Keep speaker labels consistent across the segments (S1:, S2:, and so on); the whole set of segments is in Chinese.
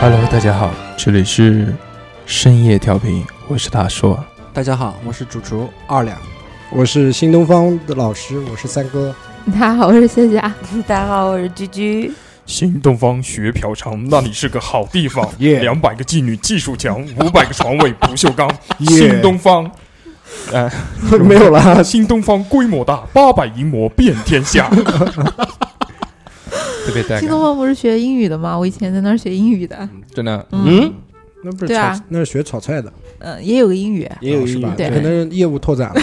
S1: Hello，大家好，这里是深夜调频，我是大硕。
S2: 大家好，我是主厨二两。
S3: 我是新东方的老师，我是三哥。
S4: 大家好，我是啊夏夏。
S5: 大家好，我是居居。
S6: 新东方学嫖娼，那里是个好地 方。
S3: 耶
S6: 两百个妓女技术强，五百个床位不锈 钢。
S3: 耶
S6: 新东方，
S3: 没有了，
S6: 新东方规模大，八百淫魔遍天 下。
S1: 特别带
S4: 新东
S1: 感，
S4: 方不是学英语的吗？我以前在那儿学英语的，
S1: 真的
S4: 嗯，
S3: 那不是
S4: 对
S3: 炒，
S4: 啊
S3: 那是学炒菜的，
S4: 嗯，也有个英语，
S2: 也有
S3: 是
S2: 英
S3: 吧
S2: 语？
S4: 对
S3: 可能业务拓展了。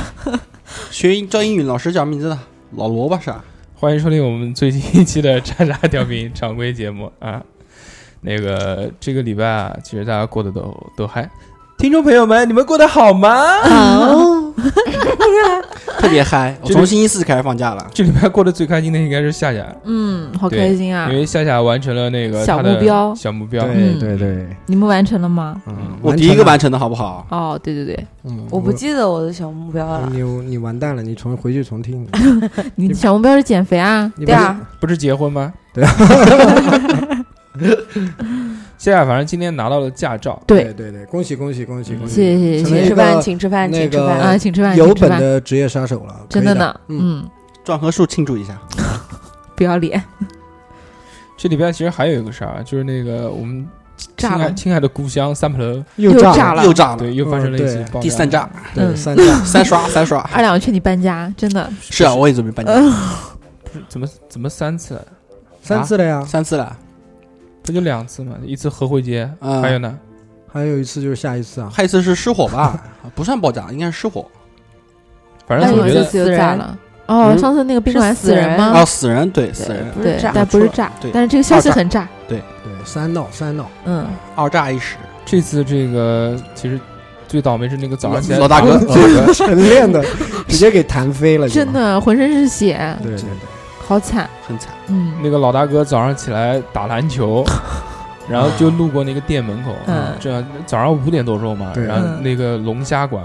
S2: 学英教英语老师叫名字的，老罗吧是吧？
S1: 欢迎收听我们最新一期的渣渣调频常规节目啊。 那个这个礼拜啊，其实大家过得都都还，听众朋友们，你们过得好吗？
S2: 特别嗨！我
S1: 这
S2: 从
S1: 个
S2: 星期四开始放假了，
S1: 这礼拜过得最开心的应该是夏夏，
S4: 嗯，好开心啊
S1: 因！为夏夏完成了那个
S4: 小
S1: 她的
S4: 目标
S1: 小目标。
S4: 嗯
S3: 对，
S4: 你们完成了吗？
S2: 嗯
S3: 嗯，
S2: 啊我第一个完成的好不好？
S4: 哦，对对对，
S2: 嗯，
S5: 我不记得我的小目标了。
S3: 你你完蛋了，你重回去重听。
S4: 啊你小目标是减肥啊？
S3: 你
S5: 对啊，
S1: 不是结婚吗？
S3: 对
S1: 啊。夏夏反正今天拿到了驾照，
S3: 不是，
S4: 对
S3: 对对对，恭喜恭喜恭喜恭喜！
S4: 谢谢谢
S3: 成为
S4: 谢
S3: 一
S4: 谢
S3: 个
S5: 请吃饭，
S3: 那
S5: 请吃饭，请吃
S3: 个
S5: 饭。
S4: 啊，请吃饭，
S3: 有
S4: 请吃
S3: 本
S4: 饭，
S3: 的职业杀手了，
S4: 真
S3: 可以的
S4: 呢，嗯，
S2: 撞棵树庆祝一下。
S4: 不要脸，
S1: 这礼拜其实还有一个事儿啊，就是那个我们亲
S4: 炸
S1: 爱
S4: 了，
S1: 青海的故乡三浦楼，
S3: 又
S4: 炸
S3: 炸
S4: 了
S2: 又炸了，哦
S1: 对，又发生了一
S3: 嗯
S1: 起
S3: 对
S1: 爆炸
S2: 第三炸，
S3: 对
S4: 嗯
S3: 三炸，
S2: 三刷，三刷。
S4: 二两，我劝你搬家，真的，嗯
S2: 是啊，我也准备搬家，
S1: 不是怎么怎么三次啊？
S3: 三次了呀。
S2: 三次了，
S1: 不就两次吗？一次合辉街，
S2: 嗯
S1: 还有呢？
S3: 还有一次就是下一次啊，
S2: 还有一次是失火吧，不算爆炸，应该是失火。
S1: 反
S4: 但
S1: 正
S5: 哎
S1: 我
S4: 有
S1: 觉
S4: 一
S1: 得
S4: 次又炸了。哦，
S2: 嗯
S4: 上次那个宾馆
S5: 是死
S4: 死人
S5: 人
S4: 吗？
S2: 啊，死人，对，死人，
S5: 不
S4: 嗯对
S5: 是，炸
S4: 但不是炸，
S2: 对
S4: 但是这个消息
S2: 二炸
S4: 很炸。
S3: 对，三闹三闹，
S4: 嗯，
S2: 二炸一时。
S1: 这次这个其实最倒霉是那个早上
S4: 嗯
S1: 起来
S2: 老大哥哦
S1: 老 大哥
S3: 晨练的直接给弹飞了，
S4: 真
S3: 就。
S4: 的浑身是血，
S3: 对对对，
S4: 好惨。
S2: 很惨，
S4: 嗯
S1: 那个老大哥早上起来打篮 球，然后就路过那个店门口，
S4: 嗯
S1: 这早上五点多钟嘛，
S3: 对
S1: 然后
S4: 嗯
S1: 那个龙虾馆，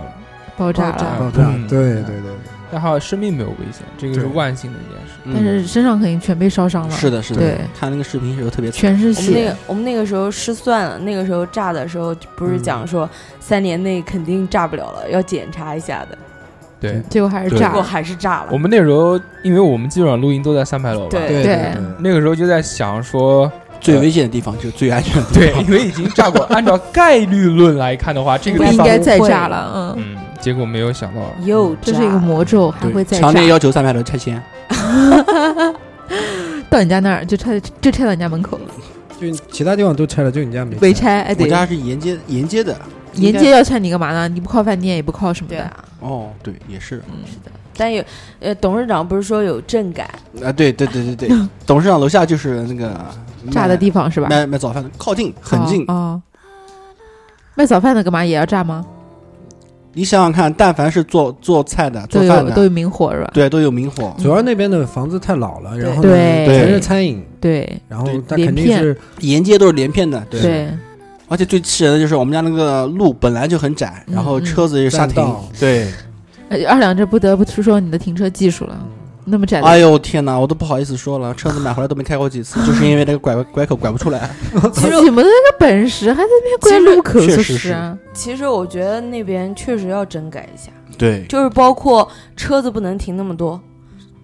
S4: 爆炸
S5: 爆炸
S4: 了，
S3: 爆炸
S1: 嗯，
S3: 啊对对对对，
S1: 但好像生命没有危险，这个是
S3: 对
S1: 万幸的一件事。
S2: 嗯
S4: 但是身上肯定全被烧伤了，
S2: 是的，是的
S4: 对，
S2: 看那个视频时候特别惨，
S4: 全是
S5: 我们那
S4: 血
S5: 个。我们那个时候失算了，那个时候炸的时候就不是
S3: 嗯
S5: 讲说三年内肯定炸不了了，要检查一下的，
S1: 对
S3: 对，
S4: 结果还是
S1: 对
S5: 结
S4: 炸
S5: 果
S4: 了。
S5: 还是炸
S1: 我
S5: 了。
S1: 们那时候，因为我们基本上录音都在三牌楼嘛，
S5: 对
S3: 对嗯
S4: 对
S1: 那个时候就在想说，
S2: 最危险的地方就是最安全的地
S1: 对，
S2: 方。
S1: 因为已经炸过，按照概率论来看的话，这个
S4: 不
S1: 地
S4: 应
S1: 方
S4: 该再炸了，嗯，
S1: 嗯，结果没有想到，
S5: 又炸，
S4: 这是一个魔咒，还会再炸
S2: 强。烈要求三牌楼拆迁。
S4: 到你家那儿就拆，就拆到你家门口，
S3: 就其他地方都拆了，就你家没
S4: 围拆，哎，
S2: 我
S4: 对，
S2: 家是沿街沿街的，
S4: 沿
S2: 应
S4: 街要拆你干嘛呢？你不靠饭店，也不靠什么
S5: 对
S4: 的，
S5: 啊。
S2: 该哦，对，也是
S4: 嗯，
S5: 但有，呃，董事长不是说有震感，
S2: 啊，对对对 对对，董事长楼下就是那个
S4: 炸的地方是吧
S2: 方？卖卖早饭的，靠近很近。
S4: 哦哦。卖早饭的干嘛也要炸吗？
S2: 你想想看，但凡是做做菜的、做
S4: 都
S2: 饭
S4: 有都
S2: 的，
S4: 有明火是吧？
S2: 对，都有明火。
S3: 主要那边的房子太老了，然后呢
S4: 对
S3: 全是餐饮，
S4: 对
S3: 然后
S2: 对
S3: 它
S4: 连
S3: 肯定
S4: 片
S3: 是
S2: 沿街都是连片的，对。
S4: 对，
S2: 而且最气人的就是我们家那个路本来就很窄，然后
S4: 嗯嗯
S2: 车子又刹停
S3: 占道，
S2: 对，
S4: 呃二两这不得不说说你的停车技术了，那么窄的
S2: 哎呦天哪，我都不好意思说了，车子买回来都没开过几次，就是因为那个拐拐口拐不出来。
S5: 其
S4: 你
S5: 实
S4: 们那个本事还在那边怪路口，
S2: 其
S4: 说
S2: 实确实是
S4: 啊，
S5: 其实我觉得那边确实要整改一下，
S2: 对，
S5: 就是包括车子不能停那么多，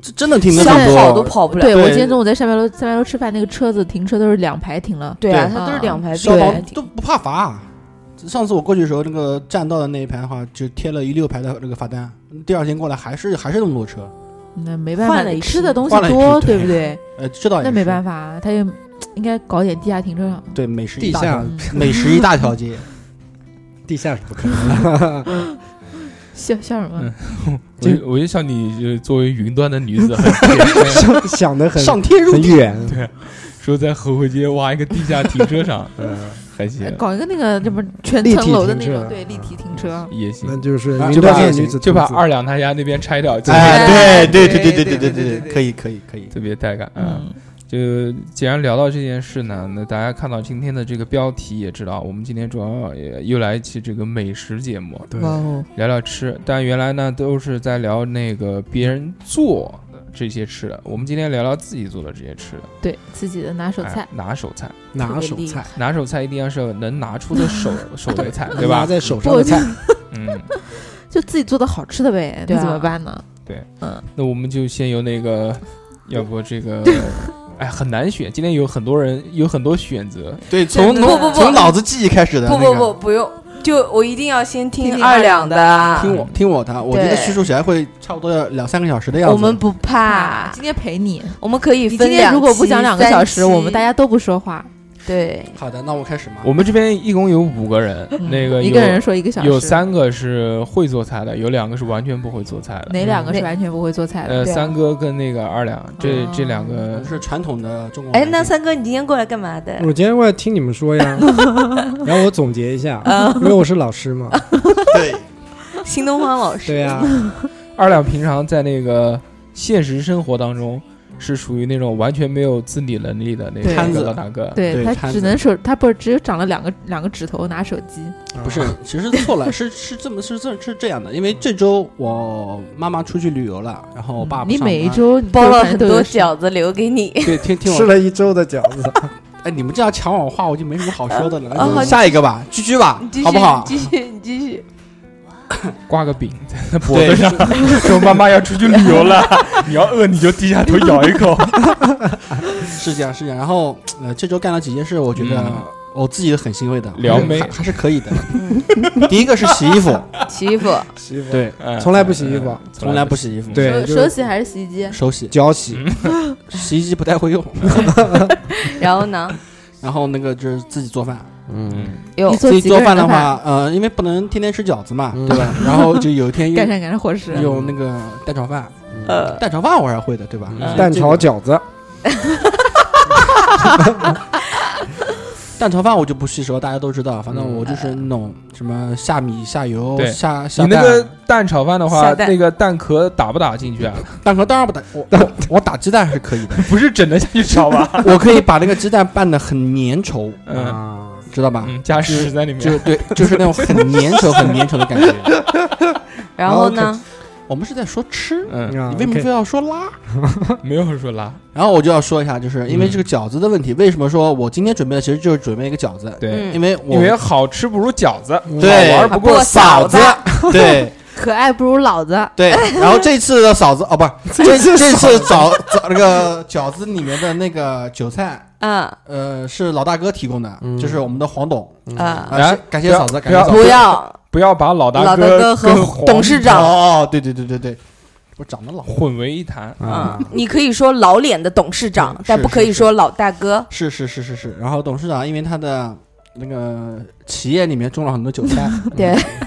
S2: 这真的停了
S5: 想
S2: 很
S5: 跑
S2: 多。
S5: 都跑不了。
S4: 对我
S2: 对
S4: 今天中午在下班楼下班楼吃饭，那个车子停车都是两排停了，
S5: 对啊，
S2: 对
S5: 它都是
S4: 嗯
S5: 两排
S2: 消
S5: 并
S2: 防
S5: 排停
S2: 都不怕罚啊、上次我过去的时候，那个占道的那一排的话，就贴了一溜排的那个罚单。第二天过来还是还是那么多车，
S4: 那没办
S5: 换
S4: 法，
S5: 了一批
S4: 吃的东西
S2: 换了一批
S4: 多，
S2: 对
S4: 对不对？
S2: 呃，这倒也
S4: 那没办
S2: 法。
S4: 法，他就应该搞点地下停车场。
S2: 对，美食
S3: 地
S2: 一大
S3: 下
S2: 条
S4: 嗯
S2: 美食一大条 街，
S3: 地下是不可能的。
S4: 笑笑什么
S1: 嗯？我就我就像你呃作为云端的女子，很天真
S3: 想 想的很
S2: 上天入
S3: 很
S2: 地。
S3: 远。
S1: 说在和和街挖一个地下停车场
S3: 嗯，
S1: 还行，
S4: 搞一个那个什么全
S3: 立
S4: 层
S3: 体
S4: 楼的那
S3: 停车
S4: 种，对，立体停车。
S1: 也行
S3: 那。就是
S2: 啊
S3: 云
S2: 就把
S3: 端女子
S1: 就把
S3: 独自
S1: 二两他家那边拆掉，就
S2: 哎，对
S4: 对
S2: 对
S4: 对
S2: 对对
S4: 对对
S2: 对
S4: 对
S2: 可以可以可以。
S1: 特别带感啊！
S4: 嗯，
S1: 就既然聊到这件事呢，那大家看到今天的这个标题也知道，我们今天主要也又来一期这个美食节目，
S3: 对
S4: 哇哦，
S1: 聊聊吃。但原来呢都是在聊那个别人做的这些吃的，我们今天聊聊自己做的这些吃的，
S4: 对自己的拿手菜
S1: 哎，拿手菜，
S3: 拿手
S5: 特别厉
S3: 菜
S5: 害，
S1: 拿手菜一定要是能拿出的手手为菜，对
S3: 拿
S1: 吧？
S3: 在手上的菜，
S1: 嗯，
S4: 就自己做的好吃的呗，
S5: 对
S4: 那
S5: 啊
S4: 怎么办呢？
S1: 那我们就先由那个，要不这个， 哎，很难选。今天有很多人有很多选择，
S2: 对，从
S5: 不
S2: 脑
S5: 不不
S2: 从脑子记忆开始的。
S5: 不
S2: 那
S5: 不
S2: 个
S5: 不，不用，就我一定要先
S4: 听
S5: 听
S4: 听
S5: 二
S4: 二
S5: 两
S2: 听
S5: 的，
S1: 嗯
S2: 我听我的，我觉得
S5: 对
S2: 叙述起来会差不多要两三个小时的样子。
S5: 我们不
S4: 啊
S5: 怕，，
S4: 今天陪你。
S5: 我们可以
S4: 你今
S5: 分
S4: 天
S5: 两
S4: 如果不
S5: 期
S4: 讲两个小时，
S5: 三期
S4: 我们大家都不说话，
S5: 对
S2: 好的，那我开始嘛。
S1: 我们这边一共有五个人，
S4: 啊嗯
S1: 那个
S4: 一
S1: 有
S4: 个人说一个小时，
S1: 有三个是会做菜的，有两个是完全不会做菜的。
S4: 嗯哪两个是
S5: 哪
S4: 完全不会做菜的？
S1: 呃，
S5: 对啊
S1: 三哥跟那个二两，这
S4: 哦
S1: 这两个
S2: 我们是传统的中国
S5: 哎
S2: 男，性。
S5: 那三哥，你今天过来干嘛的？
S3: 我今天过来听你们说呀，然后我总结一下，因为我是老师嘛。
S2: 对，
S5: 新东方老师，
S3: 对啊呀，
S1: 二两平常在那个现实生活当中是属于那种完全没有自理能力的那个
S4: 对
S2: 摊
S1: 老
S2: 子
S1: 大哥。
S4: 对
S2: 对
S4: 他
S2: 摊
S4: 只
S2: 子
S4: 能手，他不是只有长了两个两个指头拿手机，
S3: 啊
S2: 不 是，
S1: 啊
S2: 其实错了，是是这么是这是这样的，因为这周我妈妈出去旅游了，然后我爸
S4: 嗯
S2: 不
S4: 你
S2: 上班
S4: 每一周你
S5: 包
S4: 都
S5: 了
S4: 反
S5: 很
S4: 正都
S5: 多
S4: 有事
S5: 饺子留给你。
S2: 对听听
S3: 吃
S2: 我
S3: 了一周的饺子，
S2: 哎，你们这样抢我话，我就没什么好说的了。
S5: 啊
S2: 那
S4: 哦
S5: 好
S2: 就下一个吧，居居吧
S5: 你继，续，
S2: 好不好
S5: 你？继续，你继续。
S1: 挂个饼在他脖
S2: 对
S1: 子上，说妈妈要出去旅游了， 你要饿你就低下头咬一口。
S2: 是这样是这样。然后呃，这周干了几件事，我觉得
S1: 嗯
S2: 我自己很欣慰的，
S1: 撩妹
S2: 还还是可以的。 第一个是洗衣服，
S5: 洗衣服，
S3: 洗衣服
S2: 对，
S1: 嗯
S3: 从来不洗衣服，
S2: 从来不洗衣服，
S3: 对
S4: 手
S3: 就是
S4: 手洗还是洗衣机？
S2: 手 洗，
S3: 脚洗，
S2: 洗衣机不太会用。
S5: 然后呢？
S2: 然后那个就是自己做饭，
S3: 嗯，
S5: 有
S4: 你做
S2: 自己
S4: 几个
S2: 做饭
S4: 人啊的
S2: 的话，呃，因为不能天天吃饺子嘛，
S3: 嗯
S2: 对吧？然后就有一 天
S4: 改
S2: 用
S4: 善改善伙食。
S2: 用那个蛋炒饭，
S1: 嗯
S5: 呃，
S2: 蛋炒饭我还是会的，对吧？
S3: 嗯蛋炒饺子，
S2: 蛋炒饭我就不细说，大家都知道，反正我就是那种什么下米、下油
S1: 嗯对、
S2: 下
S1: 你
S2: 下
S1: 那个
S2: 蛋。
S1: 蛋炒饭的话，
S5: 下蛋
S1: 那个蛋壳打不打进去啊？
S2: 蛋壳当然不打，我我我打鸡蛋是可以的，
S1: 不是整的下去炒 吧？
S2: 我可以把那个鸡蛋拌的很粘稠，
S1: 嗯
S3: 啊，
S2: 知道吧？
S1: 嗯，加屎在里面。
S2: 就对，就是那种很粘稠、很粘稠的感觉。
S5: 然后呢？
S2: 我们是在说吃，
S1: 嗯，
S3: 啊
S2: 你为什么
S3: OK
S2: 非要说拉？
S1: 没有说拉。
S2: 然后我就要说一下，就是因为
S1: 嗯
S2: 这个饺子的问题，为什么说我今天准备的其实就是准备一个饺子，
S1: 对，
S5: 嗯
S2: 因为我
S1: 因为好吃不如饺子，
S2: 对
S1: 好玩不过
S5: 嫂
S2: 子， 对
S4: 可爱不如老子，
S2: 对，然后这次的嫂子哦，不是 这这次找找那个饺子里面的那个韭菜，
S5: 嗯
S2: 呃，是老大哥提供的，
S3: 嗯
S2: 就是我们的黄董
S5: 啊，
S2: 啊，是感谢嫂子，感谢嫂子。
S5: 不要
S1: 不要把老
S5: 老
S1: 大
S5: 大哥和
S1: 跟黄
S5: 董事
S2: 哦
S5: 长
S2: 哦，对对对对对，我长得老
S1: 混为一谈。
S5: 啊，你可以说老脸的董事长
S2: 嗯，
S5: 但
S2: 是
S5: 不可以说老大哥。
S2: 是是是是是，然后董事长因为他的那个企业里面种了很多韭 菜，
S5: 对，
S2: 嗯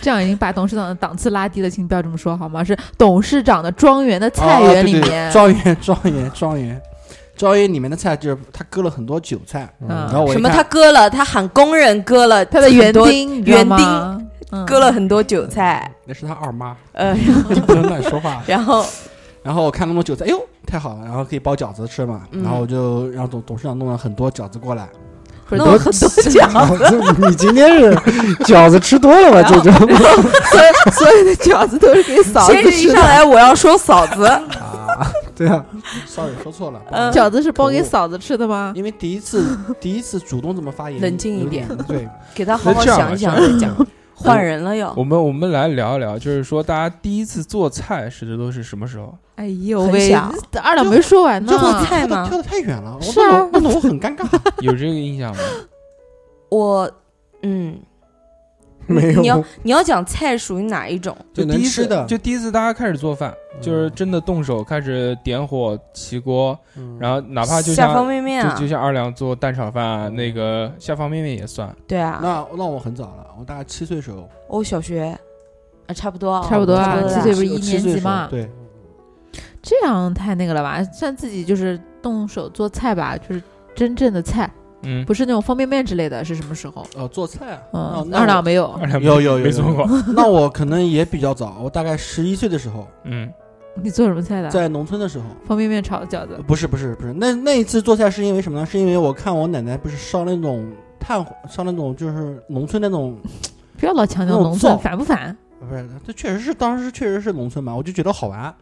S4: 这样已经把董事长的档次拉低了，请不要这么说好吗？是董事长的庄园的菜
S2: 哦
S4: 园里面，
S2: 庄园庄园庄园庄园里面的菜就是他割了很多韭菜，然后
S4: 嗯，
S2: 我一
S5: 什么
S2: 看
S5: 他割了，他喊工人割了
S4: 他的园
S5: 很多，
S4: 丁，你知道
S5: 园
S4: 吗
S5: 丁，
S4: 嗯
S5: 割了很多韭菜。
S2: 那是他二妈，
S5: 呃，
S2: 你不能乱说话。
S5: 然后
S2: 然后我看那么多韭菜，哎呦，太好了，然后可以包饺子吃嘛。
S5: 嗯
S2: 然后我就让董董事长弄了很多饺子 过来，
S4: 不是
S5: 弄了
S4: 都
S5: 很多饺子，
S3: 子，你今天 是饺子吃多了吧？这 种
S4: 所有所有的饺子都是给嫂子
S5: 先是
S4: 吃
S5: 一上
S4: 的。
S5: 来我要说嫂子，
S2: 啊，
S3: 对啊，
S2: ，sorry 说错了，
S5: 呃
S4: 饺子是包给
S2: 可恶
S4: 嫂子吃的吗？
S2: 因为第一次 第一次主动这么发言，
S5: 冷静一点
S2: 有对，
S5: 给他好好
S1: 那这样吧
S5: 想一想再讲，换人了要。
S1: 我们我们来聊一聊，就是说大家第一次做菜是的都是什么时 候？
S4: 哎呦
S5: 很
S4: 喂
S5: 小，
S4: 二两没说完呢
S5: 就。会菜吗
S2: 跳的太远了，我
S4: 是啊
S2: 弄得我弄得我很 尴尬。
S1: 有这个印象吗？
S5: 我，嗯，
S3: 没
S5: 你要
S3: 有，
S5: 你要讲菜属于哪一种？
S1: 就
S3: 能
S1: 第一
S3: 吃
S1: 次
S3: 的，
S1: 就第一次大家开始做饭，就是真的动手开始点火起锅，然后哪怕就
S5: 下方
S1: 像
S5: 便面
S1: 就
S5: 啊
S1: 就，像二两做蛋炒饭啊，那个下方便面也算。
S5: 对啊，
S2: 那那我很早了，我大概七岁时候，
S5: 我小学啊，差不多啊，
S4: 差不多啊
S5: 差不多
S4: 七
S5: 啊
S4: 岁不是
S2: 我
S4: 一
S2: 七
S4: 年级
S2: 岁时候
S4: 嘛
S2: 对，
S4: 这样太那个了吧？算自己就是动手做菜吧，就是真正的菜，
S1: 嗯，
S4: 不是那种方便面之类的，是什么时候？
S2: 哦，做菜啊，
S4: 嗯，
S2: 那
S4: 二
S2: 那
S4: 两
S2: 我
S4: 没有
S1: 二，两
S2: 有有有
S1: 没做
S2: 有
S1: 过。
S2: 那我可能也比较早，我大概十一岁的时候，
S1: 嗯，
S4: 你做什么菜的？
S2: 在农村的时候。
S4: 方便面炒饺子
S2: 呃。不是不是不是，那那一次做菜是因为什么呢？是因为我看我奶奶不是烧那种炭火，烧那种就是农村那种，
S4: 不要老强调
S2: 那种
S4: 农村，
S2: 灶
S4: 烦不烦？
S2: 不是，这确实是当时确实是农村嘛，我就觉得好玩。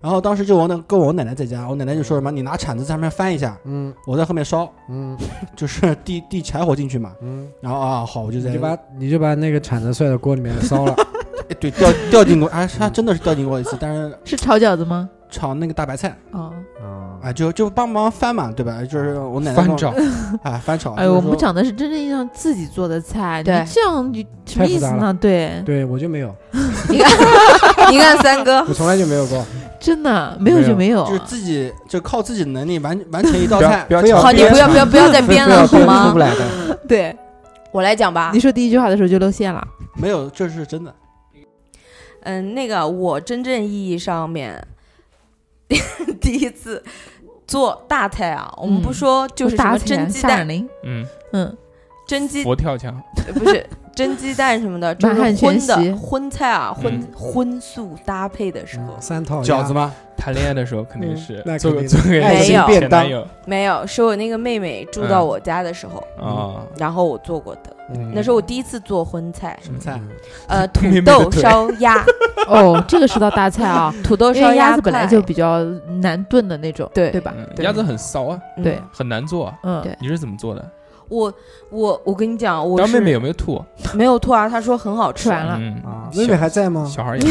S2: 然后当时就我那跟我奶奶在家，我奶奶就说什么你拿铲子在上面翻一下，
S3: 嗯
S2: 我在后面烧，
S3: 嗯
S2: 就是递递柴火进去嘛。
S3: 嗯，
S2: 然后啊好，我就在
S3: 你就把你就把那个铲子摔到锅里面烧了，
S2: 哎对掉掉进过，哎他真的是掉进过一次，但是
S4: 是炒饺子吗？
S2: 炒那个大白菜，
S4: 哦，
S3: 啊，
S2: 啊就就帮忙翻嘛，对吧？就是我奶奶
S1: 翻
S2: 弄
S1: 炒，
S2: 啊翻炒，
S4: 哎呦，
S2: 就
S4: 我
S2: 是说
S4: 们讲的是真正意义上自己做的菜，
S5: 对
S4: 你这样你什么意思
S3: 太复杂
S4: 呢？对，
S3: 对我就没有，
S5: 你看， 你看 三哥，
S3: 我从来就没有过，
S4: 真的没有
S1: 没有
S4: 就没有
S2: 就。是自己就靠自己的能力完完成一道
S1: 不要
S2: 菜
S1: 不，要
S3: 非要
S1: 抢
S5: 好，你不要不要不 要再
S3: 非
S5: 编
S3: 要
S5: 了好
S3: 编出
S5: 吗
S3: 不？来的，
S4: 对，
S5: 我来讲吧
S4: 你。说第一句话的时候就露馅了。
S2: 没有这是真
S1: 哦
S2: 的。
S5: 嗯，那个我真正意义上面 第一次做大菜啊，我们不
S4: 嗯
S5: 说就是什
S4: 打
S5: 么
S4: 起来
S5: 蒸鸡
S4: 夏尔
S5: 蛋、
S4: 林，
S1: 嗯，
S4: 嗯，
S5: 蒸鸡
S1: 佛跳墙，
S5: 不是蒸鸡蛋什么的，就是
S4: 满汉全
S5: 荤的
S4: 席
S5: 荤菜啊，荤
S1: 嗯
S5: 荤素搭配的时候
S3: 嗯三套鸭
S2: 饺子吗？
S1: 谈恋爱的时候肯定是
S3: 嗯那
S1: 做
S3: 肯
S1: 个
S3: 定
S1: 做个
S3: 爱
S5: 没
S3: 情
S5: 有
S1: 前
S3: 便
S1: 男
S3: 当
S1: 友
S5: 没有，是我那个妹妹住
S1: 嗯
S5: 到我家的时候，
S1: 啊，
S5: 然后我做过的，
S3: 嗯
S5: 那是我第一次做荤菜，
S2: 什么菜？
S5: 呃，土
S1: 妹妹的
S5: 豆
S1: 腿
S5: 烧 鸭，
S4: 哦，这个是道大菜 啊，
S5: 土豆
S4: 因
S5: 烧
S4: 为鸭子本
S5: 块
S4: 来就比较难炖的那种，
S5: 对
S4: 对吧？
S1: 嗯
S4: 对
S1: 鸭子很骚啊，
S5: 嗯
S4: 对
S1: 很难做啊。
S4: 嗯，
S5: 对
S1: 你是怎么做的？
S5: 我我我跟你讲，我
S1: 当
S5: 是
S1: 妹妹有没有吐？
S5: 没有吐啊，她说很好
S4: 吃
S5: 吃，
S4: 完了，
S1: 嗯
S3: 啊，
S1: 小
S3: 妹妹还在吗？
S1: 小孩也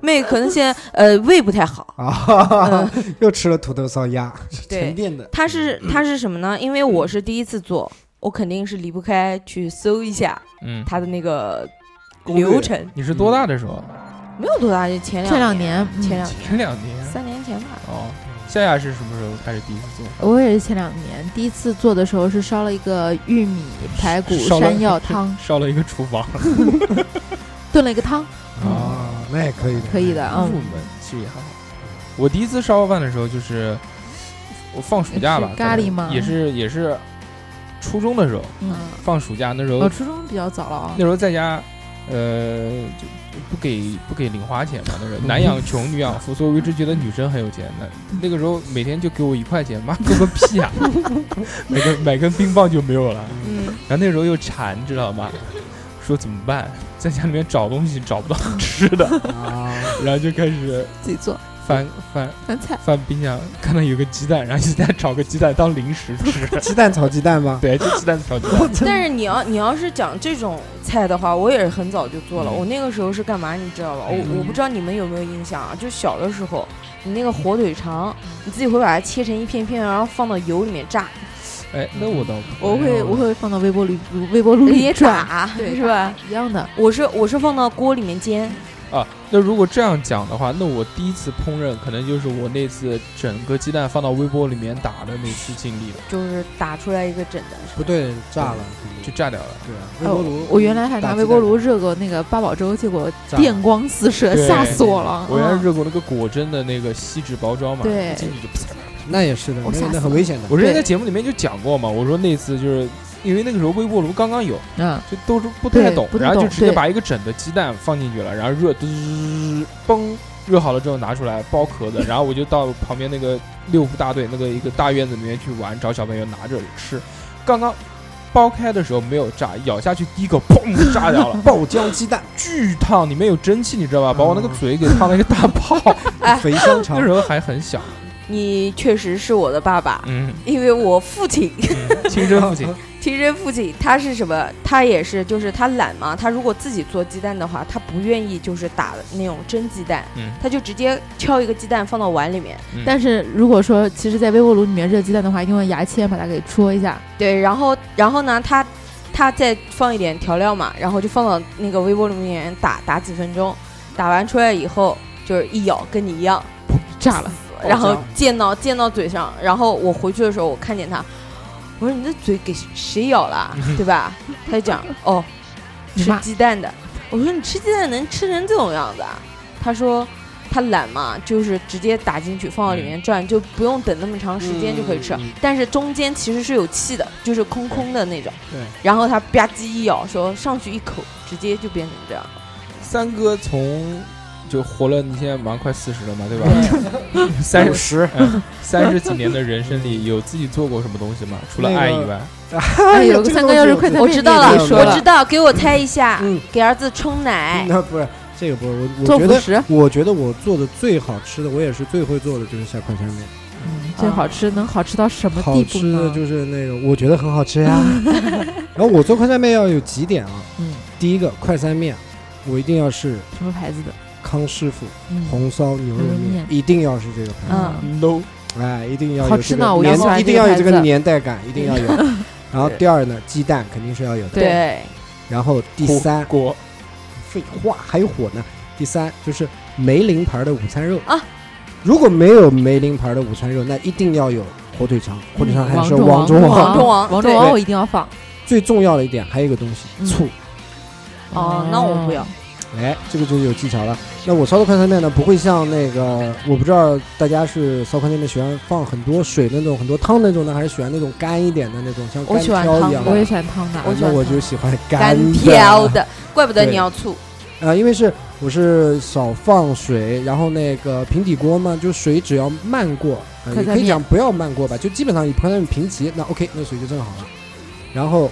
S5: 妹可能现在呃胃不太好，
S3: 啊， 又吃了土豆烧鸭，
S5: 对
S2: 沉，淀的，
S5: 她是
S1: 嗯
S5: 她是什么呢？因为我是第一次做，我肯定是离不开去搜一下
S1: 嗯，
S5: 她的那个
S2: 攻略
S5: 流程，
S1: 你是多大的时候？
S4: 嗯
S5: 没有多大，就前
S4: 前两
S5: 年，
S4: 年，嗯
S5: 前两
S1: 前两年
S5: 三年前吧，
S1: 哦。夏夏是什么时候开始第一次做？
S4: 我也是前两年第一次做的时候是烧了一个玉米排骨
S1: 烧了
S4: 山药汤，
S1: 烧了一个厨房
S4: 炖了一个汤，
S3: 啊，那也可以的，
S4: 嗯 可以的，
S1: 入
S4: 嗯，
S1: 门其实也还好。我第一次烧饭的时候就是我放暑假吧
S4: 是，咖喱
S1: 可能
S4: 吗
S1: 也是也是初中的时候
S4: 嗯，哦
S1: 放暑假，那时候
S4: 我初中比较早了啊
S1: 那，时候在家，呃，就就不给不给零花钱嘛，那时候男养穷，女养富，所以我一直觉得女生很有钱的。那个时候每天就给我一块钱，妈够个屁啊！ 买根买根冰棒就没有了。
S5: 嗯，
S1: 然后那时候又馋，知道吗？说怎么办，在家里面找东西找不到吃的，
S3: 啊，
S1: 然后就开始
S4: 自己做
S1: 翻翻
S4: 饭菜，
S1: 翻冰箱，看到有个鸡蛋，然后就在找个鸡蛋当零食吃。
S3: 鸡蛋炒鸡蛋吗？
S1: 对，就鸡蛋炒鸡 蛋。
S5: 但是你要你要是讲这种菜的话，我也是很早就做了。
S1: 嗯
S5: 我那个时候是干嘛，你知道吧？
S1: 嗯
S5: 我我不知道你们有没有印象啊？就小的时候，你那个火腿肠，你自己会把它切成一片片，然后放到油里面炸，
S1: 哎，那我倒不
S4: 我会我会放到微波炉微波炉里
S5: 也
S4: 转，
S5: 炸，
S4: 对，
S5: 是吧？？
S4: 一样的，
S5: 我是我是放到锅里面煎，
S1: 啊，那如果这样讲的话，那我第一次烹饪可能就是我那次整个鸡蛋放到微波里面打的那次经历了，
S5: 就是打出来一个整的，是吧
S3: 不对，炸了，
S1: 就炸掉了。
S3: 对啊，微
S4: 哦
S3: 波炉，
S4: 我原来还拿微波炉热过那个八宝粥，结果电光四射，
S1: 对
S4: 吓死我了。
S1: 我原来
S4: 嗯
S1: 热过那个果珍的那个锡纸包装嘛，
S4: 对
S1: 一进去就啪。
S3: 那也是的，
S4: 我
S3: 那
S4: 吓死
S3: 那
S4: 了
S3: 很危险的，，
S1: 我之前在
S4: 对
S1: 节目里面就讲过嘛，我说那次就是因为那个时候微波炉刚刚有，
S4: 嗯，
S1: 就都是不太
S4: 对
S1: 懂，
S4: 不太
S1: 然后就
S4: 懂
S1: 直接
S4: 对
S1: 把一个整的鸡蛋放进去了，然后热嘟嘣，热好了之后拿出来剥壳 子，然后我就到旁边那个六福大队那个一个大院子里面去玩，找小朋友拿着吃。刚刚剥开的时候没有炸，咬下去第一口砰炸掉 了
S2: 啊
S3: 爆浆鸡蛋，
S1: 巨烫，里嗯面有蒸汽，你知道吧？把我那个
S3: 嗯
S1: 嘴给烫了一个大泡。
S5: 哎
S3: 肥香肠
S1: 那时候还很小，
S5: 你确实是我的爸爸，
S1: 嗯，
S5: 因为我父亲，
S1: 嗯亲生父亲，
S5: 亲生父亲，他是什么？他也是，就是他懒嘛，他如果自己做鸡蛋的话，他不愿意就是打的那种蒸鸡蛋，
S1: 嗯
S5: 他就直接敲一个鸡蛋放到碗里面，
S4: 但是如果说其实，在微波炉里面热鸡蛋的话，一定用牙签把它给戳一下，
S5: 对，然后然后呢，他他再放一点调料嘛，然后就放到那个微波炉里面打打几分钟，打完出来以后就是一咬，跟你一样，
S4: 炸了。
S5: 然后
S2: 爆
S5: 溅到溅到嘴上，然后我回去的时候我看见他，我说你的嘴给谁咬了啊，对吧？他就讲哦，
S4: 你
S5: 吃
S4: 妈
S5: 鸡蛋的。我说你吃鸡蛋能吃成这种样子啊？他说他懒嘛，就是直接打进去放到里面转，就不用等那么长时间就可以吃。
S2: 嗯嗯嗯
S5: 但是中间其实是有气的，就是空空的那种。
S2: 对
S5: 然后他吧唧一咬，说上去一口，直接就变成这样。
S1: 三哥从就活了，你现在马上快四十了嘛，对吧？ 三十
S3: 十，
S1: 嗯三十几年的人生里， 有自己做过什么东西吗？除了爱以外，
S4: 哎，
S3: 呀
S4: 有个
S3: 这
S4: 三
S3: 东
S4: 哥
S3: 西
S4: 要是
S3: 我
S4: 快餐
S5: 我
S4: 面
S5: 知
S4: 店
S5: 道
S4: 也
S5: 了，
S4: 可以
S3: 说
S5: 我
S3: 了
S5: 知道，给我猜一下，
S3: 嗯
S5: 给儿子冲奶。
S3: 那不是这个不是我，我
S4: 做辅
S3: 觉得
S4: 食，
S3: 我觉得我做的最好吃的，我也是最会做的就是下快餐面，
S5: 嗯啊
S4: 最好吃能好吃到什么
S3: 好
S4: 地步
S3: 吃的
S4: 呢？
S3: 就是那种我觉得很好 吃呀。然后我做快餐面要有几点啊？
S4: 嗯，
S3: 第一个快餐面，我一定要是
S4: 什么牌子的？
S3: 康师傅
S4: 嗯，
S3: 红烧牛肉
S4: 牛肉
S3: 面
S4: 面，
S3: 一定要是这个牌子，
S4: 嗯，
S1: low
S3: 哎，一定要有
S4: 好吃
S3: 这个
S4: 呢我也
S3: 年
S4: 喜欢
S3: 一定
S4: 这个
S3: 要有
S4: 牌
S3: 这个
S4: 子
S3: 年代感，一 定要有。然后第二呢，鸡蛋肯定是要有的。
S5: 对，
S3: 然后第三，
S1: 锅，
S3: 废话还有火呢。第三就是梅林牌的午餐肉
S5: 啊，
S3: 如果没有梅林牌的午餐肉，那一定要有火腿肠，火腿肠还是
S4: 中
S3: 王中
S4: 嗯王
S5: 王中王
S4: 王中
S5: 对
S4: 王我一定要放。
S3: 最重要的一点还有一个东西，
S4: 嗯
S3: 醋。
S5: 哦，那我不要。
S3: 哎，这个就有技巧了。那我烧的快餐面呢，不会像那个，我不知道大家是烧快餐面喜欢放很多水那种，很多汤那种呢，还是喜欢那种干一点的那种，像
S5: 我
S3: 干
S5: 喜欢
S3: 挑
S5: 汤
S3: 一
S5: 的
S3: 样
S4: 我也喜欢汤的
S3: 啊。
S5: 我喜
S3: 那
S5: 欢
S3: 我
S5: 汤
S3: 就喜欢
S5: 干
S3: 干
S5: 挑的，怪不得
S3: 对
S5: 你要醋。
S3: 啊，因为是我是少放水，然后那个平底锅嘛，就水只要漫过，呃、
S4: 快
S3: 也
S4: 餐
S3: 可以
S4: 面
S3: 讲不要漫过吧，就基本上以快餐面平齐，那 OK，那水就正好了。然后，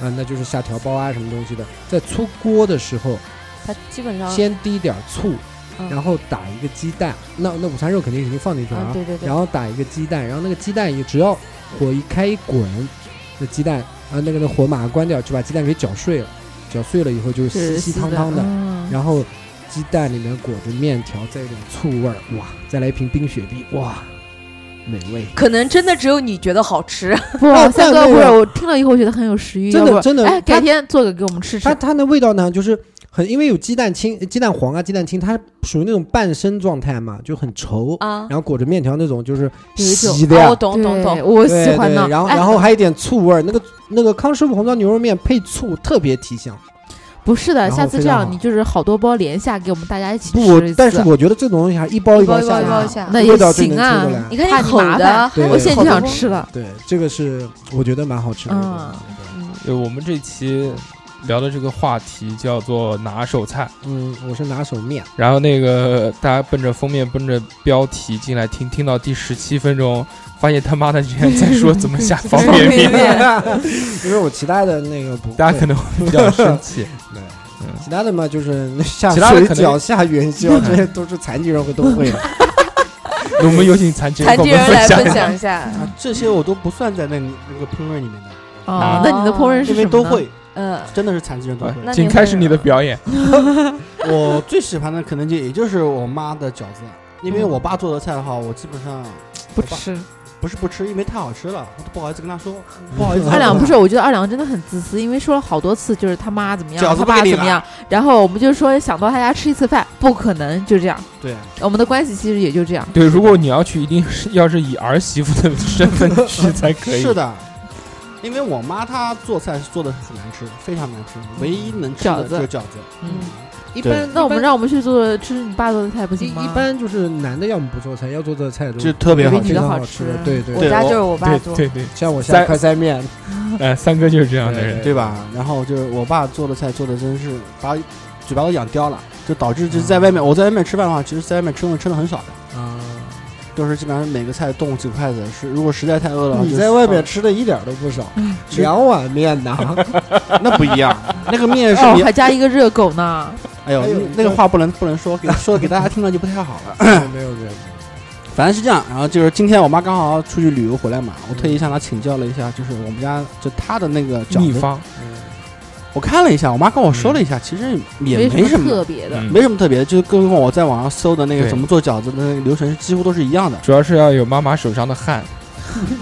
S3: 啊、那就是下调包啊什么东西的，在出锅的时候
S5: 它基本上，
S3: 先滴点儿醋，
S5: 嗯
S3: 然后打一个鸡蛋，那那午餐肉肯定已经放进去了啊，
S5: 嗯，对对对
S3: 然，后打一个鸡蛋，然后那个鸡蛋也只要火一开一滚，那鸡蛋啊那个那火马上关掉，就把鸡蛋给搅碎了，搅碎了以后就是稀稀汤汤的。
S4: 嗯
S3: 然后鸡蛋里面裹着面条，再有点醋味儿，哇！再来一瓶冰雪碧，哇，美味！
S5: 可能真的只有你觉得好吃。
S4: 不
S3: 哦，
S4: 三
S3: 但
S4: 哥
S3: 那
S4: 不
S3: 个
S4: 是我听了以后觉得很有食欲，
S3: 真的
S4: 要不
S3: 真的
S4: 哎，
S3: 它
S4: 改天做个给我们吃吃
S3: 它。它的味道呢，就是很因为有鸡蛋清、鸡蛋黄啊、鸡蛋清，它属于那种半生状态嘛，就很稠，
S4: 哦
S5: 啊
S3: 然后裹着面条那种，就是
S4: 有一种
S3: 稀的呀
S5: 啊我。懂
S4: 对
S5: 懂懂，
S4: 我
S3: 对
S4: 喜欢
S3: 对
S4: 呢。
S3: 然后
S4: 哎
S3: 然后还有一点醋味儿，那个那个康师傅红烧牛肉面配醋特别提香。
S4: 不是的，
S3: 然后
S4: 下次
S3: 非
S4: 这
S3: 常
S4: 样
S3: 好
S4: 你就是好多包连下给我们大家一起吃
S3: 不，我
S4: 一次
S3: 但是我觉得这种东西还一包
S5: 一包
S3: 包
S5: 一
S3: 下
S5: 包一包
S3: 来
S5: 一，下
S4: 那
S3: 味
S4: 也
S3: 道就
S4: 行
S3: 能
S4: 啊
S3: 吃出来。
S5: 你看
S4: 怕
S5: 你
S4: 你
S5: 口
S4: 麻
S5: 的
S4: 烦，
S3: 对
S4: 我现在
S5: 好
S4: 就
S5: 多
S4: 想
S5: 包
S4: 吃了。
S3: 对，这个是我觉得蛮好吃的一个东
S4: 嗯
S3: 西。对
S1: 对呃我们这期聊的这个话题叫做拿手菜。
S3: 嗯，我是拿手面，
S1: 然后那个大家奔着封面、奔着标题进来听，听到第十七分钟，发现他妈的竟然在说怎么下 方 便面，
S3: 因为我其他的那个不会，
S1: 大家可能会比较生气。
S3: 对
S1: 嗯
S3: 其他的嘛，就是那下
S1: 其他的
S3: 水
S1: 可能
S3: 饺、下元宵，这些都是残疾人会都 会的。
S1: 我们有请残疾人
S5: 残
S1: 跟
S5: 疾
S1: 我们
S5: 人来
S1: 分享一下。
S5: 分享一下。
S2: 啊，这些我都不算在那里那个评论里面的，
S4: 哦，那你的烹饪是什
S2: 因为
S4: 么
S2: 都
S4: 呢。
S2: 会，
S5: 嗯，
S2: 真的是残疾人都会
S1: 哎。
S5: 那
S1: 请开始你的表演。
S2: 我最喜欢的可能就也就是我妈的饺子，因为我爸做的菜的话，我基本上
S4: 不 吃，
S2: 不是不吃，因为太好吃了，我都不好意思跟他说，不好意思。
S4: 二两不是，我觉得二两真的很自私，因为说了好多次，就是他妈怎么样，
S2: 饺子
S4: 他
S2: 不给
S4: 爸
S2: 你
S4: 怎么
S2: 了
S4: 样，然后我们就说想到他家吃一次饭，不可能，就这样，
S2: 对，
S4: 我们的关系其实也就这样。
S1: 对，如果你要去，一定是要是以儿媳妇的身份去才可以。
S2: 是的，因为我妈她做菜是做的很难吃，非常难吃，唯一能吃
S4: 饺
S2: 的
S4: 子
S2: 就是饺子。
S4: 嗯，
S3: 一
S2: 对
S3: 般
S4: 那我们
S3: 一般
S4: 让我们去做吃你爸做的菜不
S3: 一
S4: 行吗？
S3: 一般就是男的要么不做菜，要做的菜都
S2: 就特别
S4: 比
S2: 好
S4: 你
S3: 非
S4: 的
S3: 常
S4: 好
S3: 好吃
S4: 吃
S3: 的。对对，
S5: 我
S3: 对
S2: 我
S5: 家就是我爸做
S1: 对，对对，
S3: 像我
S1: 三
S3: 下快餐面，
S1: 哎，三哥就是这样的
S3: 对
S1: 人。
S2: 对吧？然后就是我爸做的菜做的真是把嘴巴都养刁了，就导致就是在外面、我在外面吃饭的话，其实在外面吃东西吃的很少的，
S3: 啊，
S2: 就是基本上每个菜动几个筷子，是如果实在太饿了，
S3: 你
S2: 就
S3: 在
S2: 是
S3: 外
S2: 放
S3: 面吃的一点都不少，
S4: 嗯
S2: 吃
S3: 两碗面呐。
S2: 那不一样，嗯 那个面是
S4: 哦
S2: 你，，
S4: 还加一个热狗呢，
S2: 哎呦
S3: 还有，
S2: 那个话不能不能说，给说给大家听了就不太好了。
S3: 没有没有没有，
S2: 反正是这样。然后就是今天我妈刚好出去旅游回来嘛，我特意向她请教了一下，就是我们家就她的那个饺
S1: 秘
S2: 子，
S1: 方，
S3: 嗯
S2: 我看了一下，我妈跟我说了一下，其实也没什
S4: 什么
S2: 么。
S4: 特别的。
S1: 嗯
S2: 没什么特别，就是更何况我在网上搜的那个
S1: 对
S2: 怎么做饺子的那个流程，几乎都是一样的
S1: 主要是要有妈妈手上的汗，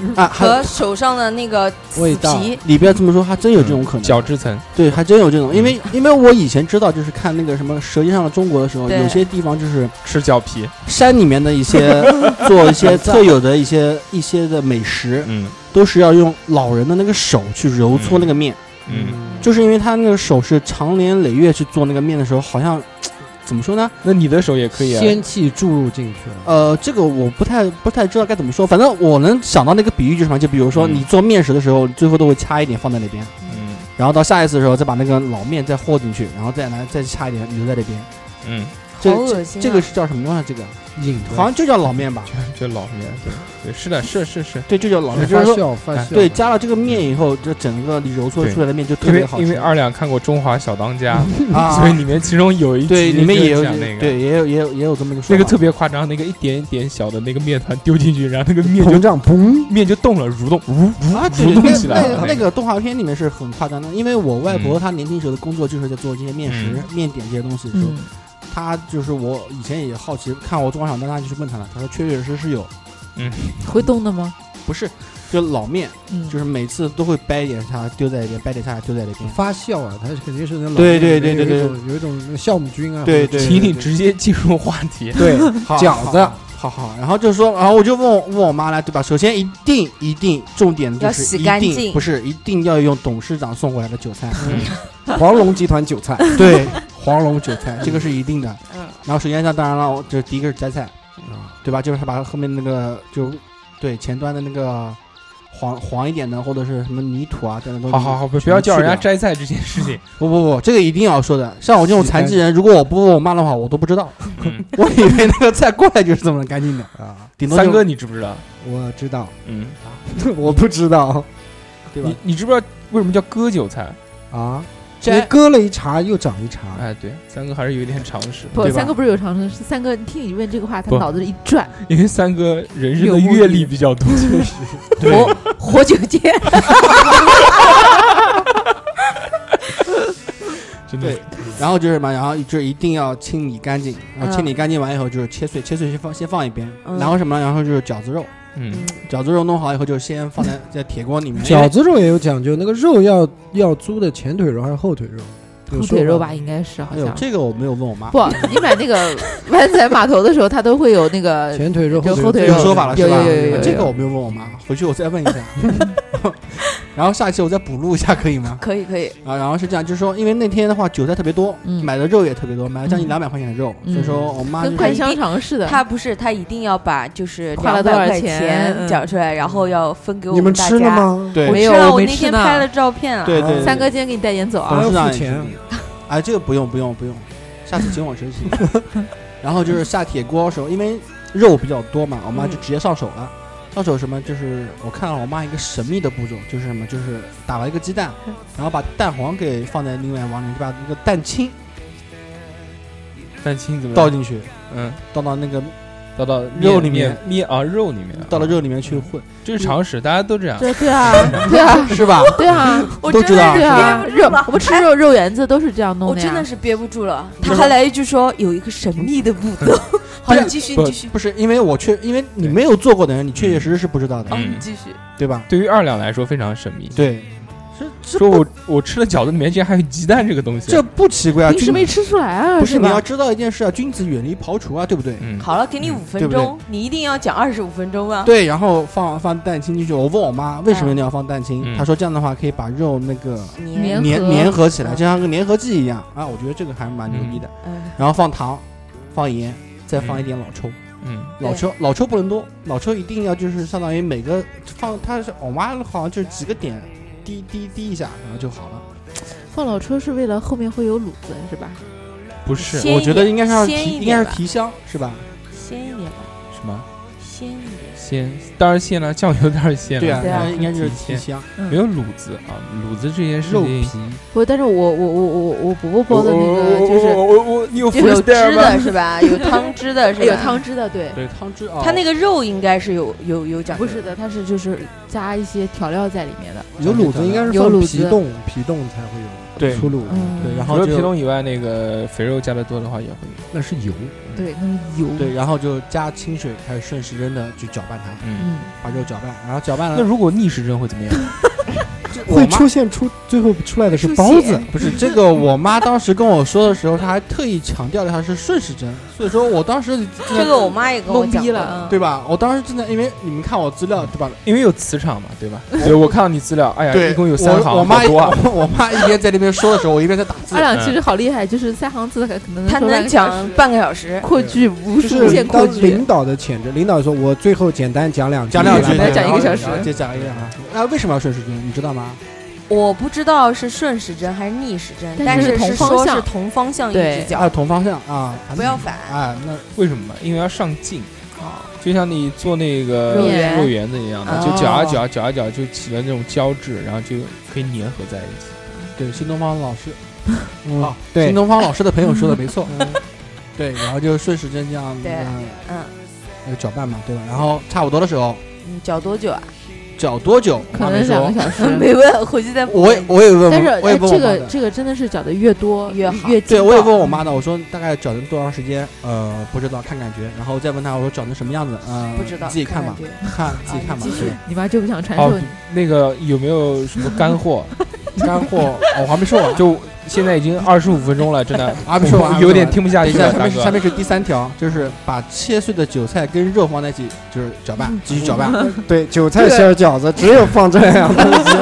S1: 嗯
S2: 啊。还
S5: 和手上的那个
S3: 味
S5: 死
S3: 道
S5: 皮，
S2: 里边这么说，还真有这种可能。
S1: 角质层，
S2: 对，还真有这种，因为
S1: 嗯
S2: 因为我以前知道，就是看那个什么《舌尖上的中国》的时候，
S5: 对
S2: 有些地方就是
S1: 吃脚皮，
S2: 山里面的一些 做一些特有的一些一些的美食，
S1: 嗯
S2: 都是要用老人的那个手去揉搓那个面，
S1: 嗯，
S2: 就是因为他那个手是长年累月去做那个面的时候，好像怎么说呢？
S1: 那你的手也可以啊，
S3: 仙气注入进去了。
S2: 呃，这个我不太不太知道该怎么说，反正我能想到那个比喻就是什么，就比如说
S1: 嗯
S2: 你做面食的时候，最后都会掐一点放在那边，
S1: 嗯
S2: 然后到下一次的时候再把那个老面再和进去，然后再来再掐一点留在那边。
S1: 嗯，
S2: 这
S5: 好恶心啊
S2: 这个是叫什么东西啊？这个
S3: 引
S2: 好像就叫老面吧？
S1: 这老面，对对，是的，是是是，
S2: 对，就叫老面。就
S3: 发
S2: 是说，
S3: 酵发
S1: 哎
S3: 酵，
S2: 对，加了这个面以后，这整个你揉搓出来的面就特
S1: 因
S2: 别
S1: 为
S2: 好吃。
S1: 因为二两看过《中华小当家》，嗯
S2: 啊，
S1: 所以里面其中有一
S2: 对
S1: 集
S2: 里面
S1: 就
S2: 也有
S1: 讲那个，
S2: 对也有也有也有这么一个说
S1: 那
S2: 法
S1: 个特别夸张，那个一点一点小的那个面团丢进去，然后那个面
S3: 膨
S1: 就
S3: 胀，砰！
S1: 面就动了，蠕动，蠕
S2: 啊，
S1: 蠕蠕
S2: 对
S1: 动
S2: 对
S1: 起
S2: 那
S1: 来
S2: 那
S1: 了
S2: 个。那个动画片里面是很夸张的，因为我外
S1: 嗯
S2: 婆她年轻时候的工作就是在做这些面食、面点这些东西的时候
S4: 嗯，，
S2: 她就是我以前也好奇，看我中华小当家就去问她了，她说确确实实是有，
S4: 会动的吗？
S2: 不是就老面，
S4: 嗯，
S2: 就是每次都会掰一点下来丢在一边，掰点下来丢在那边。
S3: 发酵啊，它肯定是那老
S2: 对对对对
S3: 有一种有一种那个酵母菌啊，
S2: 对
S3: 或者
S2: 对
S1: 请你直接 进入话题。
S3: 对，
S5: 嗯
S2: 好
S3: 饺子
S2: 好好好，然后就说，然后我就问我问我妈了，对吧？首先一定一定，重点就
S5: 要
S2: 是
S5: 洗
S2: 一
S5: 干
S2: 定
S5: 净嗯
S2: 不是一定要用董事长送回来的韭菜，
S3: 黄龙集团韭菜，
S2: 对，黄龙韭菜这个是一定的。
S5: 嗯，
S2: 然后首先上当然了，我就是第一个是摘菜，
S1: 啊
S2: 对吧？就是他把后面那个就对前端的那个黄黄一点的或者是什么泥土啊等等东西，
S1: 好好好，不不要叫人家摘菜这件事情。
S2: 不不不，这个一定要说的。像我这种残疾人，如果我不问我妈的话，我都不知道，
S1: 嗯
S2: 我以为那个菜过来就是这么干净的啊。顶多就
S1: 三哥，你知不知道？
S3: 我知道，
S1: 嗯，
S3: 我不知道
S2: 对吧
S1: 你？你知不知道为什么叫割韭菜？
S3: 啊，
S1: 摘
S3: 你割了一茬又长一茬，
S1: 哎，对，三哥还是有一点常识，
S4: 不，
S1: 对吧
S4: 三哥不是有长生，是三哥听你问这个话，他
S1: 不
S4: 脑子一转，
S1: 因为三哥人生的阅历比较多，
S5: 活活久见，
S1: 真的
S2: 对。然后就是嘛，然后就是一定要清理干净，然后
S5: 嗯
S2: 清理干净完以后就是切碎，切碎先放先放一边，
S5: 嗯
S2: 然后什么呢？然后就是饺子肉，
S1: 嗯，
S2: 饺子肉弄好以后就是先放在在铁锅里面，
S3: 饺子肉也有讲究，那个肉要要猪的前腿肉还是后腿肉？有
S4: 兔
S3: 说
S4: 腿肉
S3: 法
S4: 吧，应该是好
S2: 哎呦，
S4: 像。
S2: 这个我没有问我 妈。
S4: 不，你买那个湾仔码头的时候，它都会有那个
S3: 前腿肉
S4: 就
S3: 后
S4: 后腿
S3: 腿
S4: 肉
S2: 有说法了
S4: 有
S2: 是吧？
S4: 有有
S3: 啊
S4: 有有
S2: 这个我没有问我妈，回去我再问一下。 然后下一期我再补录一下，可以吗？
S5: 可以可以，
S2: 啊，然后是这样，就是说，因为那天的话韭菜特别多，
S4: 嗯
S2: 买的肉也特别多，买了将
S4: 嗯
S2: 近两百块钱的肉，
S4: 嗯
S2: 所以说我妈就
S4: 跟
S2: 是
S4: 快香肠似的。
S5: 他不是他一定要把就是
S4: 花了
S5: 200
S4: 多少
S5: 块
S4: 钱嗯
S5: 钱讲出来，然后要分给我
S3: 你们
S5: 大
S3: 吃了
S5: 家？
S3: 吗？
S5: 我
S2: 对
S4: 没有
S5: 吃了
S4: 我
S5: 我
S4: 没
S5: 那
S4: 吃
S5: 天
S4: 呢
S5: 拍了照片啊。
S2: 对对对
S4: 三哥今天给你带点走
S2: 董
S4: 啊
S3: 啊！
S2: 事长
S3: 还
S2: 也
S3: 要付
S2: 是
S3: 钱
S2: 哎，这个不用不用不用，下次请我吃 请。然后就是下铁锅的时候，因为肉比较多嘛，我妈
S4: 嗯
S2: 就直接上手了。上手什么？就是我看到我妈一个神秘的步骤，就是什么？就是打了一个鸡蛋，
S4: 嗯
S2: 然后把蛋黄给放在另外碗里，就把那个蛋清
S1: 蛋清怎么
S2: 倒进去，
S1: 嗯
S2: 倒到那个
S1: 倒到
S2: 肉里面
S1: 面面啊肉里面
S2: 倒到肉里面去
S1: 嗯
S2: 混，
S1: 这是常识，大家都这样。
S4: 对对啊，对啊，
S2: 是吧？
S4: 对啊，
S5: 我
S2: 都
S5: 真
S2: 知道
S5: 的
S4: 对啊，
S5: 是
S4: 肉我们吃肉肉圆子都是这样弄
S5: 我
S4: 的呀。
S5: 真的是憋不住了。他还来一句说有一个神秘的步骤， 好，你继续，
S1: 不
S5: 你继续，
S2: 不是，因为我确，因为你
S1: 对
S2: 没有做过的人，你确确实实是不知道的，
S5: 哦，
S1: 嗯
S5: 你继续，
S2: 对吧？
S1: 对于二两来说非常神秘，
S2: 对，
S1: 说我我吃的饺子里面竟然还有鸡蛋这个东西。
S2: 这不奇怪啊。
S4: 平时
S2: 君
S4: 没吃出来啊，
S2: 不是你
S4: 吧
S2: 要知道一件事啊，君子远离庖厨啊，对不对？
S1: 嗯，
S5: 好了，给你
S1: 嗯
S5: 五分
S2: 对不对
S5: 钟，你一定要讲二十五分钟啊。
S2: 对，然后放放蛋清进去。我问我妈为什么
S5: 嗯
S2: 一定要放蛋清，
S1: 嗯
S2: 她说这样的话可以把肉那个
S4: 粘
S5: 年，
S4: 合
S2: 粘粘合起来，
S5: 嗯
S2: 就像个粘合剂一样啊。我觉得这个还蛮牛逼的。
S5: 嗯，
S2: 然后放糖，放盐，再放一点老抽。
S1: 嗯，
S2: 老抽老抽不能多，老抽一定要就是相当于每个放，它是我妈好像就是几个点滴滴滴一下，然后就好了。
S4: 放老车是为了后面会有卤子是吧？
S1: 不是
S5: 鲜
S2: 我觉得应该是要
S5: 鲜
S2: 提
S5: 一
S2: 应该
S5: 点
S2: 是
S5: 吧
S2: 提香是吧？
S5: 鲜一点吧，
S1: 什么
S5: 鲜一点，
S1: 鲜，当然鲜了，酱油当然鲜了，
S2: 对啊，
S5: 对啊
S2: 那应该就是
S1: 提
S2: 提
S1: 鲜
S2: 香，
S4: 嗯
S1: 没有卤子啊，卤子这件事
S2: 肉
S1: 情
S2: 皮，
S4: 不，但是我我我我我婆婆的那个
S1: 我
S4: 就是
S1: 我我我你有
S5: 就有
S1: freestyle
S5: 汁
S1: 吗
S5: 的是吧？有汤汁的是吧？
S4: 有汤汁的，对，
S1: 对
S2: 汤汁啊。
S5: 它那个肉应该是有有有讲究
S4: 不是的，它是就是加一些调料在里面的。
S3: 有卤子应该是
S4: 有
S3: 放
S4: 卤
S3: 皮
S4: 子
S3: 冻，皮冻才会有
S1: 对
S3: 出卤。
S4: 嗯
S2: 对，然
S1: 除
S2: 后
S1: 了皮
S2: 就
S1: 冻以外，那个肥肉加的多的话也会有。
S3: 那是油，
S4: 对，那是油。
S2: 对，然后就加清水，开始顺时针的去搅拌它，
S1: 嗯，
S4: 嗯，
S2: 把肉啊搅拌，然后搅拌
S1: 那
S2: 了，
S1: 如果逆时针会怎么样？
S2: 这我
S3: 会
S2: 妈
S3: 出现出最后出来的是
S4: 出
S3: 包
S4: 血
S3: 子。
S2: 不是这个，我妈当时跟我说的时候，她还特意强调了她是顺时针，所以说我当时
S5: 这个我妈也跟我
S4: 懵
S5: 讲
S4: 逼
S5: 过嗯
S4: 了，
S2: 对吧？我当时真的，因为你们看我资料对吧？
S1: 因为有磁场嘛，对吧？对，我看到你资料，哎呀，一共有三行，
S2: 我我妈
S1: 好
S2: 一
S1: 多啊。
S2: 我我妈一边在那边说的时候，我一边在打字
S4: 二。两其实好厉害，就是三行字可可能
S5: 她
S4: 说半
S5: 能
S4: 个
S5: 讲半个小时，
S4: 扩句无
S3: 就
S4: 数无
S3: 是
S4: 限扩
S3: 当领
S4: 句，
S3: 导的谴责，领导说：“我最后简单讲两句，
S2: 讲
S3: 啊
S2: 两
S4: 对
S2: 句，
S4: 对讲一个小时
S2: 然后就讲一个小时。那为什么要顺时针？你知道吗？
S5: 我不知道是顺时针还是逆时针，
S4: 但
S5: 但
S4: 是
S5: 是
S4: 同
S5: 是
S4: 方
S5: 说
S4: 向
S5: 是同方向一
S4: 对
S5: 直
S2: 讲
S5: 讲，
S2: 同方向啊，反正
S5: 不要反。
S2: 哎，那
S1: 为什么嘛？因为要上劲，
S2: 哦
S1: 就像你做那个
S4: 肉圆
S1: 肉圆子一样的，
S5: 哦
S1: 就搅啊搅啊搅啊搅，就起了那种胶质，然后就可以粘合在一起。
S2: 对新东方老师，
S3: 嗯
S2: 啊，
S3: 对
S2: 新，东方老师的朋友 说的没错。对，然后就顺时针这样
S5: 对
S2: 嗯
S5: 嗯，
S2: 那个搅拌嘛，对吧？然后差不多的时候，
S5: 你搅多久啊？
S2: 搅多久？我
S4: 可
S2: 妈
S4: 能
S2: 没
S4: 两
S2: 说
S4: 个。小 时。
S5: 没问，回去再补
S2: 我也我也问我，
S4: 但是
S2: 我也
S4: 哎
S2: 问
S4: 这
S2: 我妈
S4: 个
S2: 的。
S4: 这个真的是搅的越多
S5: 越好
S4: 越
S2: 对，
S4: 劲
S2: 我也
S4: 爆
S2: 问我妈的，我说大概搅成多长时间？呃，不知道，看感觉。然后再问她，我说搅成什么样子？嗯，
S5: 不知道，
S2: 自己看吧
S5: 感，觉
S2: 看自己看吧
S5: 你继。续
S2: 对，
S4: 你妈就不想传
S1: 哦
S4: 授你。，
S1: 那个有没有什么干 货？
S2: 干货哦我还没说完，
S1: 就现在已经二十五分钟了， 真的，
S2: 还没说完，
S1: 我有点听不下
S2: 等一
S1: 去
S2: 下，
S1: 了，
S2: 下
S1: 大
S2: 面是下
S1: 哥。
S2: 面是第三条，就是把切碎的韭菜跟肉放在一起，就是搅拌，继续搅拌，
S3: 对，韭菜馅儿饺子只有放这样 东西，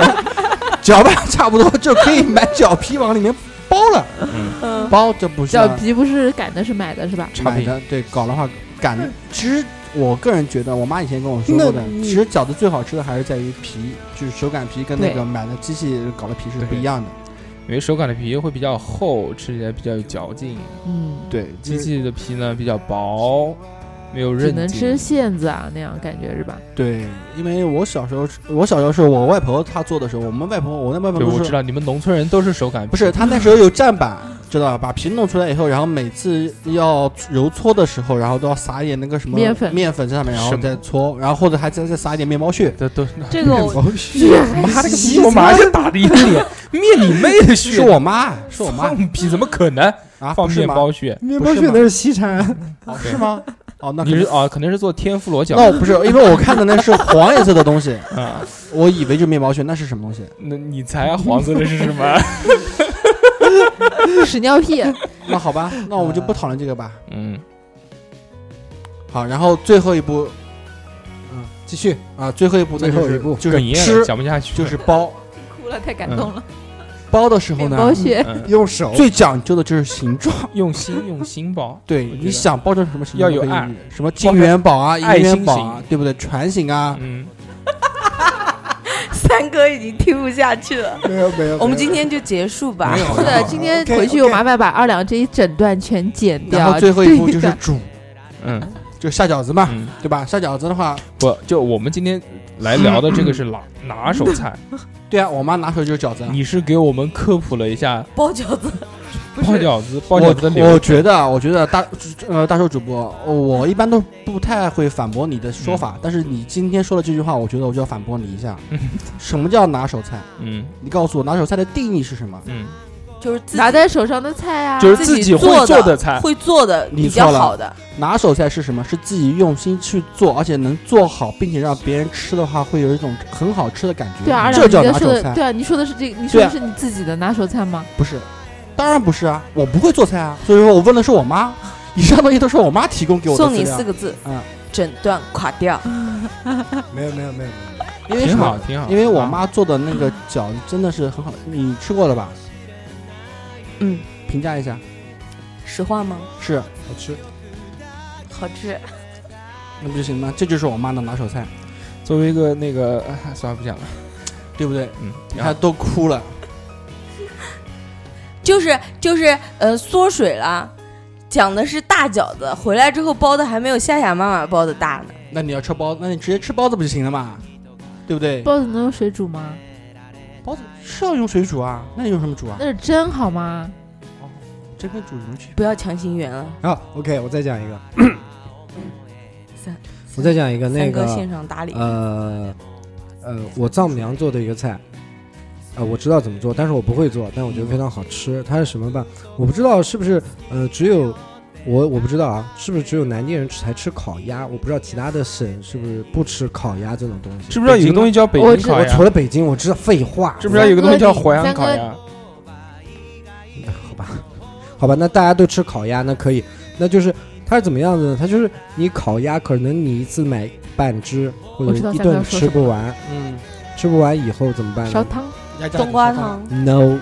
S2: 搅拌 差不多就可以买 饺皮往里面包了。
S1: 嗯，
S5: 嗯，
S2: 包这不是
S4: 脚皮不是擀的，是买的是吧？
S1: 差
S2: 买
S1: 评。
S2: 的，对，搞的话擀的。其实我个人觉得，我妈以前跟我说
S3: 那
S2: 过的，
S3: 你
S2: 其实饺子最好吃的还是在于皮，就是手擀皮跟那
S4: 对
S2: 个买的机器搞的皮是
S1: 对
S2: 不一样的。
S1: 因为手擀的皮会比较厚，吃起来比较有嚼劲；
S4: 嗯，
S2: 对，
S1: 机
S2: 就是
S1: 器的皮呢比较薄，没有
S4: 只
S1: 韧
S4: 能吃
S1: 劲。
S4: 馅子啊，那样感觉是吧？
S2: 对，因为我小时候是，我小时候是我外婆她做的时候，我们外婆我那外婆
S1: 对，我
S2: 都
S1: 知
S2: 是
S1: 道你们农村人都是手擀皮，
S2: 不是她那时候有砧板，知道吧？把皮弄出来以后，然后每次要揉搓的时候，然后都要撒一点那个什么
S4: 面粉
S2: 面粉在上面，然后
S1: 什么
S2: 再搓，然后或者还再再撒一点面包屑。
S1: 这都
S5: 这个我
S1: 妈了个逼！ 我马上就打了一个 脸，灭你妹的血！
S2: 是我妈，是我妈
S1: 放屁，怎么可能
S2: 啊，
S1: 放
S2: 不是
S1: 面
S2: 吗
S1: 包屑？
S3: 面包屑那是西餐，
S2: 哦
S1: 对
S2: 是吗？哦，那
S1: 你
S2: 可
S1: 是
S2: 能
S1: 啊，肯定是做天妇罗饺
S2: 那我不是，因为我看的那是黄颜色的东西，
S1: 啊。
S2: 我以为就是面包屑，那是什么东西？
S1: 那你猜黄色的是什么？
S4: 屎尿屁，
S2: 那好吧，那我们就不讨论这个吧。
S1: 嗯，
S2: 好，然后最后一步
S3: 嗯，继续。
S2: 啊，最后一步那就
S3: 最后
S2: 是
S3: 一步
S2: 就
S1: 哽
S2: 是
S1: 咽了，
S2: 吃，
S1: 讲不下去了，
S2: 就是包。
S4: 哭了，太感动
S2: 嗯
S4: 了。
S2: 包的时候
S4: 面
S2: 呢，
S4: 包屑，
S1: 嗯
S3: 用手
S2: 最讲究的就是形状。
S1: 用心用心包。
S2: 对，
S1: 我觉
S2: 你
S1: 得
S2: 想包成什么形
S1: 要
S2: 状
S1: 有
S2: 都可以
S1: 爱
S2: 什么金元宝啊、银
S1: 爱
S2: 元
S1: 心
S2: 宝
S1: 型
S2: 啊，对不对？船型啊，
S1: 嗯，
S5: 三哥已经听不下去 了，
S3: 没有没有。
S5: 我们今天就结束吧
S2: 没。有
S4: 是的，今天回去我麻烦把二两这一整段全剪掉。
S2: 然后最后一 步
S4: 对
S2: 就是
S4: 的
S2: 煮，
S1: 嗯
S2: 就下饺子嘛，
S1: 嗯，
S2: 对吧？下饺子的话，
S1: 不，就我们今天来聊的这个是拿拿手菜，
S2: 对啊，我妈拿手就是饺子啊。
S1: 你是给我们科普了一下
S5: 包饺子， 不
S1: 包
S5: 是
S1: 饺子包
S2: 我
S1: 饺子的
S2: 我
S1: 流程。
S2: 觉得啊，我觉得大呃大寿主播，我一般都不太会反驳你的说
S1: 嗯
S2: 法，但是你今天说了这句话，我觉得我就要反驳你一下。什么叫拿手菜？
S1: 嗯
S2: 你告诉我拿手菜的定义是什么？
S1: 嗯，
S5: 就是自己
S4: 拿在手上的菜啊，
S1: 就是
S5: 自
S1: 自己会
S5: 做
S1: 做的菜
S5: 会做的
S2: 你
S5: 比较
S2: 错了
S5: 好的，
S2: 拿手菜是什么？是自己用心去做，而且能做好，并且让别人吃的话，会有一种很好吃的感觉。
S4: 对啊，二两
S2: 这
S4: 你
S2: 叫
S4: 在
S2: 拿
S4: 说
S2: 手
S4: 的，
S2: 菜，
S4: 对啊，你说的是这，你说
S2: 对
S4: 的
S2: 啊
S4: 是你自己的拿手菜吗？
S2: 不是？当然不是啊，我不会做菜啊，所以说我问的是我妈。以上东西都是我妈提供给我的
S5: 送
S2: 资
S5: 你
S2: 料
S5: 四，个字
S2: 嗯，
S5: 整段垮掉。
S3: 没有没有没有
S2: 因
S3: 没有。
S2: 为什
S1: 挺
S2: 么
S1: 好？挺好。啊
S2: 因为我妈做的那个饺子真的是很好，你吃过了吧？
S5: 嗯，
S2: 评价一下，
S5: 实话吗？
S2: 是，
S3: 好吃，
S5: 好吃，
S2: 那不就行吗？这就是我妈的拿手菜，
S1: 作为一个那个， 哎算了不讲了。
S2: 对不对？
S1: 嗯，然
S2: 她
S1: 后
S2: 都哭了，
S5: 就是就是呃缩水了，讲的是大大饺子，回来之后包的还没有夏夏妈妈包的大呢。
S2: 那你要吃包，那你直接吃包子不就行了嘛？对不对？
S4: 包子能用水煮吗？
S2: 包子是要用水煮啊，那你用什么煮啊？
S4: 那是真好吗？
S2: 这跟煮什么区别？
S5: 不要强行圆了，
S3: 啊，OK，我再讲一个，
S5: 三
S3: 我再讲一个那
S5: 三哥
S3: 个
S5: 现场打脸。
S3: 呃呃，我丈母娘做的一个菜，呃，我知道怎么做，但是我不会做，但我
S4: 嗯
S3: 觉得非常好吃。它是什么吧？我不知道是不是呃，只有我我不知道啊，是不是只有南京人才吃烤鸭？我不知道其他的省是不是不吃烤鸭这种东西。
S1: 知不知道有个东西叫北
S4: 我
S1: 京
S4: 知
S1: 烤
S3: 我
S1: 鸭
S3: 除？了北京，我知道废话。
S1: 知不知道有个东西叫淮安烤
S4: 三
S1: 鸭？
S3: 好吧，好吧，那大家都吃烤鸭，那可以，那就是它是怎么样子呢？它就是你烤鸭，可能你一次买半只或
S4: 我知道
S3: 者一
S4: 下面要
S3: 顿
S4: 说什
S3: 吃
S4: 么
S3: 不完，
S2: 嗯，
S3: 吃不完以后怎么办呢？
S4: 烧汤，
S2: 鸭架
S5: 冬瓜汤，
S3: No，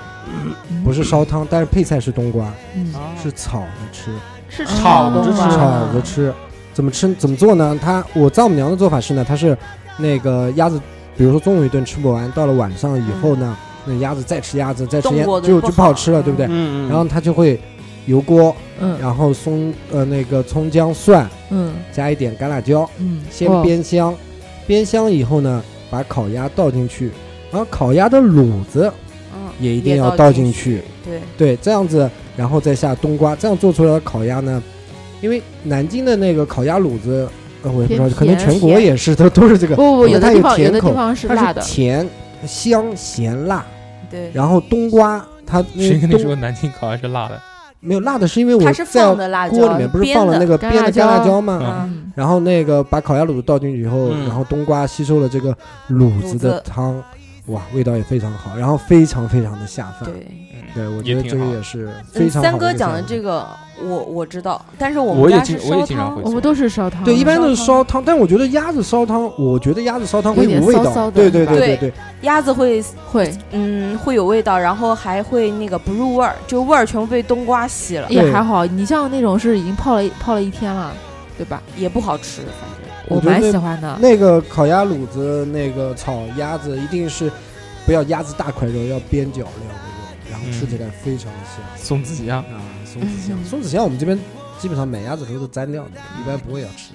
S3: 不是烧汤，但是配菜是冬瓜，
S4: 嗯，
S2: 啊
S3: 是炒着吃，
S4: 是
S2: 炒着
S4: 的
S2: 吃
S4: 吗
S3: 炒着吃。怎么吃？怎么做呢？他我丈母娘的做法是呢，她是那个鸭子，比如说中午一顿吃不完，到了晚上以后呢，那鸭子再吃鸭子，再吃鸭
S5: 嗯中国的
S3: 就
S5: 不
S3: 就
S5: 好
S3: 不好吃了，对不对？
S2: 嗯嗯，
S3: 然后她就会油锅，
S4: 嗯
S3: 然后松呃那个葱姜蒜，
S4: 嗯
S3: 加一点干辣椒，
S4: 嗯，
S3: 先
S4: 哇
S3: 煸香，煸香以后呢，把烤鸭倒进去，然后烤鸭的卤子
S5: 嗯，
S3: 也一定要
S5: 倒
S3: 倒进去。
S5: 对，
S3: 对，这样子，然后再下冬瓜，这样做出来的烤鸭呢，因为南京的那个烤鸭卤子，呃，我也不知道，
S4: 偏
S3: 可能
S4: 甜
S3: 全国也是，都都是这
S4: 不
S3: 个，
S4: 不不，有的
S3: 它
S4: 地
S3: 有
S4: 方有
S3: 甜
S4: 的地
S3: 口
S4: 方是辣
S3: 它
S4: 的
S3: 是，甜、香、咸、辣，
S5: 对，
S3: 然后冬瓜它那
S1: 谁跟你
S3: 冬
S1: 说南京烤鸭是辣的？
S3: 没有辣的，是因为我
S5: 它是
S3: 在
S5: 放的辣椒，
S3: 锅里面不是
S5: 煸
S3: 放了
S5: 的
S3: 那个
S4: 干
S3: 煸的
S4: 辣
S3: 干辣
S4: 椒
S3: 椒吗？
S5: 嗯
S4: 嗯，
S3: 然后那个把烤鸭卤倒进去以后，
S2: 嗯
S3: 然后冬瓜吸收了这个卤子
S5: 卤
S3: 的
S5: 子
S3: 汤，哇，味道也非常好，然后非常非常的下饭。
S5: 对，
S1: 嗯，
S3: 对，我
S1: 也
S3: 觉得
S1: 挺
S3: 这个
S1: 好
S3: 也是非常好的一
S5: 嗯，
S3: 个下饭。
S5: 三哥讲的这个我我知道，但是我
S1: 我
S5: 们
S1: 也
S5: 家
S1: 经
S5: 是
S1: 我也
S5: 烧
S1: 经常
S5: 汤
S1: 会，
S4: 我们都是烧
S1: 嗯
S4: 汤，
S3: 对，一般都是
S5: 烧
S3: 烧汤，但我觉得鸭子烧汤，我觉得鸭子烧汤
S4: 有
S3: 会
S4: 点
S3: 无味
S4: 骚
S3: 道。
S4: 骚的
S3: 对对
S4: 是吧
S3: 对对
S5: 对
S3: 对，
S5: 鸭子会
S4: 会
S5: 嗯会有味道，然后还会那个不入味儿，就味儿全部被冬瓜吸了，
S4: 也
S3: 对
S4: 还好。你像那种是已经泡了泡了一天了，对吧？
S5: 也不好吃，反正
S3: 我
S4: 我
S3: 觉得
S4: 蛮
S3: 那
S4: 喜欢的。
S3: 那个烤鸭卤子，那个炒鸭子一定是不要鸭子大块肉，要边角料的肉，然后吃起来非常的香、
S1: 嗯松子鸭，
S3: 啊！松
S4: 嗯
S3: 子香，松子香我们这边基本上买鸭子的时候都沾掉的，一般不会要吃。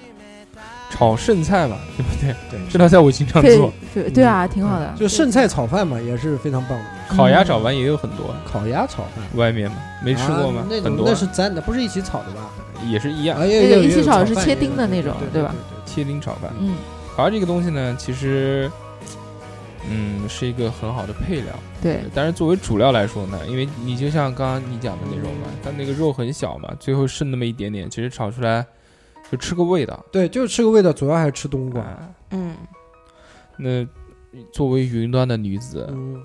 S1: 炒剩菜嘛，对不对？
S3: 对
S1: 这道菜我经常
S4: 对
S1: 做，
S4: 对对啊，挺好的。
S3: 就剩菜炒饭嘛，也是非常棒的。
S1: 烤鸭炒饭也有很多，
S3: 烤鸭炒饭
S1: 外面嘛没吃过
S3: 啊
S1: 吗？
S3: 那
S1: 很
S3: 种
S1: 多
S3: 那是沾的，不是一起炒的吧？
S1: 也是哎一样，
S3: 啊，也
S4: 那
S3: 有
S4: 个一起
S3: 也有
S4: 炒的是
S3: 饭
S4: 切
S3: 也有
S4: 丁的
S3: 对
S4: 那种
S3: 对
S4: 对吧？
S1: 切丁炒饭。
S4: 嗯，
S1: 烤鸭这个东西呢，其实，嗯，是一个很好的配料。
S4: 对，
S3: 呃
S1: 但是作为主料来说呢，因为你就像刚刚你讲的那种嘛，它那个肉很小嘛，最后剩那么一点点，其实炒出来就吃个味道。
S3: 对，就是吃个味道，主要还是吃冬瓜。
S1: 啊
S5: 嗯，
S1: 那作为云端的女子，
S3: 嗯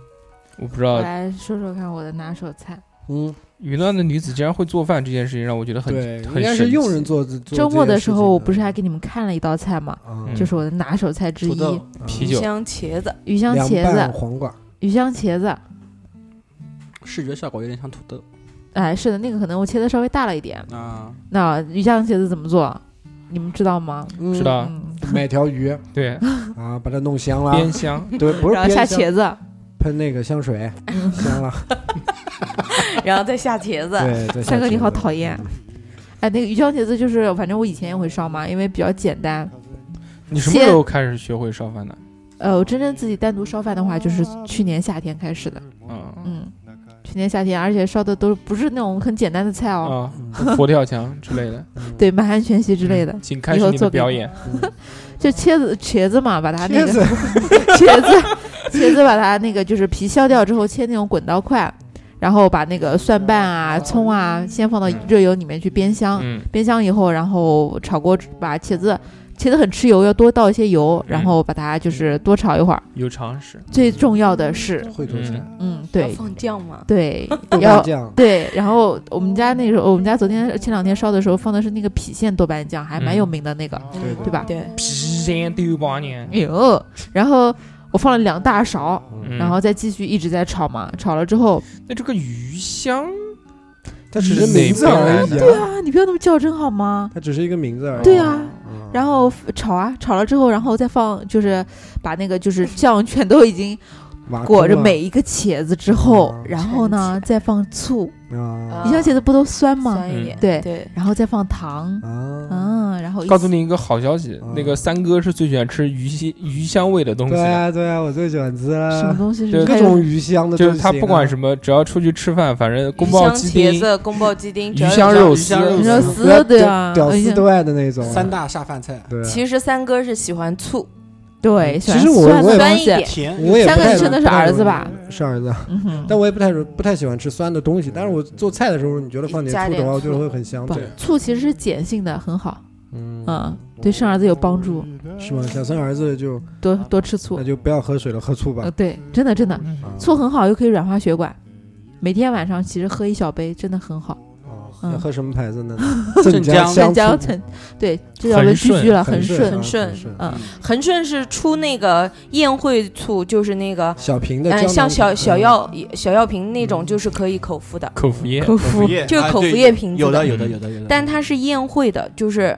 S1: 我不知
S4: 我
S1: 道
S4: 来说说看我的拿手菜。
S3: 嗯，
S1: 云端的女子竟然会做饭这件事情，让我觉得很
S3: 对，应
S1: 很
S3: 该
S1: 神
S3: 是
S1: 奇
S3: 佣人做做这
S4: 周末
S3: 件
S4: 的时
S3: 事情
S4: 候，我不是
S3: 的
S4: 还给你们看了一道菜嘛，
S3: 啊
S1: 嗯
S4: 就是我的拿手菜之
S2: 土豆
S4: 一，
S1: 啤
S5: 鱼
S1: 酒
S5: 香茄子，
S4: 鱼香
S3: 凉
S4: 茄
S3: 拌
S4: 子。
S3: 黄瓜，
S4: 鱼香茄子，
S2: 视觉效果有点像土豆
S4: 哎，是的，那个可能我切的稍微大了一点。
S2: 啊。
S4: 那鱼香茄子怎么做？你们知道吗？
S1: 知道啊
S4: 嗯，
S3: 买条 鱼
S1: 对
S3: 啊，把它弄香了，
S1: 煸香，
S3: 对，不是
S4: 然后
S3: 煸
S4: 下
S3: 香
S4: 茄子，
S3: 喷那个 香水，香了。
S5: 然后再下茄子，
S3: 对，再下
S4: 三哥你
S3: 茄
S4: 好
S3: 子
S4: 讨厌。哎，那个鱼香茄子就是，反正我以前也会烧嘛，因为比较简单。
S1: 你什么
S4: 先
S1: 时候开始学会烧饭的？
S4: 呃，我真正自己单独烧饭的话，就是去年夏天开始的。
S1: 嗯
S4: 嗯，去年夏天，而且烧的都不是那种很简单的菜哦，
S1: 啊，
S3: 嗯
S1: 佛跳墙之类的嗯
S4: 对，满汉全席之类的。
S1: 请开
S4: 以
S1: 始
S4: 后
S1: 你的
S4: 做给
S1: 表
S4: 我
S1: 演。
S4: 就茄子茄子嘛，把它那
S3: 嗯茄
S4: 个
S3: 子
S4: 茄子茄子把它那个就是皮削掉之后，切那种滚刀块，然后把那个蒜瓣啊、葱啊，先放到热油里面去煸香。
S1: 嗯，
S4: 煸香以后，然后炒锅把茄子，茄子很吃油，要多倒一些油，
S3: 嗯
S4: 然后把它就是多炒一会儿。
S1: 有常识。
S4: 最重要的是，
S3: 会做菜，
S1: 嗯，
S4: 嗯，
S5: 要
S4: 对
S5: 放酱吗？
S4: 对，
S3: 豆瓣
S4: 要
S3: 酱，
S4: 对。然后我们家那时候，我们家昨天前两天烧的时候放的是那个郫县豆瓣酱，还蛮
S3: 嗯
S4: 有名的那个，
S3: 对
S4: 对吧？
S5: 对，
S1: 皮鲜丢八年
S4: 哎。呦，然后我放了两大勺，
S1: 嗯
S4: 然后再继续一直在炒嘛，炒了之后
S1: 那这个鱼香
S3: 它只
S1: 是
S3: 是
S1: 哪
S3: 名字
S1: 边来
S3: 而已
S1: 的
S3: 啊，
S4: 啊，你不要那么较真好吗？
S3: 它只是一个名字而已。
S4: 对啊，
S3: 嗯，
S4: 然后炒啊，炒了之后，然后再放，就是把那个就是酱全都已经
S3: 挖
S4: 裹着
S3: 空了
S4: 每一个茄子之后
S3: 嗯，
S4: 然后呢再放醋，
S3: 啊
S4: 你像茄子不都酸吗？
S5: 酸一点，
S1: 嗯
S4: 对
S5: 对，
S4: 然后再放糖，
S3: 啊，
S4: 嗯，然后一
S1: 告诉你一个好消息
S3: 嗯，
S1: 那个三哥是最喜欢吃鱼香鱼香味的东西
S3: 对
S1: 的，
S3: 啊对啊，我最喜欢吃
S4: 嗯什么东西
S1: 就是是
S3: 各
S4: 还
S3: 种
S4: 有
S3: 鱼香的啊东
S1: 就
S3: 西，
S1: 是他不管什么，只要出去吃饭，反正宫保
S5: 香
S1: 鸡
S5: 茄
S1: 丁、
S5: 子、宫保鸡丁、
S1: 鱼
S5: 只要有
S1: 香
S5: 这
S1: 肉
S2: 鱼
S1: 丝
S2: 香、肉
S4: 肉
S2: 丝
S4: 丝
S3: 么
S4: 对
S3: 屌
S4: 啊，
S3: 屌
S4: 哎
S3: 丝
S4: 呀
S3: 都爱的那种啊
S2: 三大下饭菜，
S3: 对啊。
S5: 其实三哥是喜欢醋，
S4: 对，
S3: 嗯其
S4: 喜欢
S3: 实我
S4: 酸
S3: 我
S4: 的东
S3: 也
S5: 酸一
S4: 西，
S5: 点，
S2: 甜
S3: 我也
S4: 三
S3: 不
S4: 个
S3: 太
S4: 人生的是儿子吧？
S3: 是儿子，啊
S4: 嗯哼，
S3: 但我也不太不太喜欢吃酸的东西。但是我做菜的时候，你觉得放
S5: 加
S3: 点醋的
S5: 点
S3: 话，我觉得
S5: 醋
S3: 会很香。
S4: 不
S3: 对，
S4: 醋其实是碱性的，很好，
S3: 嗯
S4: 嗯，对生儿子有帮助，
S3: 是吗？小生儿子就
S4: 多多吃醋
S3: 那，就不要喝水了，喝醋吧
S4: 呃，。对，真的真的，
S3: 啊
S4: 醋很好，又可以软化血管。每天晚上其实喝一小杯真的很好，
S3: 哦
S4: 嗯
S3: 要喝什么牌 子呢？
S2: 镇江
S3: 江
S4: 沈
S3: 香
S4: 江
S3: 醋，
S4: 陈对，这叫被
S1: 恒
S4: 拒
S1: 顺
S4: 绝了，
S3: 很
S4: 很顺，
S3: 很
S5: 顺
S3: 顺。
S4: 嗯，
S5: 恒顺是出那个宴会醋，就是那个
S3: 小瓶的
S5: 嗯，
S4: 哎
S3: 胶囊
S5: 像小
S3: 瓶
S5: 小
S3: 嗯
S5: 药小药瓶那种，就是可以口服的，
S1: 口服液。
S4: 口服
S2: 液
S5: 就是
S2: 啊
S5: 口服
S2: 对
S5: 液瓶子
S2: 有的
S5: 的
S2: 有的有的有的，
S5: 但它是宴会的，就是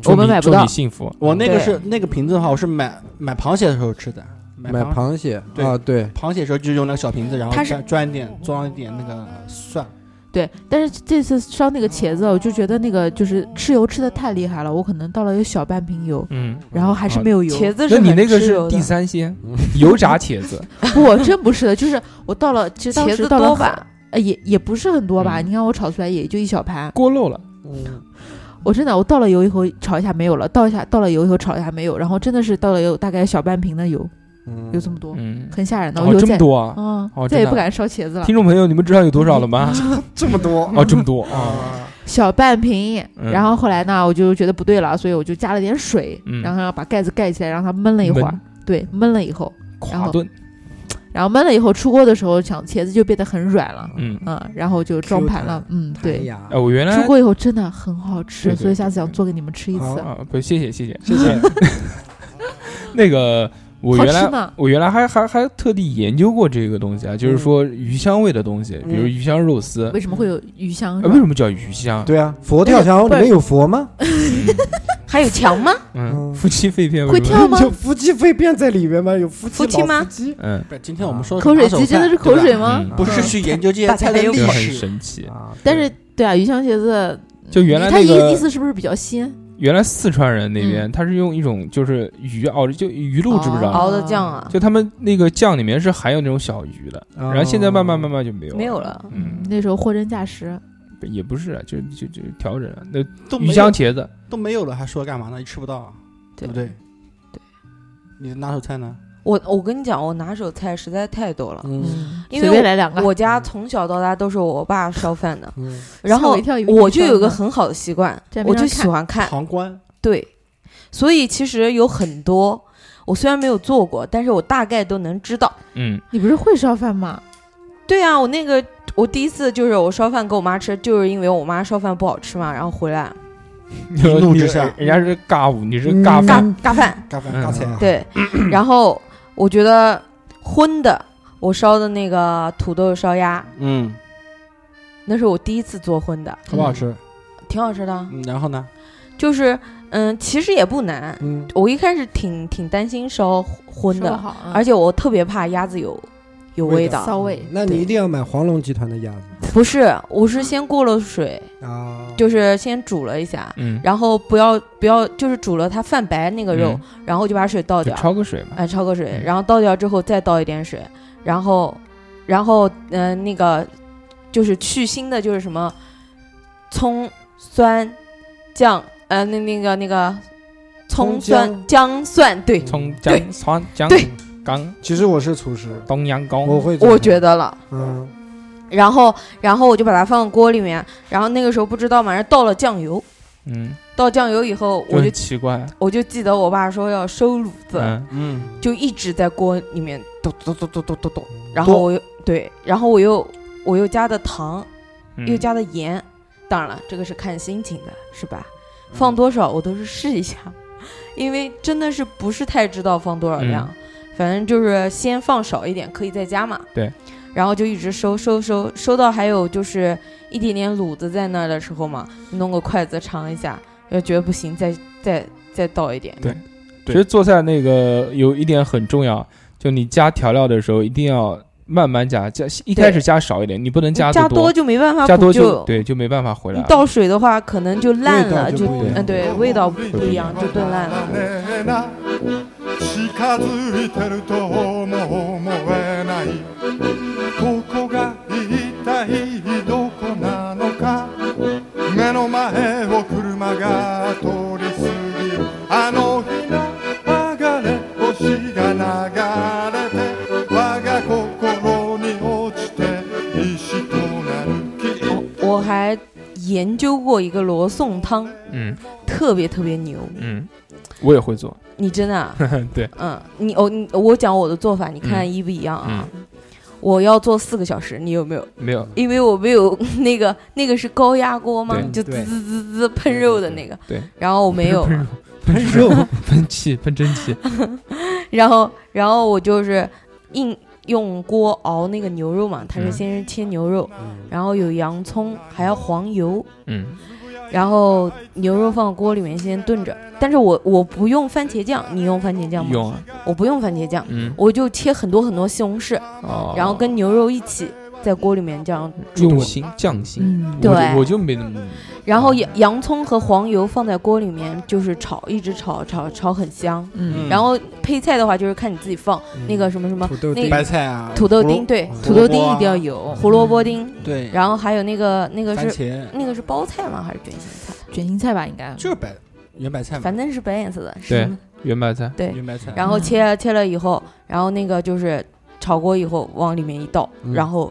S1: 祝
S4: 我们
S1: 你
S4: 买不
S1: 祝
S4: 到
S1: 你幸福。
S2: 我那个
S5: 对
S2: 是那个瓶子的话，我是买买螃蟹的时候吃的，买
S3: 买
S2: 螃
S3: 螃蟹
S2: 对
S3: 啊，对，
S2: 螃蟹的时候就用那个小瓶子，然后
S5: 它是
S2: 蘸蘸一点装一点那个蒜，
S4: 对，但是这次烧那个茄子，我就觉得那个就是吃油吃的太厉害了，我可能倒了有小半瓶油，
S1: 嗯，
S4: 然后还是
S1: 啊
S4: 没有油。
S5: 茄子
S1: 那
S5: 是
S1: 你
S5: 很
S1: 那个
S5: 吃
S1: 是
S5: 油的
S1: 第。三鲜，油炸茄 子，
S4: 不，真不是的，就是我倒了，其实当
S5: 茄
S4: 时
S5: 子
S4: 倒了
S5: 多
S4: 很
S5: 吧？
S4: 呃，也也不是很多吧。
S1: 嗯
S4: 你看我炒出来也就一小盘，
S1: 锅漏了。
S3: 嗯，
S4: 我真的我倒了油以后炒一下没有了，倒一下倒了油以后炒一下没有，然后真的是倒了有大概小半瓶的油，有这么多，
S1: 嗯，
S4: 很吓人的。我
S1: 哦，
S4: 又
S1: 这么
S4: 再
S1: 多啊！
S4: 嗯，
S1: 哦
S4: 再
S1: 真
S4: 也
S1: 的
S4: 不敢烧茄子了
S1: 听。众朋友，你们知道有多少了吗？
S4: 嗯
S3: 这么多
S1: 哦，这么多啊！
S3: 啊，
S4: 小半瓶，
S1: 嗯
S4: 嗯然后后来呢，我就觉得不对了，所以我就加了点水，
S1: 嗯
S4: 然后要把盖子盖起来，让它焖了一会儿
S1: 焖。
S4: 对，焖了以后，然
S1: 垮
S4: 后
S1: 炖，
S4: 然后焖了以后出锅的时候，想茄子就变得很软了，
S1: 嗯，
S4: 嗯，然后就装盘了，嗯，
S3: 哎
S4: 对，
S3: 呀
S1: 哎，，我原来
S4: 出锅以后真的很好
S1: 对
S4: 吃，
S1: 对
S4: 所以下次想做给你们吃一次
S3: 好。
S1: 啊，不，谢谢谢谢
S3: 谢谢。
S1: 那个。我
S4: 好
S1: 原
S4: 吃
S1: 来
S4: 吗
S1: 我原来还还还特地研究过这个东西啊，就是说鱼香味的东西，比如鱼香肉丝，
S4: 为什么会有鱼香
S1: 呃？为什么叫鱼香？
S3: 对啊，佛跳墙里面有佛吗？
S5: 还有墙吗？
S1: 嗯，
S3: 嗯
S1: 夫妻肺片为
S4: 会
S1: 什么
S4: 跳吗
S3: 有夫妻肺片在里面吗？有夫妻
S5: 夫妻
S3: 老
S5: 吗
S3: 夫妻
S1: 嗯，
S2: 不是，今天我们说的是
S4: 口水
S2: 拿手
S4: 鸡真的
S2: 菜
S4: 是口，
S2: 对
S4: 水
S2: 吧
S4: 吗？
S1: 嗯
S2: 不是去研究这些
S5: 啊大
S2: 菜
S5: 家
S2: 的
S5: 有
S2: 历
S1: 这个很
S2: 史，
S1: 神奇。
S3: 啊，
S4: 但是对啊，鱼香茄子，
S1: 就原来
S4: 它
S1: 那
S4: 意
S1: 个
S4: 意思是不是比较鲜？
S1: 原来四川人那边，他是用一种就是鱼熬，就鱼露知不知
S4: 哦
S1: 道？
S5: 熬的酱啊，
S1: 就他们那个酱里面是含有那种小鱼的，
S3: 哦
S1: 然后现在慢慢慢慢就没有
S5: 没有。了。
S1: 嗯，
S4: 那时候货真价实，
S1: 也不是啊，就就就调整啊。那
S2: 都没
S1: 鱼
S2: 有
S1: 香茄子，
S2: 都没有了，还说干嘛呢？你吃不到，对不对？
S5: 对，
S2: 你的拿手菜呢？
S5: 我我跟你讲，我拿手菜实在太多了。
S3: 嗯
S4: 嗯，
S5: 因为
S4: 随便来两个，
S5: 我家从小到大都是我爸烧饭的，
S3: 嗯，
S5: 然
S4: 吓
S5: 后
S4: 我一跳以为你
S5: 我就
S4: 烧
S5: 有个
S4: 呢
S5: 很好的习惯
S4: 在，那
S5: 我
S4: 边
S5: 就
S4: 看
S5: 喜欢看，
S2: 旁观，
S5: 对，所以其实有很多我虽然没有做过，但是我大概都能知道。
S1: 嗯，
S4: 你不是会烧饭吗？
S5: 对啊，我那个我第一次就是我烧饭给我妈吃，就是因为我妈烧饭不好吃嘛，然后
S4: 嗯
S5: 回来
S1: 一
S2: 怒之下
S1: 人家是尬舞，你是尬
S5: 嘎
S1: 饭，
S5: 嘎饭，
S2: 嘎饭
S1: 嗯
S2: 嘎菜，
S5: 对，然后我觉得荤的我烧的那个土豆烧鸭，
S2: 嗯，
S5: 那是我第一次做荤的，
S2: 好不好吃？
S5: 挺好吃的，
S2: 嗯，然后呢？
S5: 就是嗯，其实也不难。
S3: 嗯，
S5: 我一开始挺挺担心烧嗯荤
S4: 烧得
S5: 的，
S4: 好啊，
S5: 而且我特别怕鸭子有有
S3: 味
S5: 味
S3: 道
S5: 道，
S4: 骚味。
S3: 嗯那你
S5: 对
S3: 一定要买黄龙集团的鸭子
S5: 不是，我是先过了水，
S3: 啊，
S5: 就是先煮了一下，
S1: 嗯，
S5: 然后不要不要，就是煮了它泛白那个肉，
S1: 嗯
S5: 然后就把水倒
S1: 就
S5: 掉，
S1: 焯个水嘛。
S5: 哎，焯个水，
S1: 嗯
S5: 然后倒掉之后再倒一点水，然后然后嗯、呃那个就是去腥的，就是什么葱酸酱，呃那那个那个葱
S3: 葱
S5: 蒜姜蒜，对，
S1: 葱姜
S5: 对
S1: 蒜姜
S5: 对
S1: 刚
S3: 其实我是厨师，
S1: 东阳刚，
S3: 我会做的，
S5: 我觉得了。
S3: 嗯，
S5: 然后，然后我就把它放到锅里面，然后那个时候不知道嘛，然后倒了酱油，
S1: 嗯，
S5: 倒酱油以后，
S1: 就
S5: 我就
S1: 很奇怪，
S5: 我就记得我爸说要收卤子，
S1: 嗯，
S2: 嗯，
S5: 就一直在锅里面咚咚咚咚咚咚咚，然后我又对，然后我又我又加的糖，
S1: 嗯
S5: 又加的盐，当然了，这个是看心情的，是吧？
S1: 嗯
S5: 放多少我都是试一下， 因为真的是不是太知道放多少量，反正就是先放少一点，可以再加嘛。
S1: 嗯对。
S5: 然后就一直收收收，收到还有就是一点点卤子在那儿的时候嘛，弄个筷子尝一下，要觉得不行，再再再倒一点。
S1: 对其实做菜那个有一点很重要，就你加调料的时候一定要慢慢加，加一开始加少一点，你不能加
S5: 加
S1: 得多，
S5: 就没办法
S1: 加
S5: 补
S1: 多
S5: 救
S1: 就。对就没办法回来
S5: 你
S1: 了。
S5: 倒水的话，可能就烂
S3: 味道
S5: 了，
S3: 就
S5: 就
S3: 不一样
S5: 嗯对，味道不
S1: 不
S5: 一
S1: 一
S5: 样，就炖烂了。
S7: 近づいてるとも思えないここが一体どこなのか目の前を車が通り過ぎるあの日の流れ星が流れて我が心に落ちて石となる木
S5: 我还研究过一个罗宋汤，
S1: 嗯
S5: 特别特别牛。
S1: 嗯，我也会做，
S5: 你真的、啊？
S1: 对，
S5: 嗯，你哦，你我讲我的做法，你
S1: 嗯
S5: 看一不一样啊？我要做四个小时，你有没有？
S1: 没有
S5: 因为我没有 那个那个是高压锅吗？
S1: 对
S5: 就滋
S2: 对
S5: 滋滋滋喷肉的那个，
S1: 对，
S5: 然后我没有，
S1: 喷肉 喷气喷蒸 汽，
S5: 然后然后我就是硬用锅熬那个牛肉嘛，他是
S1: 嗯
S5: 先是切牛肉，
S3: 嗯
S5: 然后有洋葱，还要黄油，
S1: 嗯
S5: 然后牛肉放锅里面先炖着，但是我我不用番茄酱，你用番茄酱吗？
S1: 用啊
S5: 我不用番茄酱，
S1: 嗯
S5: 我就切很多很多西红柿，
S1: 哦，嗯
S5: 然后跟牛肉一起在锅里面这样，
S1: 用心匠心，
S4: 嗯
S1: 我，
S5: 对
S1: 就我就没那么
S5: 然后洋洋葱和黄油放在锅里面就是炒，一直炒炒炒很香。
S4: 嗯，
S5: 然后配菜的话就是看你自己放
S3: 嗯
S5: 那个什么什么
S3: 土豆
S5: 那
S3: 丁
S5: 个
S2: 白菜啊，
S5: 土豆丁，
S2: 胡
S5: 对，
S2: 萝
S4: 土豆丁
S2: 胡萝卜啊
S4: 一定要有
S5: 胡萝卜丁，
S2: 对，
S5: 然后还有那个那个
S2: 番
S5: 是嗯
S2: 茄
S5: 那个是包菜吗？还是卷心菜？
S4: 卷心菜吧，应该
S2: 就是白圆白菜嘛，
S5: 反正是白颜色的，是
S1: 对
S5: 什么
S1: 圆白菜，
S5: 对。
S2: 圆白
S1: 嗯
S2: 菜。啊
S5: 然后切切了以后，然后那个就是炒锅以后往里面一倒，
S3: 嗯
S5: 然后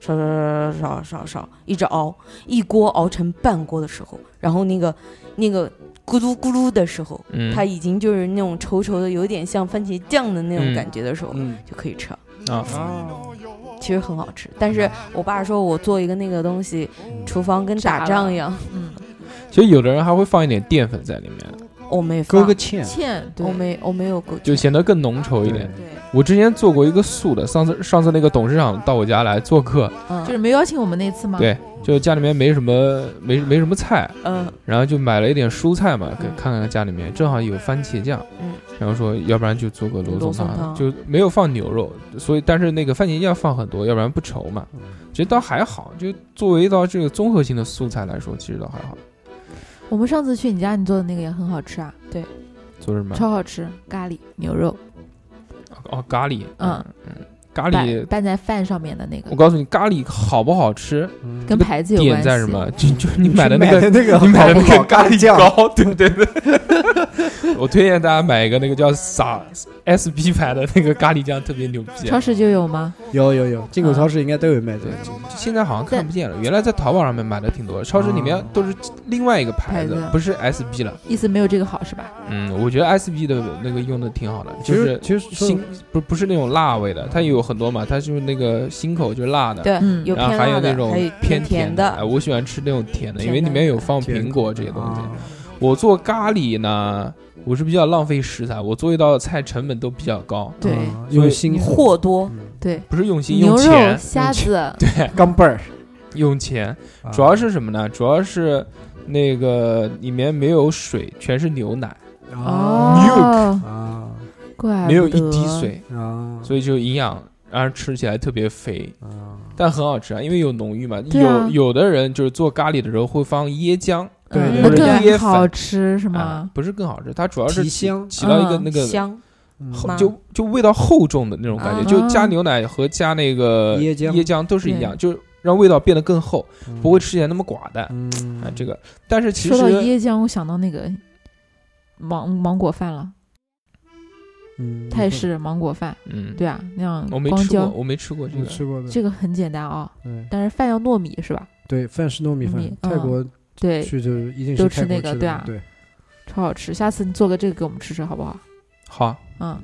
S5: 烧烧烧烧烧烧，一直熬，一锅熬成半锅的时候，然后那个那个咕噜咕噜的时候，
S1: 嗯，
S5: 它已经就是那种稠稠的，有点像番茄酱的那种
S1: 嗯
S5: 感觉的时候，
S2: 嗯
S5: 就可以吃了。
S1: 啊
S5: 哦
S2: 啊，
S5: 其实很好吃，但
S1: 嗯
S5: 是我爸说我做一个那个东西，厨房跟
S4: 嗯
S5: 打
S4: 炸
S5: 仗
S4: 了
S5: 一样，
S4: 嗯，
S1: 其实有的人还会放一点淀粉在里面，
S5: 我没
S3: 勾
S5: 放
S3: 个，芡，
S4: 芡对
S5: 我没我没有勾芡，
S1: 就显得更浓稠一点。
S4: 对，
S1: 我之前做过一个素的，上次上次那个董事长到我家来做客，
S5: 嗯
S4: 就是没邀请我们那次吗？
S1: 对，就家里面没什么没没什么菜，
S5: 嗯
S1: 然后就买了一点蔬菜嘛，给
S5: 嗯
S1: 看看家里面正好有番茄酱，
S5: 嗯
S1: 然后说要不然就做个罗宋
S5: 罗宋汤
S1: 就没有放牛肉，所以但是那个番茄酱放很多，要不然不稠嘛。
S5: 嗯
S1: 其实倒还好，就作为一道这个综合性的素菜来说，其实倒还好。
S4: 我们上次去你家，你做的那个也很好吃啊，
S1: 做什么？
S4: 超好吃，咖喱牛肉，
S1: 哦，咖喱，
S4: 嗯
S1: 嗯，咖
S4: 拌
S1: 喱，
S4: 拌在饭上面的那
S1: 我
S4: 个，
S1: 告诉你，咖喱好不好吃，
S3: 嗯
S4: 跟牌子有
S1: 点
S4: 关系。
S1: 在什么？就就是 你买的那
S3: 那
S1: 个
S3: 那个
S1: 你买的那
S3: 好不
S1: 个
S3: 好
S1: 咖喱
S3: 酱，
S1: 膏，对对对。 我推荐大家买一个那个叫撒 SB 牌的那个咖喱酱，特别牛逼。
S4: 超市就有吗？
S3: 有有有，进口超市应该都有卖这
S1: 对
S3: 个。，
S5: 嗯
S1: 现在好像看不见了。原来在淘宝上面买的挺多，超市里
S5: 哦
S1: 面都是另外一个牌
S4: 牌
S1: 子
S4: 子，
S1: 不是 SB 了。
S4: 意思没有这个好是吧？
S1: 嗯，我觉得 SB 的那个用的挺好的，
S3: 其
S1: 就
S3: 实
S1: 是
S3: 其实说
S1: 辛不不是那种辣味的，它有很多嘛，它就是那个辛口就是辣的，
S5: 对，
S4: 嗯
S5: 有
S1: 然后
S5: 偏
S1: 还
S5: 辣
S1: 有那
S5: 的，
S1: 种
S5: 还有
S1: 偏
S5: 甜
S1: 的。哎，
S5: 的，
S1: 我喜欢吃那种甜的，因为
S5: 甜
S1: 里
S5: 的
S1: 面有放
S3: 甜
S1: 苹果这些东西。
S3: 啊
S1: 我做咖喱呢，我是比较浪费食材，我做一道菜成本都比较高，
S4: 对
S3: 啊
S1: 所以
S3: 用心
S5: 货多，
S3: 嗯
S4: 对，
S1: 不是用心
S4: 牛
S1: 嗯用
S4: 肉、
S1: 钱，
S4: 虾子，
S3: 钢镚儿，
S1: 用钱，
S3: 啊
S1: 主要是什么呢？主要是那个里面没有水，全是牛奶，
S4: 哦，
S3: 啊
S4: 怪
S1: 没有一
S4: 不得
S1: 滴，水，
S3: 啊
S1: 所以就营养，然后吃起来特别肥，
S3: 啊！
S1: 但很好吃啊，因为有浓郁嘛。
S4: 对啊
S1: 有有的人就是做咖喱的时候会放椰浆，
S3: 对
S4: 嗯
S3: 对
S4: 那
S1: 对
S4: 更
S1: 椰粉
S4: 好吃是
S1: 啊
S4: 吗？
S1: 不是更好吃，它主要是
S3: 提香，
S1: 起到一个
S4: 嗯
S1: 那个
S5: 香，
S3: 嗯
S1: 厚
S5: 吗
S1: 就就味道厚重的那种感觉，
S5: 啊
S1: 就加牛奶和加那个
S3: 椰浆
S1: 椰浆都是一
S4: 对
S1: 样，就是让味道变得更厚，不会吃起来那么寡淡
S3: 嗯
S1: 啊。这个，但是其
S4: 说到
S1: 实
S4: 椰浆，我想到那个芒芒果饭了，
S3: 嗯
S4: 泰式芒果饭，
S1: 嗯，
S4: 对啊，那样
S1: 我没
S4: 光
S1: 吃过，
S4: 椒，
S1: 我没吃过这
S3: 你
S1: 个，
S3: 吃过的
S4: 这个很简单啊，
S3: 对
S4: 但是饭要糯米是吧？
S3: 对，饭是糯米
S4: 糯
S3: 饭
S4: 米，
S3: 泰
S4: 嗯
S3: 国
S4: 对，
S3: 去就一定
S4: 都
S3: 是
S4: 吃
S3: 泰国
S4: 那个
S3: 吃的
S4: 对啊
S3: 对，
S4: 超好吃。下次你做个这个给我们吃吃好不好？
S1: 好啊。
S4: 嗯，啊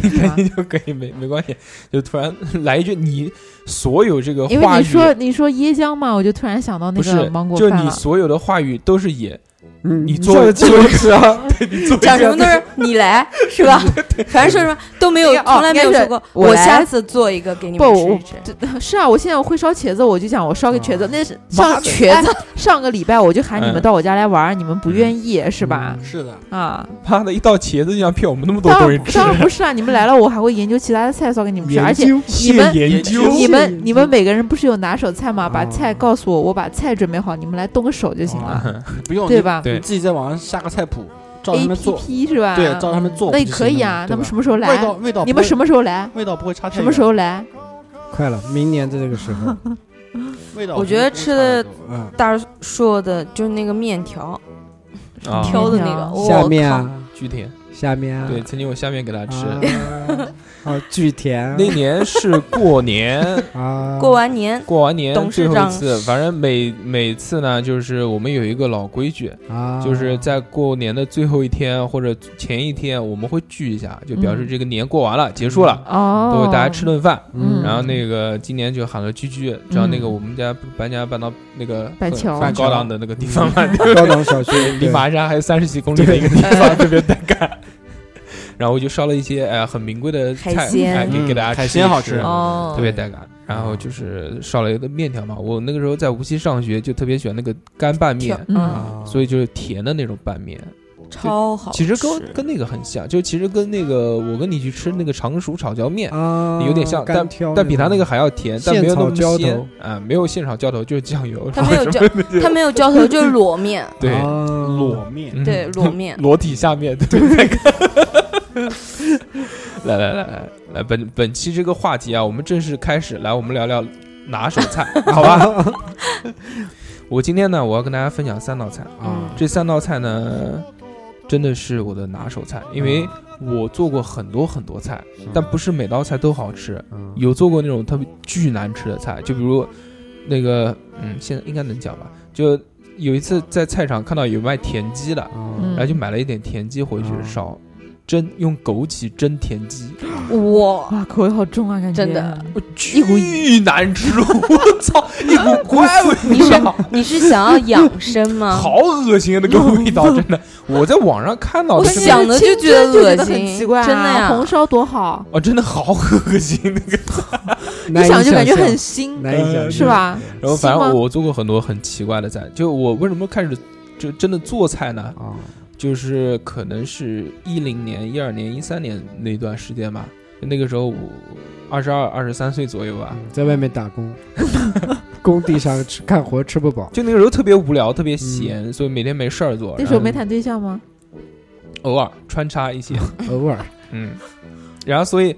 S1: 你
S4: 是吧
S1: 赶紧 就可以，没没关系，就突然 来一句你所有这个
S4: 因为
S1: 话
S4: 你
S1: 语，
S4: 说你说椰浆嘛，我就突然想到
S1: 不
S4: 那个
S1: 是
S4: 芒果
S1: 就
S4: 饭
S1: 你
S4: 了。
S1: 所有的话语都是以
S3: 嗯
S1: 你
S3: 你
S1: 做
S3: 这样
S1: 做
S3: 就
S1: 吃啊， 对你做
S5: 讲什么都是你来是吧？反正说什么都没有，
S4: 那个哦
S5: 从来没有
S4: 应该是
S5: 说过。
S4: 我
S5: 我
S4: 来
S5: 下次做一个给你
S4: 不
S5: 们吃
S4: 我
S5: 一 吃。
S4: 是啊，我现在我会烧茄子，我就讲我烧个茄子。那是上
S5: 茄
S4: 子、上个礼拜我就喊你们
S1: 啊嗯
S4: 到我家来玩儿，你们不愿意是吧？
S2: 是的，
S4: 啊，
S1: 妈的一道茄子就想骗我们那么多
S4: 当
S1: 东西
S4: 然
S1: 吃，
S4: 当 然不是啊，你们来了我还会研究其他的菜烧给你们吃，而且你
S1: 谢
S4: 们
S1: 研
S2: 究
S4: 你
S3: 谢谢
S4: 们你们每个人不是有拿手菜吗？把
S3: 啊
S4: 菜告诉我，我把菜准备好，你们来动个手就行了，
S2: 不用
S4: 对？
S1: 啊
S4: 吧
S1: 对
S2: 你自己在网上下个菜谱，照他
S4: ？A
S2: 们
S4: P
S2: 做，
S4: P 是吧？
S2: 对，照他们做，
S4: 那也可以啊。那么什么时候
S2: 味道
S4: 来？
S2: 味道不会，
S4: 你们什么时候来？
S2: 味道不会差太
S4: 什么时
S2: 候？
S4: 候来？
S3: 快了，明年的这个时 候，
S2: 味道
S5: 我
S2: 不
S5: 觉得
S2: 会差
S5: 吃
S2: 太
S5: 的
S2: 多
S3: 嗯，
S5: 大硕的就是那个面条
S1: 啊，
S5: 挑的那
S4: 面
S5: 个，
S4: 条
S5: 我
S3: 下面
S5: 靠
S3: 啊，
S1: 巨甜。
S3: 下面啊，
S1: 对，曾经我下面给他吃，
S3: 啊，好巨甜
S1: 那年是过 年，
S3: 啊，
S5: 过完年
S1: 过完年
S5: 董事
S1: 最后一
S5: 长
S1: 次，反正每每次呢，就是我们有一个老规矩，
S3: 啊，
S1: 就是在过年的最后一天或者前一天，我们会聚一下，就表示
S4: 嗯
S1: 这个年过完了，结束了，
S4: 哦，
S1: 都给大家吃顿饭。
S4: 嗯
S1: 然后那个今年就喊了居居，知道那个我们家搬家搬到那个
S4: 板
S1: 很
S4: 桥
S1: 很高档的那个地方嘛，
S3: 嗯高档小区
S1: 离马鞍山还有三十几公里的一个地方，特别带感。然后我就烧了一些哎很名贵的
S5: 海
S1: 菜，
S5: 鲜
S1: 哎给给大家
S2: 嗯海
S1: 吃一
S2: 鲜好
S1: 吃
S2: 吃
S5: 哦
S1: 特别带感。然后就是烧了一个面条嘛，我那个时候在无锡上学，就特别喜欢那个干拌面
S5: 条，
S4: 嗯，
S3: 啊，
S1: 所以就是甜的那种拌面。
S5: 超好
S1: 其
S5: 吃，
S1: 实跟跟那个很像，就其实跟那个我跟你去吃那个常熟炒椒面，
S3: 啊
S1: 有点像
S3: 干挑，
S1: 但比它那个还要甜，但没有那么
S3: 现炒浇
S1: 鲜
S3: 头
S1: 啊，没有现炒浇头，就是酱油，
S5: 它没有浇，它没有浇头，就是裸面，
S1: 对
S3: 啊
S2: 裸面，
S1: 嗯
S5: 对裸面
S1: 裸体下面，对不对？ 来来来来来，本本期这个话题啊，我们正式开始，来我们聊聊拿手菜，好吧？ 我今天呢，我要跟大家分享三道菜，
S3: 啊，
S1: 这三道菜呢，真的是我的拿手菜，因为我做过很多很多菜，但不是每道菜都好吃，
S3: 嗯
S1: 有做过那种特别巨难吃的菜，就比如那个，嗯，现在应该能讲吧？就有一次在菜场看到有卖田鸡的，
S3: 嗯
S1: 然后就买了一点田鸡回去
S5: 嗯
S1: 烧，蒸用枸杞蒸田鸡，
S5: 嗯
S1: 哦
S5: 哇，
S4: 哇，口味好重啊，感觉
S5: 真的。
S1: 我巨难吃，我操，一 股怪味
S5: 你是
S1: 道。
S5: 你是想要养生 吗？
S1: 好恶心啊！那个味道真 的，我在网上看到
S5: 我
S1: 这个
S5: 想的就觉
S4: 得
S5: 恶
S4: 很
S5: 心，
S4: 奇怪啊
S5: 真的呀，
S4: 红烧多好，
S1: 哦，真的好恶心那 个。
S3: 难以
S4: 想就感觉
S3: 象
S4: 很新，
S3: 难以
S1: 呃
S3: 想象，
S4: 是吧？
S1: 然后反
S4: 新吗
S1: 正我做过很多很奇怪的菜，就我为什么开始就真的做菜呢？
S3: 啊，
S1: 就是可能是一零年、一二年、一三年那段时间吧，就那个时候我二十二、二十三岁左右吧。
S3: 嗯在外面打工， 工地上吃干活吃不饱，
S1: 就那个时候特别无聊，特别闲，所以每天没事儿做。
S4: 那时候没
S1: 然后
S4: 谈对象吗？
S1: 偶尔穿插一些，
S3: 偶 尔
S1: 嗯，然后所以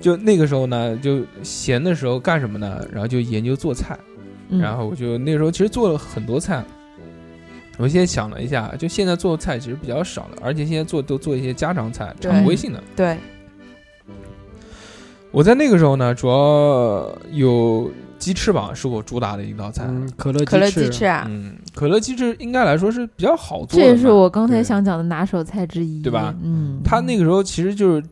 S1: 就那个时候呢，就闲的时候干什么呢？然后就研究做菜。
S4: 嗯
S1: 然后我就那时候其实做了很多菜，我现在想了一下，就现在做菜其实比较少了，而且现在做都做一些家常菜，
S5: 对
S1: 常规性的。
S5: 对，
S1: 我在那个时候呢，主要有鸡翅膀是我主打的一道菜，
S3: 嗯，可乐
S5: 可乐
S3: 鸡
S5: 鸡翅啊，
S1: 嗯，可乐鸡翅应该来说是比较好做
S4: 这
S1: 的嘛，
S4: 也是我刚才想讲的拿手菜之一，
S1: 对吧？
S4: 嗯，
S1: 它那个时候其实就是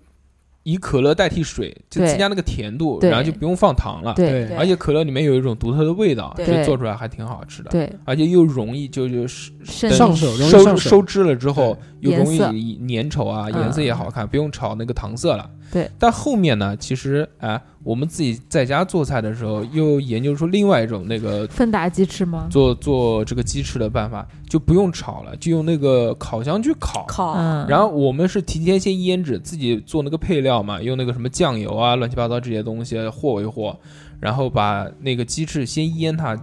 S1: 以可乐代替水，就
S4: 对
S1: 增加那个甜度，
S4: 对
S1: 然后就不用放糖了，
S4: 对
S3: 对
S1: 而且可乐里面有一种独特的味道，
S5: 对
S1: 就做出来还挺好吃的，
S4: 对
S1: 而且又容易就就是
S4: 甚
S3: 上手容易
S1: 收
S3: 上手
S1: 收汁了之后，又
S4: 颜
S1: 容易
S4: 色
S1: 粘稠啊，
S4: 嗯
S1: 颜色也好看，不用炒那个糖色了。
S4: 对，
S1: 但后面呢，其实哎、我们自己在家做菜的时候，又研究出另外一种那个
S4: 芬达鸡翅吗？
S1: 做做这个鸡翅的办法，就不用炒了，就用那个烤箱去烤。
S5: 烤
S4: 嗯，
S1: 然后我们是提前先腌制，自己做那个配料嘛，用那个什么酱油啊、乱七八糟这些东西和一和，然后把那个鸡翅先腌它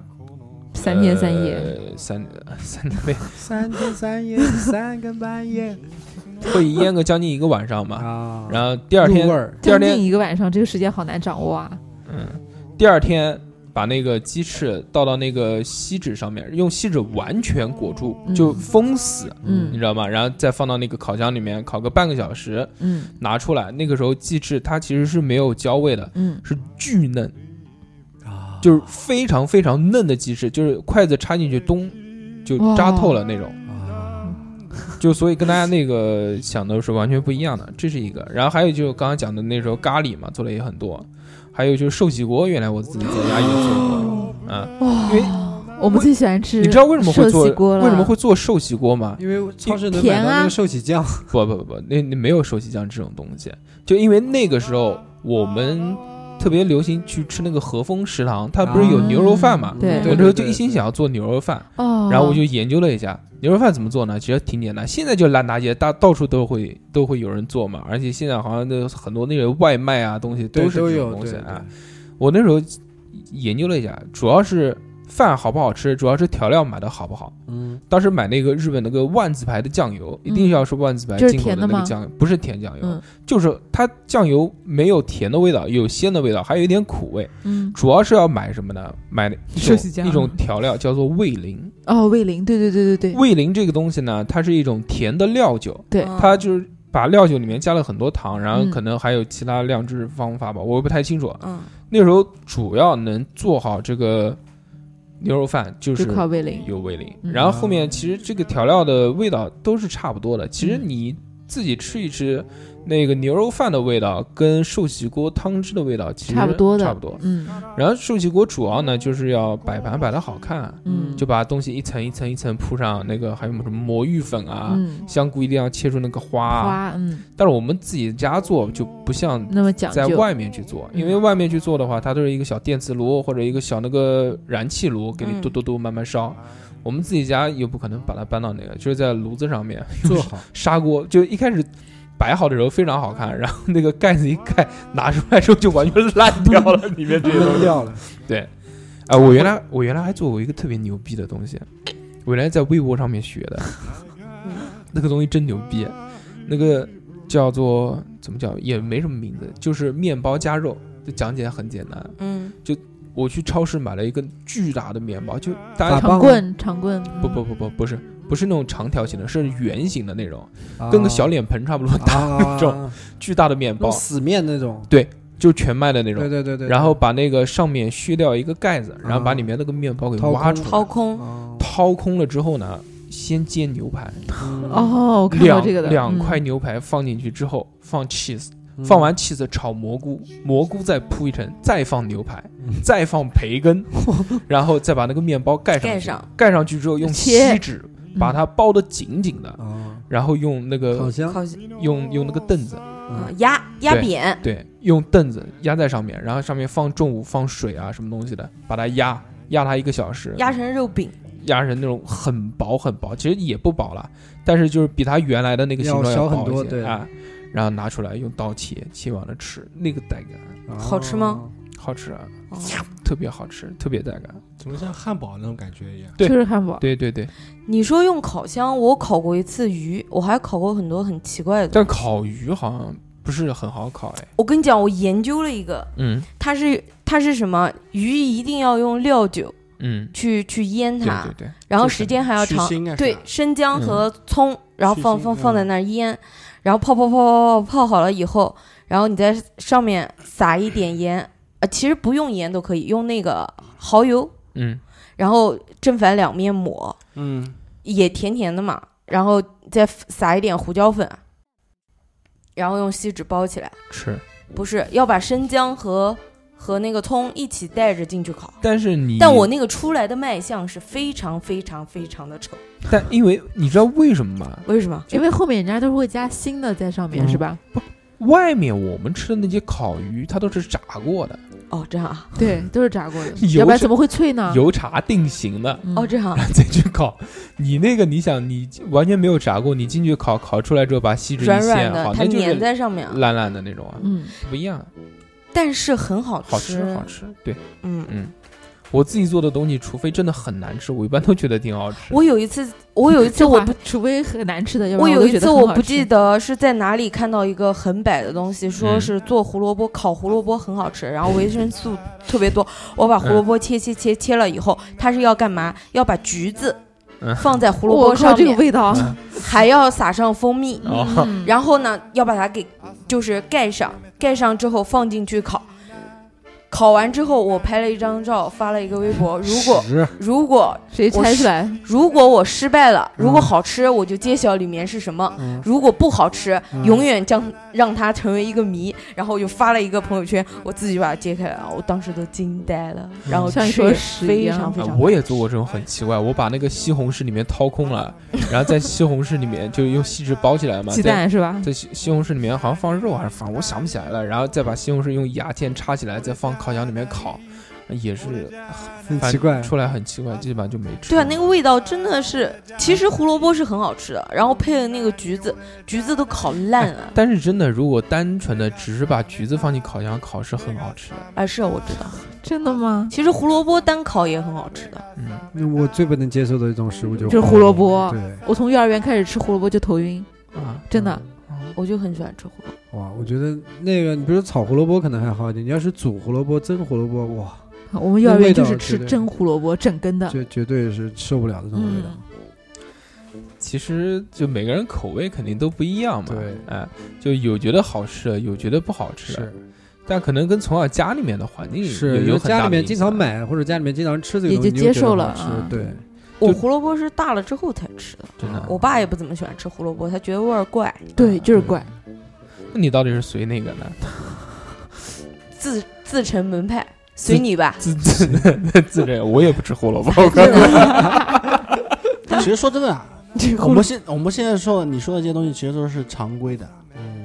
S4: 三天三夜，
S1: 呃三三 天
S3: 三天三夜三更半 夜
S1: 会腌个将近一个晚上嘛。
S3: 啊，
S1: 然后第二
S3: 入味
S1: 天，
S3: 儿
S1: 第二
S4: 将
S1: 天
S4: 近一个晚上，这个时间好难掌握啊。
S1: 嗯，第二天把那个鸡翅倒到那个锡纸上面，用锡纸完全裹住，
S4: 嗯
S1: 就封死，你
S4: 嗯
S1: 知道吗？然后再放到那个烤箱里面烤个半个小时，
S4: 嗯
S1: 拿出来，那个时候鸡翅它其实是没有焦味的，
S4: 嗯，
S1: 是巨嫩，
S3: 啊，
S1: 就是非常非常嫩的鸡翅，就是筷子插进去咚
S4: 嗯
S1: 就扎透了那种。
S3: 啊
S1: 就所以跟大家那个想的是完全不一样的，这是一个。然后还有就是刚刚讲的那时候咖喱嘛，做了也
S4: 哦
S1: 很多，还有就是寿喜锅，原来我自己在家也做过，嗯，因为
S4: 我们最喜欢吃
S1: 你知道为什么会做
S4: 寿喜锅了？
S1: 为什么会做寿喜锅吗？
S3: 因为超市能买
S4: 甜
S3: 到
S4: 啊
S3: 那个寿喜酱，
S1: 不不不不，那那没有寿喜酱这种东西，就因为那个时候我们特别流行去吃那个和风食堂，它不是有牛肉饭嘛？
S4: 嗯对
S1: 我那时候就一心想要做牛肉饭，
S4: 哦，
S1: 然后我就研究了一下牛肉饭怎么做呢？其实挺简单，现在就烂大街，大到处都会都会有人做嘛，而且现在好像那很多那个外卖啊东西
S3: 对
S1: 是
S3: 都
S1: 这种
S3: 有
S1: 东
S3: 对
S1: 西
S3: 对
S1: 啊。我那时候研究了一下，主要是饭好不好吃，主要是调料买的好不好。
S3: 嗯，
S1: 当时买那个日本那个万字牌的酱油，一定要是万字牌
S4: 嗯就是
S1: 进口
S4: 甜的
S1: 那个
S4: 吗
S1: 酱油，不是甜酱油，
S4: 嗯
S1: 就是它酱油没有甜的味道，有鲜的味道，还有一点苦味。
S4: 嗯
S1: 主要是要买什么呢？买一
S4: 寿喜
S1: 种
S4: 酱
S1: 一种调料叫做味淋。
S4: 哦，味淋，对对对对对
S1: 味淋这个东西呢，它是一种甜的料酒，
S4: 对，
S1: 它就是把料酒里面加了很多糖，然后
S4: 嗯
S1: 可能还有其他酿制方法吧，我也不太清楚。
S5: 嗯，
S1: 那时候主要能做好这个牛肉饭就是
S4: 就靠味淋。
S1: 有味淋，
S4: 嗯
S1: 然后后面其实这个调料的味道都是差不多
S4: 嗯
S1: 的。其实你自己吃一吃，那个牛肉饭的味道跟寿喜锅汤汁的味道其实
S4: 差不多的
S1: 差不多。
S4: 嗯
S1: 然后寿喜锅主要呢就是要摆盘摆的好看，
S4: 嗯，
S1: 就把东西一层一层一层铺上，那个还有什么魔芋粉啊。
S4: 嗯
S1: 香菇一定要切出那个花啊，
S4: 花嗯
S1: 但是我们自己家做就不像
S4: 那么讲
S1: 在
S4: 究，嗯
S1: 外面去做，因为外面去做的话，它都是一个小电磁炉或者一个小那个燃气炉，给你
S5: 嗯
S1: 嘟嘟嘟慢慢烧。我们自己家又不可能把它搬到那个，就是在炉子上面
S3: 做好，
S1: 砂锅，就一开始摆好的时候非常好看，然后那个盖子一盖，拿出来之后就完全烂掉了，里面这些东
S3: 扔
S1: 西。
S3: 掉了，
S1: 啊、我原来我原来还做过一个特别牛逼的东西，我原来在微博上面学的， 那个东西真牛逼，那个叫做怎么叫也没什么名字，就是面包加肉，就讲解很简单。
S5: 嗯
S1: 我去超市买了一个巨大的面包，就大
S3: 打
S1: 家
S4: 长
S3: 棒
S4: 棍长棍，
S1: 啊不不不不不是不是那种长条形的，是圆形的那种，
S3: 啊
S1: 跟个小脸盆差不多大，
S3: 啊，
S1: 种 巨大的面
S3: 那种
S1: 包，
S3: 死面那种，
S1: 就全麦的那
S3: 对
S1: 种。
S3: 对对对，啊
S1: 然后把那个上面削掉一个盖子，然后把里面那个面包给
S3: 掏
S1: 挖
S3: 空
S1: 出来，
S5: 掏空，
S3: 哦
S1: 掏空了之后呢，先煎牛排，
S3: 嗯
S4: 哦，我
S1: 嗯
S4: 看
S1: 两
S4: 到这个的
S1: 两块
S4: 嗯
S1: 牛排放进去之后放 cheese，、放
S3: 嗯
S1: 完 cheese 炒蘑菇，蘑菇再铺一层，再放牛排，再放培根，然后再把那个面包盖上去，盖
S5: 盖上
S1: 上去之后用
S4: 切
S1: 锡纸
S4: 嗯
S1: 把它包得紧紧的，
S3: 啊，
S1: 然后用那
S3: 烤
S1: 个
S3: 箱
S5: 靠
S1: 用用那个凳子，
S5: 嗯压压
S1: 对
S5: 扁，
S1: 对，用凳子压在上面，然后上面放重物放水啊什么东西的，把它压压它一个小时，
S5: 压成肉饼，
S1: 压成那种很薄很薄，其实也不薄了，但是就是比它原来的那个形状
S3: 要小
S1: 薄
S3: 很多
S1: 一些
S3: 对
S1: 啊。然后拿出来用刀切，切完了吃，那个带感
S5: 好吃吗？
S1: 好吃啊，
S5: 哦
S1: 特别好吃，特别带感。
S8: 怎么像汉堡那种感觉一样？
S1: 对
S4: 就是汉堡，
S1: 对对对，
S5: 你说用烤箱，我烤过一次鱼，我还烤过很多很奇怪的。
S1: 但烤鱼好像不是很好烤哎。
S5: 我跟你讲，我研究了一个，
S1: 嗯
S5: 它是它是什么鱼，一定要用料酒
S1: 嗯，
S5: 去去腌
S1: 对
S5: 它，
S1: 对对，
S5: 然后
S1: 就是
S5: 时间还要
S8: 去
S5: 长。
S8: 腥啊，
S5: 对，生姜
S1: 嗯
S5: 和葱，然后
S8: 去
S5: 放
S8: 腥
S5: 放放在
S8: 嗯
S5: 那儿腌，然后泡泡泡泡泡泡好了以后，然后你在上面撒一点盐，呃，其实不用盐都可以，用那个蚝油，
S1: 嗯
S5: 然后正反两面抹，
S2: 嗯，
S5: 也甜甜的嘛，然后再撒一点胡椒粉，然后用锡纸包起来，
S1: 吃。
S5: 不是要把生姜和和那个葱一起带着进去烤。
S1: 但是你，
S5: 但我那个出来的卖相是非常非常非常的丑，
S1: 但因为你知道为什么吗？
S5: 为什么？
S4: 因为后面人家都是会加新的在上面，
S1: 嗯
S4: 是吧？
S1: 外面我们吃的那些烤鱼，它都是炸过的，
S5: 哦，这样啊，
S4: 对，都是炸过的，
S1: 嗯油
S4: 要不然
S1: 是
S4: 怎么会脆呢？
S1: 油炸定型的。
S4: 嗯
S5: 哦，这样啊，
S1: 再去烤。你那个，你想，你完全没有炸过，你进去烤，烤出来之后把锡纸一
S5: 软软
S1: 掀，
S5: 的，
S1: 好，
S5: 它
S1: 那就
S5: 粘
S1: 是
S5: 在上面啊，
S1: 烂烂的那种啊，
S4: 嗯，
S1: 不一样，
S5: 但是啊很好吃，
S1: 好吃好吃。对
S5: 嗯，
S1: 我自己做的东西，除非真的很难吃，我一般都觉得挺好吃。啊
S5: 我有一次，我有 一次
S4: 这
S5: 我
S4: 话
S5: 不。
S4: 除非很难吃的，要不
S5: 我
S4: 然
S5: 有
S4: 都
S5: 一
S4: 觉
S5: 次
S4: 得很
S5: 我
S4: 好
S5: 不
S4: 吃
S5: 记得是在哪里看到一个很摆的东西，说
S1: 嗯
S5: 是做胡萝卜烤胡萝卜很好吃，然后维生素特别多。我把胡
S1: 嗯
S5: 萝卜切切切切了以后，它是要干嘛？要把橘子
S1: 嗯
S5: 放在胡萝
S4: 我
S5: 卜
S4: 靠，
S5: 上
S4: 这个
S5: 面，
S4: 味道，
S5: 还要撒上蜂蜜，
S1: 哦，
S4: 嗯
S5: 然后呢要把它给就是盖上，盖上之后放进去烤。烤完之后，我拍了一张照，发了一个微博。如果
S3: 啊屎
S5: 如果
S4: 谁拆出来？
S5: 如果我失败了，如果
S3: 嗯
S5: 好吃，我就揭晓里面是什么；
S2: 嗯
S5: 如果不好吃，
S2: 嗯
S5: 永远将让它成为一个谜。然后我就发了一个朋友圈，我自己把它揭开了，我当时都惊呆了。然后
S4: 嗯像一
S5: 吃
S4: 坨
S5: 也
S4: 屎一
S5: 非
S4: 样
S5: 常非
S1: 啊
S5: 常，
S1: 我也做过这种很奇怪，我把那个西红柿里面掏空了，然后在西红柿里面就用锡纸包起来嘛，
S4: 鸡
S1: 在
S4: 蛋是吧？
S1: 在西西红柿里面好像放肉还是放，我想不起来了，然后再把西红柿用牙签插起来，再放烤箱里面烤，也是
S3: 很
S1: 反
S3: 奇怪，
S1: 出来很奇怪，基本上就没吃。
S5: 对啊，那个味道真的是，其实胡萝卜是很好吃的，然后配了那个橘子，橘子都烤烂 了。
S1: 但是真的，如果单纯的只是把橘子放进烤箱烤，是很好吃的。
S5: 啊，是啊我知道，
S4: 真的吗？
S5: 其实胡萝卜单烤也很好吃的。
S1: 嗯，
S3: 那我最不能接受的一种食物就是
S4: 就是胡萝卜
S3: 对，
S4: 我从幼儿园开始吃胡萝卜就头晕，
S1: 啊，
S4: 真的。
S5: 我就很喜欢吃胡萝卜，
S3: 哇，我觉得那个，你比如炒胡萝卜可能还好一点，你要是煮胡萝卜、蒸胡萝卜，哇，
S1: 嗯
S4: 我们幼儿园就
S3: 那
S4: 是
S3: 味道
S4: 吃
S3: 绝对
S4: 蒸胡萝卜，整根的。
S3: 这绝对是受不了的这种味道。
S4: 嗯，
S1: 其实就每个人口味肯定都不一
S4: 嗯
S1: 样嘛。
S3: 对
S1: 哎，就有觉得好吃的，有觉得不好吃的。
S3: 是
S1: 但可能跟从小家里面的环境
S3: 是，
S1: 有有很大
S3: 家里
S1: 的
S3: 面
S1: 影
S3: 经
S1: 响
S3: 常，买或者家里面经常吃这个
S4: 也
S3: 东西，
S4: 就
S3: 你觉
S4: 接
S3: 得
S4: 受
S3: 好
S4: 了
S3: 吃
S4: 啊
S3: 对，
S5: 我胡萝卜是大了之后才吃的。
S1: 真
S4: 嗯
S1: 的。
S5: 我爸也不怎么喜欢吃胡萝卜，他觉得味儿怪。
S4: 对，就是怪。
S1: 嗯那你到底是随哪 个呢？
S5: 自自成门派，随你吧。
S1: 自自自认我也不吃胡萝 卜。
S2: 其实说真的啊，我们现我们现在说你说的这些东西，其实都是常规的，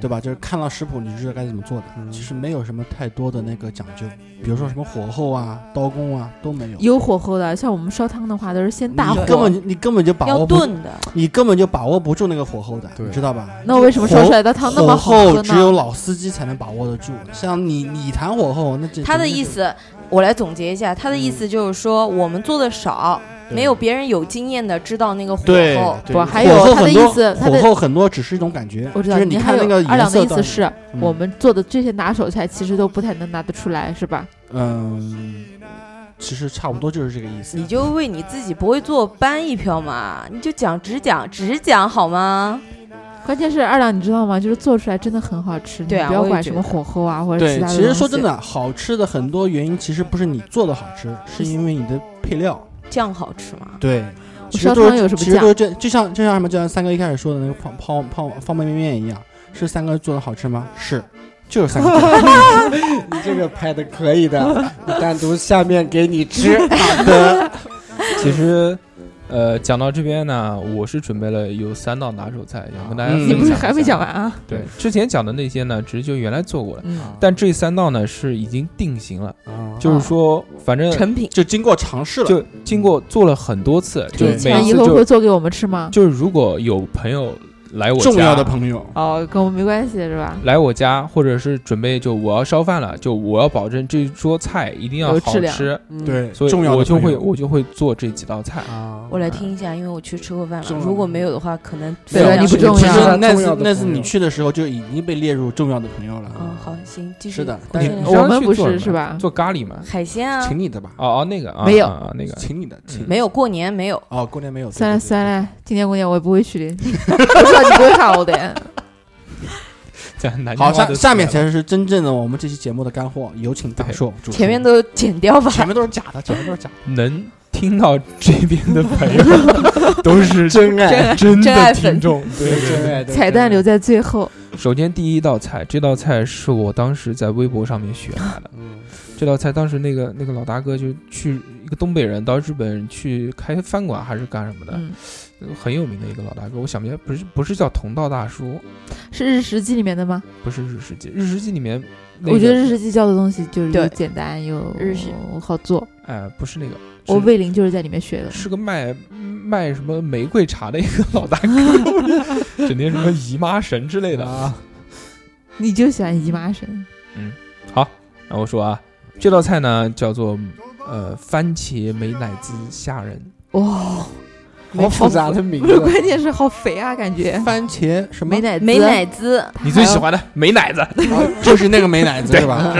S2: 对吧？就是看到食谱你就知道该怎么做的，
S3: 嗯
S2: 其实没有什么太多的那个讲究，比如说什么火候啊、刀工啊都没有。
S4: 有火候的，像我们烧汤的话，都是先大
S2: 你
S4: 火。
S2: 根本就你根本就把
S5: 要
S2: 握不，
S5: 炖的，
S2: 你根本就把握不住那个火候的，
S3: 对
S2: 你知道吧？
S4: 那我为什么烧出来的汤那么
S2: 火
S4: 好喝
S2: 候
S4: 呢？
S2: 只有老司机才能把握得住，像你你谈火候，那这
S5: 他的意思，我来总结一下，他的意思就是说，我们做的少，
S2: 对
S5: 没有别人有经验的知道那个火
S2: 对
S5: 候。
S2: 对
S4: 不
S2: 火
S4: 还有
S2: 候
S4: 他的
S2: 很多
S4: 意思他
S2: 火
S4: 的
S2: 候很多只是一种感觉，
S4: 我知
S2: 就
S4: 道
S2: 是
S4: 你还
S2: 看那
S4: 有
S2: 个
S4: 二
S2: 颜
S4: 两的
S2: 色
S4: 意
S2: 到底
S4: 思是
S2: 嗯
S4: 我们做的这些拿手菜其实都不太能拿得出来，是吧？
S2: 嗯，其实差不多就是这个意思。
S5: 你就为你自己不会做搬一票嘛，你就讲只讲只讲好吗？
S4: 关键是二两，你知道吗？就是做出来真的很好吃，
S5: 对啊
S4: 你不要
S5: 我也
S4: 管
S5: 觉
S4: 什么
S5: 得
S4: 火候啊或者
S2: 对
S4: 其，他的
S2: 其实
S4: 东
S2: 说
S4: 西
S2: 真，的，好吃的很多原因其实不是你做的好吃，是因为你的配料。
S5: 酱好吃吗？
S2: 对，
S3: 嗯
S2: 其实
S4: 烧
S2: 都
S4: 汤有什
S2: 是
S4: 么
S2: 其实都
S4: 酱？
S2: 是这，就像就像什么，就像三哥一开始说的那个泡泡泡方便面面一样，是三哥做的好吃吗？是，就是三哥做 的
S3: 你这个拍的可以的，单独下面给你 吃。
S2: 好的。
S1: 其实，呃，讲到这边呢，我是准备了有三道拿手菜，想跟大家分
S3: 嗯
S1: 享一下。
S4: 你不是还没讲完啊？
S1: 对，之前讲的那些呢，只是就原来做过的，
S4: 嗯，
S1: 但这三道呢是已经定型了，
S3: 啊
S1: 就是说，反正
S5: 成品
S2: 就经过尝试了，
S1: 就经过做了很多次，就
S2: 对
S4: 那
S1: 每
S4: 以
S1: 次
S4: 后会
S1: 就
S4: 做给我们吃吗？
S1: 就是如果有朋友来我家，
S2: 重要的朋友，
S4: 哦，跟我们没关系是吧？
S1: 来我家，或者是准备就我要烧饭了，就我要保证这桌菜一定要
S4: 有
S1: 好
S4: 质量
S1: 吃，
S3: 嗯
S2: 对，
S1: 所以
S2: 重要的
S1: 我就
S2: 朋
S1: 会
S2: 友
S1: 我就会做这几道菜。
S3: 啊
S5: 我来听一下，因为我去吃过饭
S2: 重
S5: 了。
S2: 要
S5: 如果没有的话，可能
S4: 对
S3: 啊
S5: 分
S4: 你
S5: 量
S4: 不
S5: 是
S4: 重
S2: 其
S4: 要
S2: 实那
S3: 重要
S2: 次
S3: 的
S2: 那次
S3: 朋友
S2: 啊你去的时候就已经被列入重要的朋友
S4: 哦
S2: 了。
S5: 嗯，好，行，继续。
S2: 是的，但是
S5: 分量
S1: 你
S5: 是
S1: 上
S4: 我们
S1: 去
S4: 不
S1: 做
S4: 是
S1: 什么
S4: 是吧
S1: 做咖喱嘛？
S5: 海鲜啊，
S2: 请你的吧，
S1: 哦哦，那个啊，
S4: 没有
S1: 啊啊
S3: 嗯
S1: 那个
S2: 请你的，请
S5: 没有过年没有。
S2: 哦，过年没有，对
S4: 算了
S2: 对对
S4: 算了，今年过年我也不会去的， 我知道你不会喊我的。
S1: 讲南京
S2: 好，
S1: 话
S2: 下
S1: 都
S2: 下面
S1: 出来了
S2: 才是真正的我们这期节目的干货，有请大硕主持人。
S5: 前面都剪掉吧，
S2: 前面都是假的，前面都是假的。
S1: 能听到这边的朋 友 都是
S3: 真爱，
S1: 真
S5: 真爱
S1: 的
S5: 粉
S1: 听众，对对对
S3: 真爱的
S4: 彩蛋留在最后，
S1: 首先第一道菜，这道菜是我当时在微博上面学来 的。
S3: 嗯
S1: 这道菜当时那个那个老大哥就去一个东北人到日本去开饭馆还是干什么的，
S4: 嗯，
S1: 很有名的一个老大哥，我想不起来，不是不是叫同道大叔，
S4: 是日食记里面的吗？
S1: 不是日食记，日食记里面、那个，
S4: 我觉得日食记教的东西就是又
S5: 对
S4: 简单又
S5: 日食
S4: 好做。
S1: 哎、不是那个，
S4: 我
S1: 是
S4: 魏玲就是在里面学的，
S1: 是个卖卖什么玫瑰茶的一个老大哥， 整天什么姨妈神之类的啊。
S4: 你就喜欢姨妈神，
S1: 然后说啊，这道菜呢叫做呃番茄美乃滋虾仁，
S4: 哇，
S3: 好复杂的名
S4: 不是，
S3: 字，
S4: 关键是好肥啊，感觉
S2: 番茄什么
S4: 美？奶滋
S5: 美乃滋。
S1: 你最喜欢的美乃滋，
S2: 啊就是那个美乃滋对吧？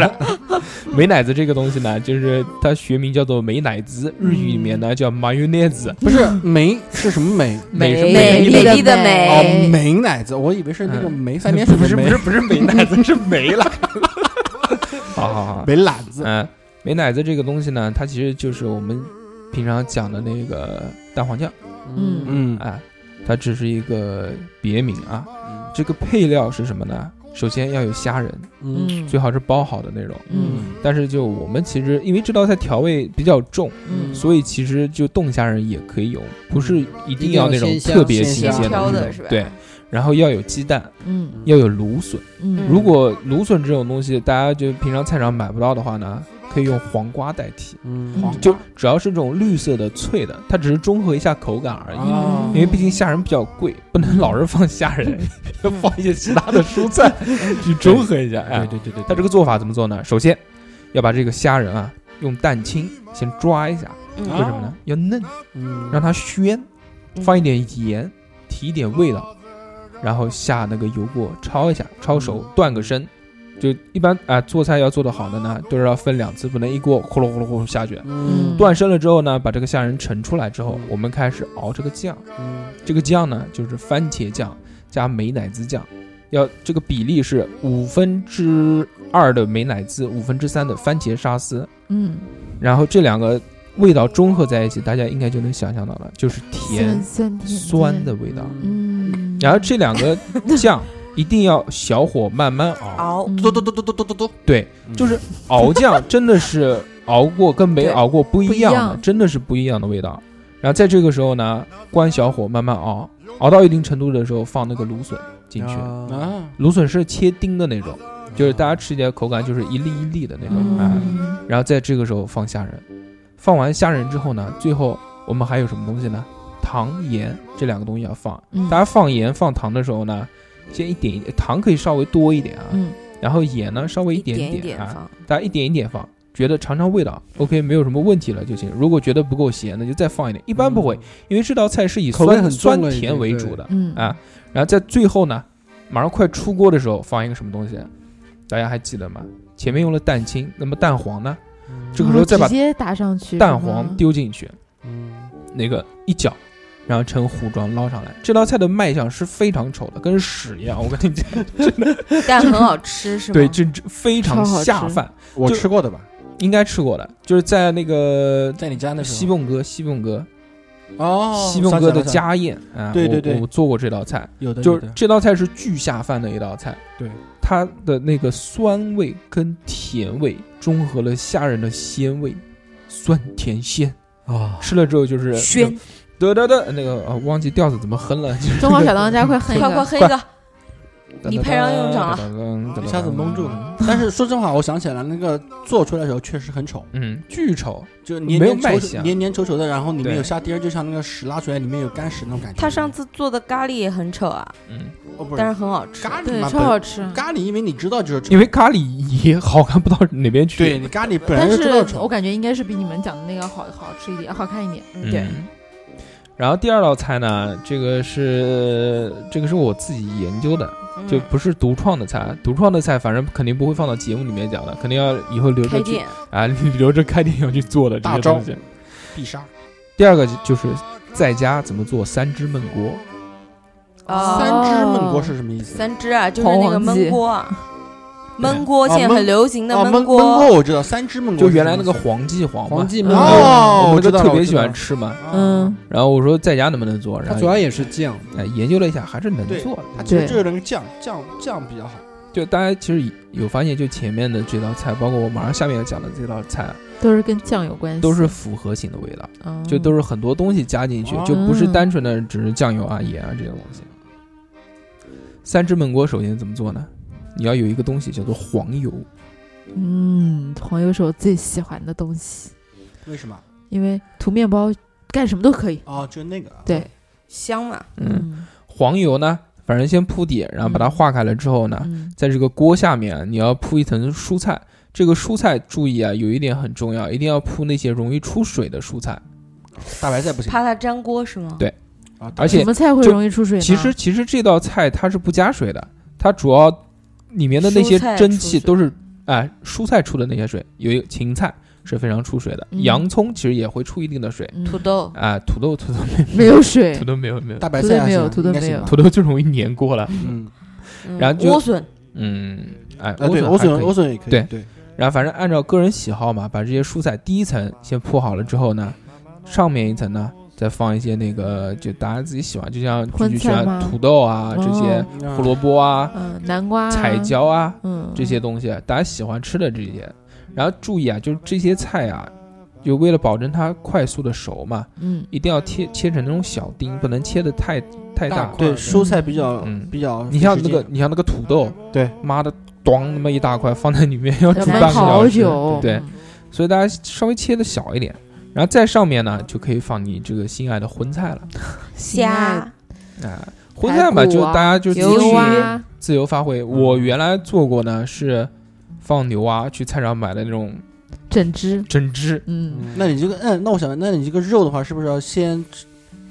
S1: 美乃滋这个东西呢，就是它学名叫做美乃滋，日语里面呢叫 mayonnaise，
S2: 不是梅是什么梅？
S1: 美是
S5: 美
S1: 丽
S5: 丽
S4: 的
S5: 的
S4: 美
S2: 哦
S5: 美，，
S2: 梅乃滋，我以为是那个
S1: 嗯
S2: 梅三点水
S1: 不
S2: 的
S1: 是不
S2: 梅
S1: 是。不是美乃滋，是梅了。 好好好，
S2: 没懒子。
S1: 嗯，美乃滋这个东西呢，它其实就是我们平常讲的那个蛋黄酱，
S4: 嗯
S2: 嗯
S1: 哎，它只是一个别名啊。
S2: 嗯
S1: 这个配料是什么呢？首先要有虾仁，
S2: 嗯
S4: 嗯，
S1: 哦最好是包好的那种。
S4: 嗯
S1: 但是就我们其实因为这道菜调味比较重，
S4: 嗯，
S1: 所以其实就冻虾仁也可以用，不是嗯一定要那种
S2: 一定要鲜虾
S1: 特别新
S2: 鲜
S1: 鲜
S2: 虾
S5: 挑
S1: 的那
S5: 的
S1: 种
S5: 是吧？
S1: 对，然后要有鸡蛋，
S4: 嗯
S1: 要有芦笋。
S4: 嗯，
S1: 如果芦笋这种东西大家就平常菜场买不到的话呢，可以用黄瓜代替。
S2: 嗯
S4: 嗯
S2: 黄
S1: 就只要是这种绿色的脆的，它只是中和一下口感而已。
S2: 啊
S1: 因为毕竟虾仁比较贵，不能老是放虾 仁，要放一些其他的蔬菜去中和一 下。
S2: 啊
S1: 哎，
S8: 对对对，
S1: 它这个做法怎么做呢？首先要把这个虾仁啊用蛋清先抓一下，
S5: 嗯
S1: 为什么呢？要嫩，
S2: 嗯
S1: 让它暄，
S5: 嗯
S1: 放一点盐，提一点味道，然后下那个油锅焯一下，焯熟断个身。就一般啊、做菜要做得好的呢，都是要分两次，不能一锅呼噜呼噜呼噜下去。
S4: 嗯
S1: 断身了之后呢，把这个虾仁盛出来之后，我们开始熬这个酱。这个酱呢，就是番茄酱加美乃滋酱，要这个比例是五分之二的美乃滋，五分之三的番茄沙司，
S4: 嗯
S1: 然后这两个味道中和在一起，大家应该就能想象到了，就是甜
S4: 酸酸甜
S1: 酸的，味道。
S4: 嗯，
S1: 然后这两 个酱一定要小火慢慢熬，
S5: 熬
S4: 嗯
S2: 嘟嘟嘟嘟嘟嘟嘟嘟，
S1: 对，就是熬酱真的是熬过跟没
S5: 对
S1: 熬过不一样的，
S4: 不一样
S1: 真的是不一样的味道。然后在这个时候呢，关小火慢慢熬，熬到一定程度的时候放那个芦笋进去，
S3: 啊，
S2: 啊，
S1: 芦笋是切丁的那种，嗯就是大家吃起来口感就是一粒一粒的那种啊。
S4: 嗯
S1: 然后在这个时候放虾仁，放完虾仁之后呢，最后我们还有什么东西呢？糖、盐这两个东西要放。
S4: 嗯
S1: 大家放盐放糖的时候呢，先一点一点，糖可以稍微多一点啊，
S4: 嗯
S1: 然后盐呢稍微
S5: 一
S1: 点
S5: 一
S1: 点
S5: 点
S1: 啊，
S5: 放，
S1: 大家一点一点放，觉得尝尝味道，OK 没有什么问题了就行。如果觉得不够咸，那就再放一点。一般不会，因为这道菜是以
S3: 口味
S1: 酸
S3: 很重
S1: 酸
S3: 了已经
S1: 甜为
S3: 对
S1: 主的，
S4: 嗯
S1: 啊，然后在最后呢，马上快出锅的时候放一个什么东西，大家还记得吗？前面用了蛋清，那么蛋黄呢？
S3: 嗯
S1: 这个时候再把
S4: 直接打上去
S1: 蛋黄
S4: 丢
S1: 丢进去，那个一搅，然后成糊状捞上来。这道菜的卖相是非常丑的，跟屎一样。我跟你讲，
S5: 但很好吃是吗？
S1: 对，这这非常
S4: 超好吃
S1: 下饭，
S2: 我
S1: 就
S2: 吃过的吧，
S1: 应该吃过的，就是在那个
S2: 在你家那
S1: 西
S2: 时候
S1: 贡哥西贡哥
S2: 哦，
S1: 西贡哥的
S2: 想起来了
S1: 家宴啊，
S2: 对对
S1: 我
S2: 对
S1: 我做过这道菜。
S2: 有的
S1: 就
S2: 有
S1: 是
S2: 的
S1: 这道菜是巨下饭的一道菜，
S8: 对，
S1: 它的那个酸味跟甜味中和了虾仁的鲜味，酸甜鲜，
S3: 啊，
S1: 吃了之后就是
S5: 宣，，
S1: 得得得，那个啊，忘记调子怎么哼了，就是
S4: 中华小当家快恨一
S5: 快快
S4: 个，
S5: 黑一个，你派上用场
S1: 了
S2: 一下子蒙住 了。但是说真话，我想起来了那个做出来的时候确实很丑，
S1: 嗯，巨丑，
S2: 就黏
S1: 没有
S2: 黏
S1: 卖
S2: 稠稠
S1: 相
S2: 黏黏稠稠的，然后里面
S1: 对
S2: 有虾丁儿，就像那个屎拉出来里面有干屎那种感觉。
S5: 他上次做的咖喱也很丑啊，
S1: 嗯，
S2: 哦不
S5: 但是
S2: 是
S5: 很好吃。
S2: 咖喱
S4: 对，
S2: 嘛，
S4: 超好吃。
S2: 本咖喱，因为你知道就是丑
S1: 因，为咖喱也好看不到哪边去，
S2: 对你咖喱本来
S4: 但
S2: 就是知道
S4: 我
S2: 丑，
S4: 感觉应该是比你们讲的那个好好吃一点，好看一点。
S5: 嗯对，
S1: 嗯然后第二道菜呢，这个是这个是我自己研究的，
S5: 嗯
S1: 就不是独创的菜，独创的菜反正肯定不会放到节目里面讲的，肯定要以后留着
S5: 开
S1: 去
S5: 店，
S1: 啊，留着开店要去做的这些东西
S2: 大。必杀。
S1: 第二个就就是在家怎么做三汁焖锅，
S5: 哦
S2: 三只焖锅是什么意思？
S5: 三只啊，就是那个
S4: 黄焖鸡
S5: 焖锅啊，焖锅
S2: 对
S5: 现
S2: 哦
S5: 在
S2: 焖
S5: 很流行的
S2: 哦，焖
S5: 锅，
S2: 焖锅我知道，三只焖锅
S1: 就是原来
S2: 什
S1: 那
S2: 么
S1: 个
S2: 意思
S1: 黄记黄嘛，
S3: 黄记焖
S1: 对
S2: 哦
S1: 我
S2: 我
S1: 们
S2: 知
S1: 就
S2: 道
S1: 特
S2: 了
S1: 别
S2: 我
S1: 喜
S2: 知道
S1: 欢
S2: 了
S1: 吃嘛。
S4: 嗯，
S1: 然后我说在家能不能做，然
S3: 它
S1: 后
S3: 主要也是酱，
S1: 哎研究了一下，还是能
S2: 对
S1: 做的
S2: 啊它。其实
S4: 对
S2: 就是那个酱酱酱比较好。
S1: 就大家其实有发现，就前面的这道菜，包括我马上下面要讲的这道菜
S2: 嗯
S1: 啊，
S4: 都是跟酱有关系，
S1: 都是复合型的味道。
S4: 嗯
S1: 就都是很多东西加进去，就不是单纯的只是酱油啊、盐啊这些东西。三汁焖锅首先怎么做呢？你要有一个东西叫做黄油，
S4: 嗯，黄油是我最喜欢的东西，
S2: 为什么？
S4: 因为涂面包干什么都可以。
S2: 哦，就那个啊
S4: 对，
S5: 香嘛，
S1: 嗯，，黄油呢，反正先铺底，然后把它化开了之后呢，
S4: 嗯
S1: 在这个锅下面啊你要铺一层蔬菜。这个蔬菜注意啊，有一点很重要，一定要铺那些容易出水的蔬菜。
S2: 大白菜不行
S5: 怕它粘锅是吗？
S1: 对
S2: 啊，
S1: 而且
S4: 什么菜会
S1: 就
S4: 容易出水呢？
S1: 其实其实这道菜它是不加水的，它主要里面的那些
S5: 蔬菜
S1: 蒸
S5: 出
S1: 汽
S5: 水
S1: 都是哎蔬菜出的那些水，有一个芹菜是非常出水的，
S4: 嗯
S1: 洋葱其实也会出一定的水
S4: 嗯
S5: 土豆，
S1: 啊、土豆土豆
S4: 没有 水
S1: 土，豆没有没有
S2: 大白
S4: 土
S2: 菜
S4: 豆
S2: 还
S4: 没有
S2: 行
S4: 土豆
S2: 应该
S4: 没
S2: 行
S4: 有
S2: 吧
S1: 土豆就容易粘锅了，
S2: 嗯，
S5: 嗯
S1: 然后就
S5: 莴笋，
S1: 嗯哎
S2: 啊对，
S1: 笋
S2: 莴
S1: 莴
S2: 笋莴笋也可以，
S1: 对
S2: 对，
S1: 然后反正按照个人喜好嘛，把这些蔬菜第一层先铺好了之后呢，上面一层呢再放一些那个就大家自己喜欢，就像就
S4: 荤
S1: 就
S4: 菜
S1: 像
S4: 吗
S1: 土豆啊这些
S4: 哦
S1: 胡萝卜啊、
S4: 嗯，南瓜、
S1: 彩、椒啊
S4: 嗯，
S1: 这些东西，大家喜欢吃的这些。然后注意啊，就是这些菜啊，就为了保证它快速的熟嘛，
S4: 嗯，
S1: 一定要切切成那种小丁，不能切的太太大块。
S2: 对，蔬菜比较
S1: 嗯
S2: 比较，
S1: 你像那个，你像那个土豆，
S2: 对，
S1: 妈的，咣那么一大块放在里面要煮
S4: 要
S1: 半
S4: 焖
S1: 个
S4: 好
S1: 小时，
S4: 久，嗯
S1: 对，所以大家稍微切的小一点，然后在上面呢就可以放你这个心爱的荤菜了。
S5: 虾，
S1: 啊，荤菜嘛，
S4: 排骨啊
S1: 就大家就自
S5: 鱿
S4: 牛
S1: 己
S4: 蛙，
S1: 自由发挥。
S3: 嗯
S1: 我原来做过呢是放牛蛙，去菜市场买的那种
S4: 整只，
S1: 整只，
S4: 嗯，
S2: 那你这个，嗯，那我想问，那你这个肉的话，是不是要先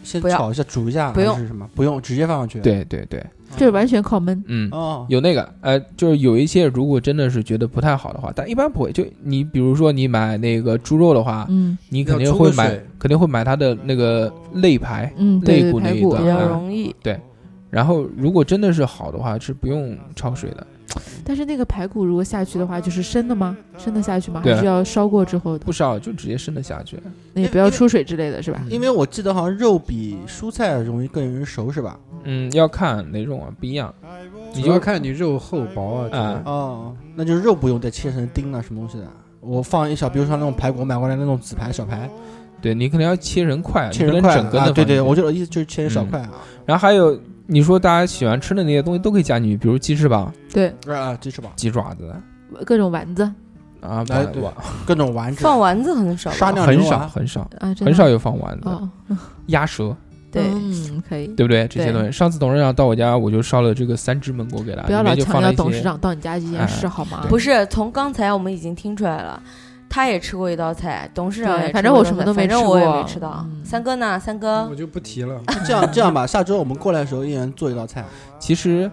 S2: 先
S5: 不要
S2: 炒一下、煮一下，
S5: 不用
S2: 还是什么？不用，直接放上去。，啊
S1: 对对对，
S4: 这完全靠焖，
S1: 嗯。
S2: 哦，
S1: 有那个，呃，就是有一些，如果真的是觉得不太好的话，但一般不会。就你比如说你买那个猪肉的话，
S4: 嗯
S1: 你肯定
S3: 要
S1: 会
S3: 冲个
S1: 买
S3: 水，
S1: 肯定会买它的那个肋排。
S4: 嗯，对
S1: 肋
S4: 对，
S1: 骨那
S4: 排
S1: 一
S4: 骨
S1: 段
S5: 比，
S1: 啊
S5: 较容易。
S1: 然后如果真的是好的话，是不用焯水的，
S4: 但是那个排骨如果下去的话，就是生的吗？生的下去吗？
S1: 对
S4: 还是要烧过之后的？
S1: 不烧就直接生的下去。
S4: 那也不要出水之类的是吧？
S2: 因为我记得好像肉比蔬菜容易更容易熟，是吧？
S1: 嗯，要看哪种啊，不一样。你
S3: 你要
S1: 就嗯
S3: 看你肉厚薄啊之类的。
S2: 哦，那就是肉不用再切成丁啊，什么东西的。我放一小，比如说那种排骨，我买过来那种紫排小排，
S1: 对你可能要切成块，
S2: 切
S1: 你
S2: 成
S1: 不
S2: 块
S1: 能整根
S2: 啊，
S1: 的。
S2: 对对，我。就意思就是切成小
S1: 嗯
S2: 块啊，
S1: 然后还有你说大家喜欢吃的那些东西都可以加进去，比如鸡翅膀、
S4: 对，
S2: 啊，鸡翅膀，
S1: 鸡爪子
S4: 各种丸子
S1: 啊，
S2: 哎
S1: 丸
S2: 对
S1: 丸
S2: 各种丸子，
S5: 放丸子很少吧，
S2: 沙酿
S1: 很
S2: 牛
S1: 少
S2: 丸
S1: 很少
S4: 啊，真的
S1: 很少有放丸子，
S4: 哦，
S1: 鸭舌
S5: 对，
S4: 嗯，可以。
S1: 对不对？这些
S5: 对
S1: 东西，上次董事长到我家，我就烧了这个三只焖锅给他，
S4: 不要
S1: 里
S4: 老
S1: 面就
S4: 强
S1: 放了
S4: 调
S1: 一些哎
S4: 董事长到你家这件事好吗？
S5: 不是，从刚才我们已经听出来了，他也吃过一道菜，董事长也
S4: 对
S5: 吃
S4: 反正
S5: 过一
S4: 我
S5: 道
S4: 什么
S5: 菜
S4: 都没
S5: 反正
S4: 吃
S5: 我也
S4: 过
S5: 没吃到
S4: 嗯。
S5: 三哥呢？三
S1: 啊
S5: 哥
S3: 我，就不提了，
S2: 这样这样吧，下周我们过来的时候，一人做一道菜。
S1: 其实，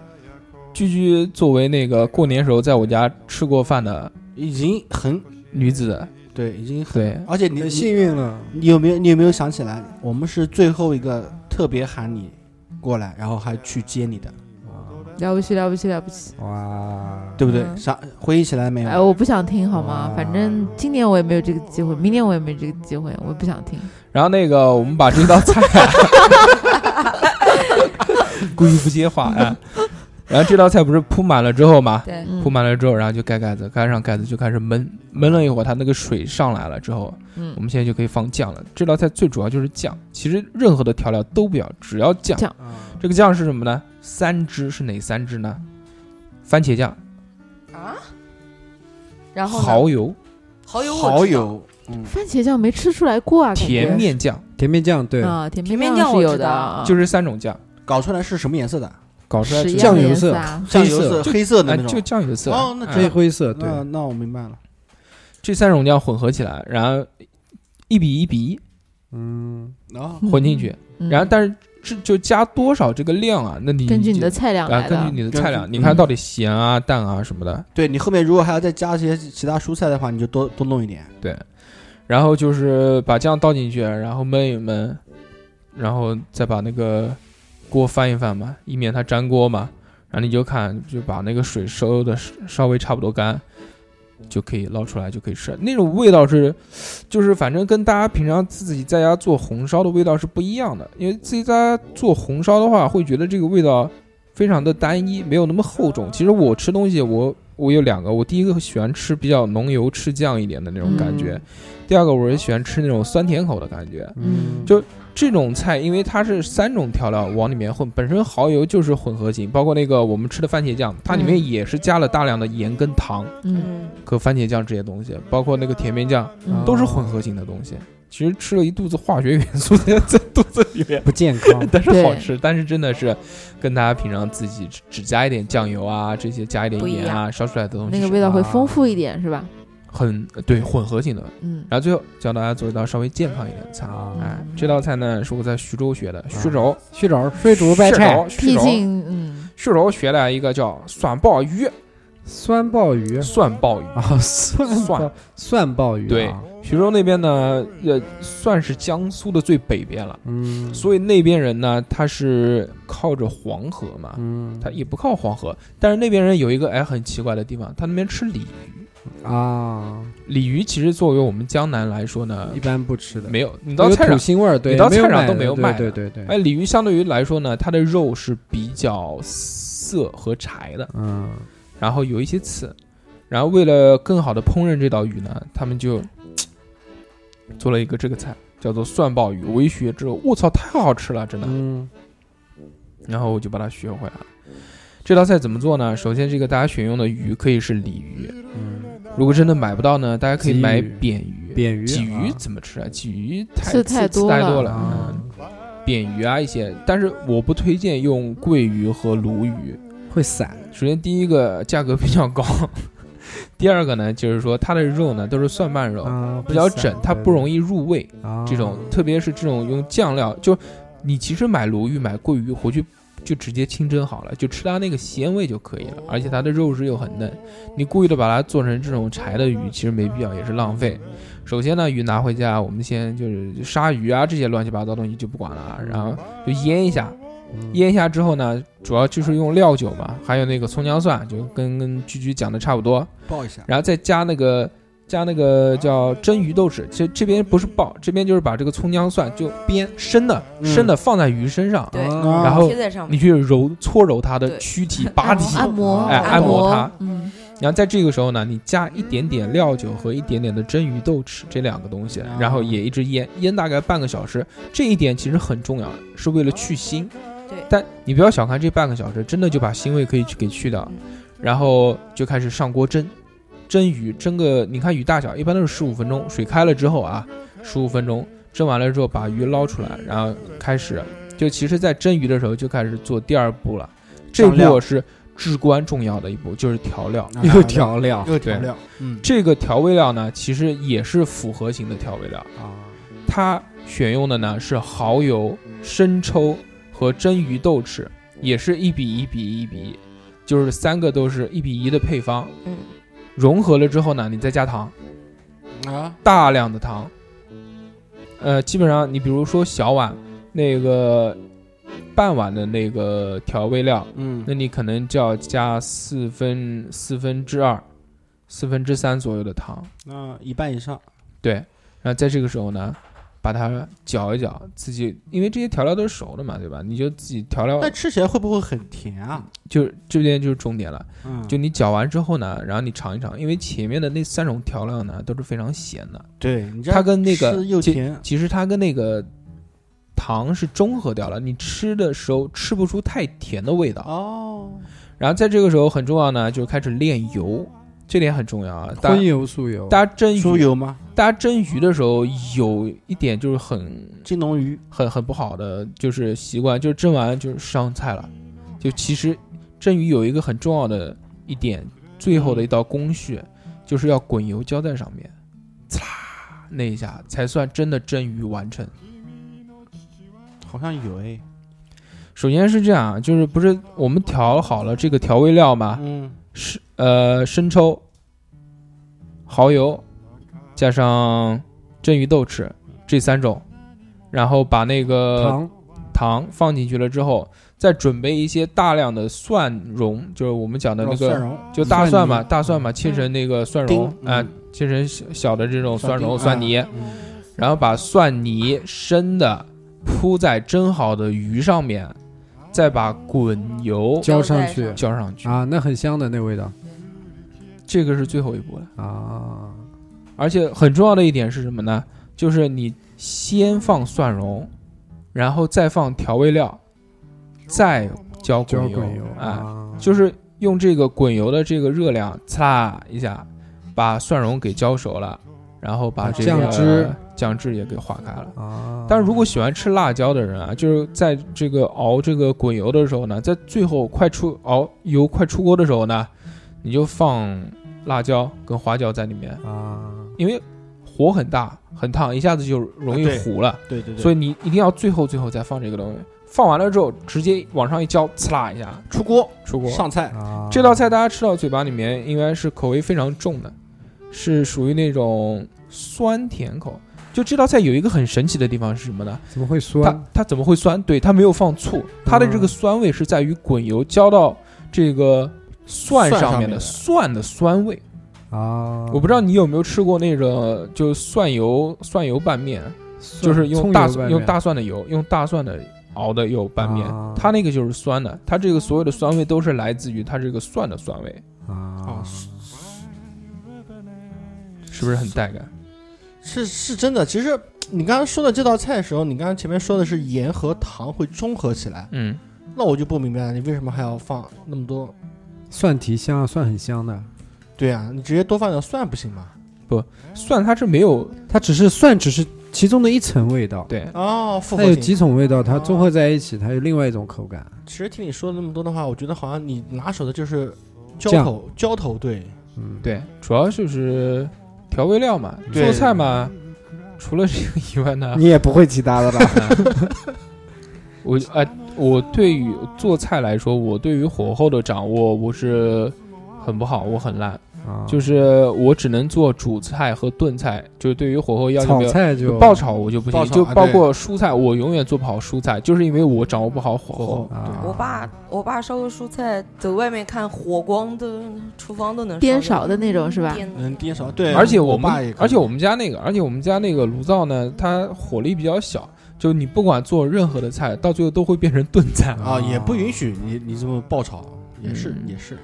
S1: 居居作为那个过年时候在我家吃过饭的
S2: 已经很
S1: 女子，
S2: 对，已经很，
S1: 对，
S2: 而且你
S3: 很
S2: 你
S3: 幸运了。
S2: 你有没有你有没有想起来，我们是最后一个特别喊你过来，然后还去接你的，
S1: 啊
S4: 了不起，了不起，了不起！
S3: 哇，
S2: 对不对？
S4: 嗯
S2: 想回忆起来没
S4: 哎，
S2: 有？
S4: 我不想听好吗？
S3: 哇
S4: 反正今年我也没有这个机会，明年我也没有这个机会，我不想听。
S1: 然后那个我们把这道菜、啊，故意不接话啊。然后这道菜不是铺满了之后嘛，
S5: 对，
S4: 嗯
S1: 铺满了之后，然后就盖盖子，盖上盖子就开始焖，焖了一会儿，它那个水上来了之后，
S4: 嗯
S1: 我，们现在就可以放酱了。这道菜最主要就是酱，其实任何的调料都不要，只要酱。
S4: 酱
S3: 啊
S1: 这个酱是什么呢？三汁是哪三汁呢？番茄酱、
S5: 啊然后呢
S1: 蚝油、
S5: 蚝油，
S2: 好，友，嗯，
S4: 番茄酱没吃出来过啊，感觉
S1: 甜面酱，
S3: 甜面酱对，
S4: 啊，甜
S5: 甜面
S4: 面
S5: 酱
S4: 是
S5: 我
S4: 有
S5: 知
S4: 的
S5: 道
S4: 啊，
S1: 就是三种酱，
S2: 搞出来是什么颜色的？
S1: 搞出来
S4: 实
S1: 是
S4: 验
S3: 酱油
S4: 颜
S3: 色
S4: 啊
S2: 酱
S1: 黑
S2: 油
S1: 色
S2: 色、黑色的
S1: 哎
S2: 那
S1: 就
S2: 种。
S1: 酱油色。
S2: 哦那
S1: 哎
S3: 黑灰色对，
S2: 那那我明白了，
S1: 这三种酱混合起来，然后一比一比一
S3: 嗯，
S2: 然后
S1: 混进去，
S4: 嗯
S1: 然后但是这就加多少这个量啊？那你
S4: 根据你
S1: 就
S4: 的菜量
S1: 啊，
S4: 来
S1: 根
S4: 的
S1: 据。你的菜量，
S2: 根
S1: 你
S2: 据嗯
S1: 看到底咸啊、淡啊什么的。
S2: 对你后面如果还要再加一些其他蔬菜的话，你就多多弄一点。
S1: 对，然后就是把酱倒进去，然后焖一焖，然后再把那个锅翻一翻嘛，以免它粘锅嘛。然后你就看，就把那个水收的稍微差不多干，就可以捞出来，就可以吃。那种味道是，就是反正跟大家平常自己在家做红烧的味道是不一样的，因为自己在家做红烧的话，会觉得这个味道非常的单一，没有那么厚重。其实我吃东西，我我有两个，我第一个喜欢吃比较浓油赤酱一点的那种感觉，第二个我是喜欢吃那种酸甜口的感觉。
S4: 嗯，
S1: 就这种菜，因为它是三种调料往里面混，本身蚝油就是混合型，包括那个我们吃的番茄酱，它里面
S4: 嗯
S1: 也是加了大量的盐跟糖
S4: 嗯
S5: 嗯，
S1: 和番茄酱这些东西，包括那个甜面酱
S4: 嗯
S1: 都是混合型的东西。其实吃了一肚子化学元素在在肚子里面， ，
S3: 不健康
S1: 但是
S4: 对
S1: 好吃，但是真的是跟大家平常自己只只加一点酱油啊，这些加一点
S5: 不一
S1: 盐啊，烧出来的东西
S4: 嗯那个
S1: 是
S4: 味道会丰富一点是吧？
S1: 很对混合型的。
S4: 嗯，
S1: 然后最后教大家做一道稍微健康一点的菜啊
S3: 啊，
S1: 哎，这道菜呢是我在徐州学的，徐州
S3: 水煮水煮白菜，，
S1: 徐
S4: 毕
S1: 州
S4: 竟嗯，
S1: 徐州学了一个叫蒜鲍鱼，
S3: 酸鲍鱼
S1: 蒜鲍鱼。
S3: 啊，蒜
S1: 蒜
S3: 鲍蒜鲍鱼，啊
S1: 对，徐州那边呢，呃，算是江苏的最北边了，
S3: 嗯，
S1: 所以那边人呢，他是靠着黄河嘛，
S3: 嗯，
S1: 他也不靠黄河，但是那边人有一个哎很奇怪的地方，他那边吃鲤鱼，
S3: 啊，
S1: 鲤鱼其实作为我们江南来说呢
S3: 一，般不吃的。
S1: 没有，你
S3: 你
S1: 到菜市
S3: 土
S1: 场，
S3: 腥味儿，对，
S1: 你到
S3: 没有
S1: 菜市场
S3: 买
S1: 都
S3: 的
S1: 没有卖
S3: 对
S1: 的
S3: 对对对，
S1: 哎，鲤鱼相对于来说呢，它的肉是比较涩和柴的，
S3: 嗯，
S1: 然后有一些刺，然后为了更好的烹饪这道鱼呢，他们就做了一个这个菜，叫做蒜爆鱼。我一学之后，我操，太好吃了，真的。
S3: 嗯，
S1: 然后我就把它学会了。这道菜怎么做呢？首先，这个大家选用的鱼可以是鲤鱼，
S3: 嗯
S1: 如果真的买不到呢，大家可以
S3: 鲫
S1: 买
S3: 鱼
S1: 扁鱼。
S3: 扁鱼
S1: 鲫鱼
S3: 啊
S1: 怎么吃啊？鲫鱼太
S4: 刺
S1: 刺
S4: 太
S1: 刺
S4: 多
S1: 太
S4: 了
S1: 多了，
S3: 啊
S1: 嗯扁鱼啊一些，但是我不推荐用桂鱼和鲈鱼。
S3: 会散，
S1: 首先，第一个价格比较高， 第二个呢，就是说它的肉呢都是蒜瓣肉，
S3: 啊，
S1: 比较整，它不容易入味。
S3: 易啊，
S1: 这种，特别是这种用酱料，就你其实买鲈鱼、买桂鱼回去就直接清蒸好了，就吃它那个鲜味就可以了。而且它的肉质又很嫩，你故意的把它做成这种柴的鱼，其实没必要，也是浪费。首先呢，鱼拿回家，我们先就是杀鱼啊这些乱七八糟东西就不管了啊，然后就腌一下。
S3: 嗯
S1: 腌一下之后呢，主要就是用料酒嘛，还有那个葱姜蒜，就跟跟居居讲的差不多。
S2: 爆一下，
S1: 然后再加那个加那个叫蒸鱼豆豉，其实这边不是爆，这边就是把这个葱姜蒜就煸生的、
S3: 嗯
S1: 生的放在鱼身上，
S5: 对
S3: 啊
S1: 然后
S5: 贴在上
S1: 你
S5: 面，
S1: 去揉搓揉它的
S5: 对
S1: 躯体八体，
S4: 按摩，
S1: 哎按摩
S4: 摩
S1: 它
S4: 嗯，
S1: 然后在这个时候呢，你加一点点料酒和一点点的蒸鱼豆豉这两个东西
S2: 啊，
S1: 然后也一直腌腌大概半个小时，这一点其实很重要，是为了去腥。
S5: 对
S1: 但你不要小看这半个小时，真的就把腥味可以去给去掉，
S5: 嗯
S1: 然后就开始上锅蒸，蒸鱼蒸个，你看鱼大小一般都是十五分钟，水开了之后啊，十五分钟蒸完了之后把鱼捞出来，然后开始就其实，在蒸鱼的时候就开始做第二步了，这
S2: 上料
S1: 步是至关重要的一步，就是调料。
S2: 啊
S3: 又调料
S2: 又调料，嗯
S1: 这个调味料呢，其实也是复合型的调味料，
S2: 啊，
S1: 它选用的呢是蚝油、生抽和蒸鱼豆豉，也是一比一比一比一，就是三个都是一比一的配方。
S5: 嗯，
S1: 融合了之后呢，你再加糖，
S2: 啊，
S1: 大量的糖。呃，基本上你比如说小碗那个半碗的那个调味料，
S2: 嗯
S1: 那你可能就要加四分四分之二、四分之三左右的糖。
S2: 那一半以上，
S1: 对，然后在这个时候呢，把它搅一搅，自己因为这些调料都是熟的嘛，对吧？你就自己调料，
S2: 那吃起来会不会很甜啊？
S1: 就这边就是重点了。
S2: 嗯，
S1: 就你搅完之后呢，然后你尝一尝，因为前面的那三种调料呢都是非常咸的，
S2: 对，你这
S1: 它跟那个
S2: 吃又
S1: 其
S2: 甜，
S1: 其实它跟那个糖是中和掉了，你吃的时候吃不出太甜的味道。
S2: 哦，
S1: 然后在这个时候很重要呢，就开始炼油，这点很重要啊。大
S3: 荤油素油，
S1: 大家蒸
S2: 哦猪
S1: 鱼，
S2: 油吗？
S1: 大家蒸鱼的时候有一点就是很
S2: 金龙鱼
S1: 很很不好的就是习惯，就是蒸完就是上菜了。就其实蒸鱼有一个很重要的一点，最后的一道工序就是要滚油浇在上面，呲啦那一下才算真的蒸鱼完成。
S2: 好像有哎，
S1: 首先是这样，就是不是我们调好了这个调味料嘛？
S2: 嗯，
S1: 是呃生抽、蚝油，加上蒸鱼豆豉这三种，然后把那个
S3: 糖
S1: 糖放进去了之后，再准备一些大量的蒜蓉，就是我们讲的那
S2: 蒜
S1: 个，
S2: 蓉
S1: 就大蒜嘛，
S2: 泥
S1: 大蒜嘛，切成那个蒜蓉
S2: 丁
S1: 啊
S2: 嗯，
S1: 切成小小的这种蒜蓉、
S2: 蒜
S1: 蒜
S2: 丁
S1: 泥，然后把蒜泥生的铺在蒸好的鱼上面，再把滚油
S3: 浇上去
S1: 浇
S5: 浇
S1: 上去，
S3: 啊，那很香的那味道
S1: 这个是最后一步了。
S3: 啊，
S1: 而且很重要的一点是什么呢？就是你先放蒜蓉，然后再放调味料，再浇
S3: 浇
S1: 滚油
S3: 滚油
S1: 啊，
S3: 啊，
S1: 就是用这个滚油的这个热量，擦一下，把蒜蓉给浇熟了，然后把这个
S3: 酱汁
S1: 酱汁也给化开了。
S3: 啊，
S1: 但是如果喜欢吃辣椒的人啊，就是在这个熬这个滚油的时候呢，在最后快出熬油快出锅的时候呢，你就放辣椒跟花椒在里面，
S3: 啊，
S1: 因为火很大很烫，一下子就容易
S2: 啊对
S1: 糊了，
S2: 对对对，
S1: 所
S2: 以
S1: 以你一定要最后最后再放这个东西。放完了之后，直接往上一浇，呲啦一下
S2: 出锅
S1: 出锅。
S2: 上菜，
S3: 啊
S1: 这道菜大家吃到嘴巴里面，应该是口味非常重的，是属于那种酸甜口。就这道菜有一个很神奇的地方是什么呢？
S3: 怎么会酸
S1: 它？它怎么会酸？对，它没有放醋，它的这个酸味是在于滚油浇到这个蒜上面的
S2: 蒜上
S1: 蒜
S2: 面的
S1: 的酸味。
S3: 啊，
S1: 我不知道你有没有吃过那个，就蒜油蒜油拌面，就是用大用大蒜的油，用大蒜的熬的油拌面，
S3: 啊
S1: 它那个就是酸的，它这个所有的酸味都是来自于它这个蒜的酸味，
S3: 啊，
S1: 是不是很带感？
S2: 是是真的。其实你刚刚说的这道菜的时候，你刚刚前面说的是盐和糖会中和起来，
S1: 嗯，
S2: 那我就不明白了，你为什么还要放那么多？
S3: 蒜提香，蒜很香的，
S2: 对啊，你直接多放点蒜不行吗？
S1: 蒜它是没有
S3: 它只是蒜只是其中的一层味道，
S1: 对，
S2: 哦，复
S3: 它
S2: 合
S3: 有
S2: 型。
S3: 几种味道，它综合在一起，它有另外一种口感。
S2: 其实听你说那么多的话，我觉得好像你拿手的就是浇
S3: 酱
S2: 头，浇头对，
S3: 嗯，
S1: 对，主要就是调味料嘛，
S2: 对
S1: 做菜嘛，除了这个以外呢，
S3: 你也不会其他的 吧？
S1: 我哎、我对于做菜来说，我对于火候的掌握我是很不好，我很烂，
S3: 啊
S1: 就是我只能做主菜和炖菜，就是对于火候要求
S3: 炒
S1: 比较。
S3: 菜就
S1: 爆炒我就不
S2: 爆
S1: 行，
S2: 炒
S1: 就
S2: 啊
S1: 包
S2: 对
S1: 括蔬菜，我永远做不好蔬菜，就是因为我掌握不好火候。
S3: 啊，
S5: 我爸我爸烧个蔬菜，走外面看火光都厨房都能烧
S4: 颠
S5: 得
S4: 勺的那种是吧？
S5: 颠
S2: 嗯，颠勺对，
S1: 而且我们
S2: 爸也可以，
S1: 而且我们家那个，而且我们家那个炉灶呢，它火力比较小，就你不管做任何的菜，到最后都会变成炖菜，
S2: 啊也不允许你你这么爆炒，也是
S1: 嗯
S2: 也是，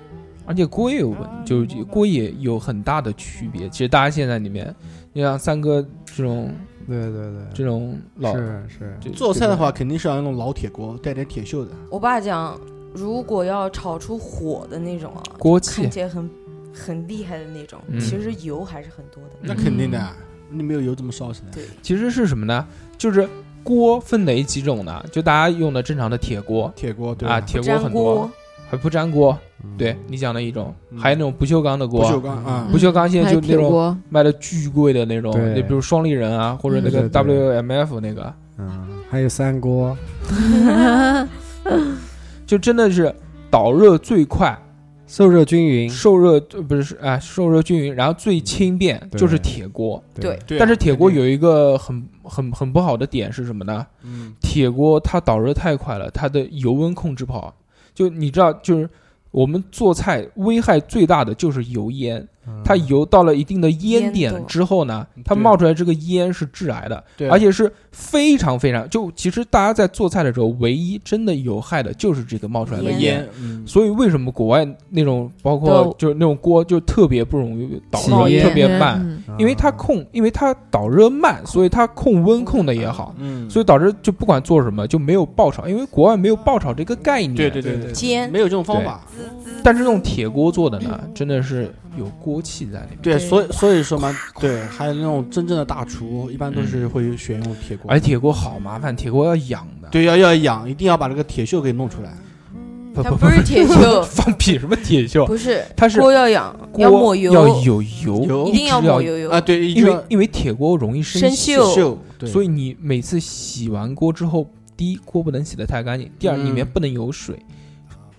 S1: 而且锅也有问，
S2: 哦
S1: 就是锅也有很大的区别。其实大家现在里面，你像三哥这种
S3: 对对对，
S1: 这种老
S3: 是是，
S1: 这
S2: 做菜的，话
S1: 这
S2: 肯定是要用老铁锅，带点铁锈的。
S1: 嗯
S5: 我爸讲，如果要炒出火的那种啊，
S1: 个锅
S5: 看
S1: 气，
S5: 起来很很厉害的那种，
S1: 嗯
S5: 其实油还是很多的。
S2: 那肯定的啊，你没有油怎么烧起来？
S1: 其实是什么呢？就是锅分哪几种呢？就大家用的正常的铁锅
S2: 铁锅对
S1: 啊，
S2: 吧？
S1: 铁锅
S5: 粘
S1: 很多
S5: 锅，，
S1: 还不粘锅。
S3: 嗯
S1: 对你讲的一种，
S2: 嗯
S1: 还有那种不锈钢的
S2: 不锈
S1: 锅，
S2: 钢啊
S4: 嗯，
S1: 不锈钢现在
S4: 还
S1: 就
S4: 有
S1: 那
S4: 铁
S1: 种
S4: 锅，
S1: 卖的巨贵的那种，
S3: 对
S1: 那比如双立人啊，或者那个
S3: 嗯对对
S1: WMF 那个，
S3: 嗯，还有三锅，
S1: 就真的是导热最快。
S3: 受热均匀，
S1: 受热呃不是啊、受热均匀，然后最轻便
S3: 对
S1: 就是铁锅。
S5: 对
S2: 对啊
S1: 但是铁锅
S2: 肯定
S1: 有一个很很很不好的点是什么呢？
S2: 嗯
S1: 铁锅它导热太快了，它的油温控制不好。就你知道，就是我们做菜危害最大的就是油烟，
S3: 嗯
S1: 它油到了一定的烟
S5: 烟
S1: 点
S5: 度
S1: 之后呢，它
S2: 对
S1: 冒出来这个烟是致癌的，
S2: 对，啊
S1: 而且是非常非常就其实大家在做菜的时候，唯一真的有害的就是这个冒出来的
S5: 烟
S1: 烟。
S2: 烟嗯
S1: 所以为什么国外那种包括
S5: 都
S1: 就是那种锅就特别不容易导
S3: 冒
S1: 热，
S3: 烟
S1: 特别慢，
S4: 嗯
S1: 因为它控，因为它导热慢，所以它控温控的也好，
S2: 嗯，
S1: 所以导致就不管做什么就没有爆炒，因为国外没有爆炒这个概念。
S2: 对对对对，
S5: 煎
S2: 没有这种方法。
S1: 但是用铁锅做的呢，真的是有锅气在里面，
S2: 对，
S5: 对
S2: 所以所以说嘛，对，还有那种真正的大厨，一般都是会选用铁
S1: 嗯
S2: 锅。
S1: 而铁锅好麻烦，铁锅要养的。
S2: 对，要要养，一定要把这个铁锈给弄出来。
S1: 不
S5: 它
S1: 不
S5: 不是铁锈，
S1: 放屁，什么铁锈？
S5: 不是，
S1: 它是
S5: 锅要养，
S1: 锅
S5: 要抹油，
S1: 要有油，呃
S5: 一定要抹油
S2: 啊，
S5: 油。
S2: 对，
S1: 因
S2: 因为
S1: 为因为铁锅容易生
S5: 生
S1: 锈
S5: 锈。
S2: 锈，对，
S1: 所
S2: 以
S1: 以你每次洗完锅之后，第一锅不能洗得太干净，第二
S2: 嗯
S1: 里面不能有水。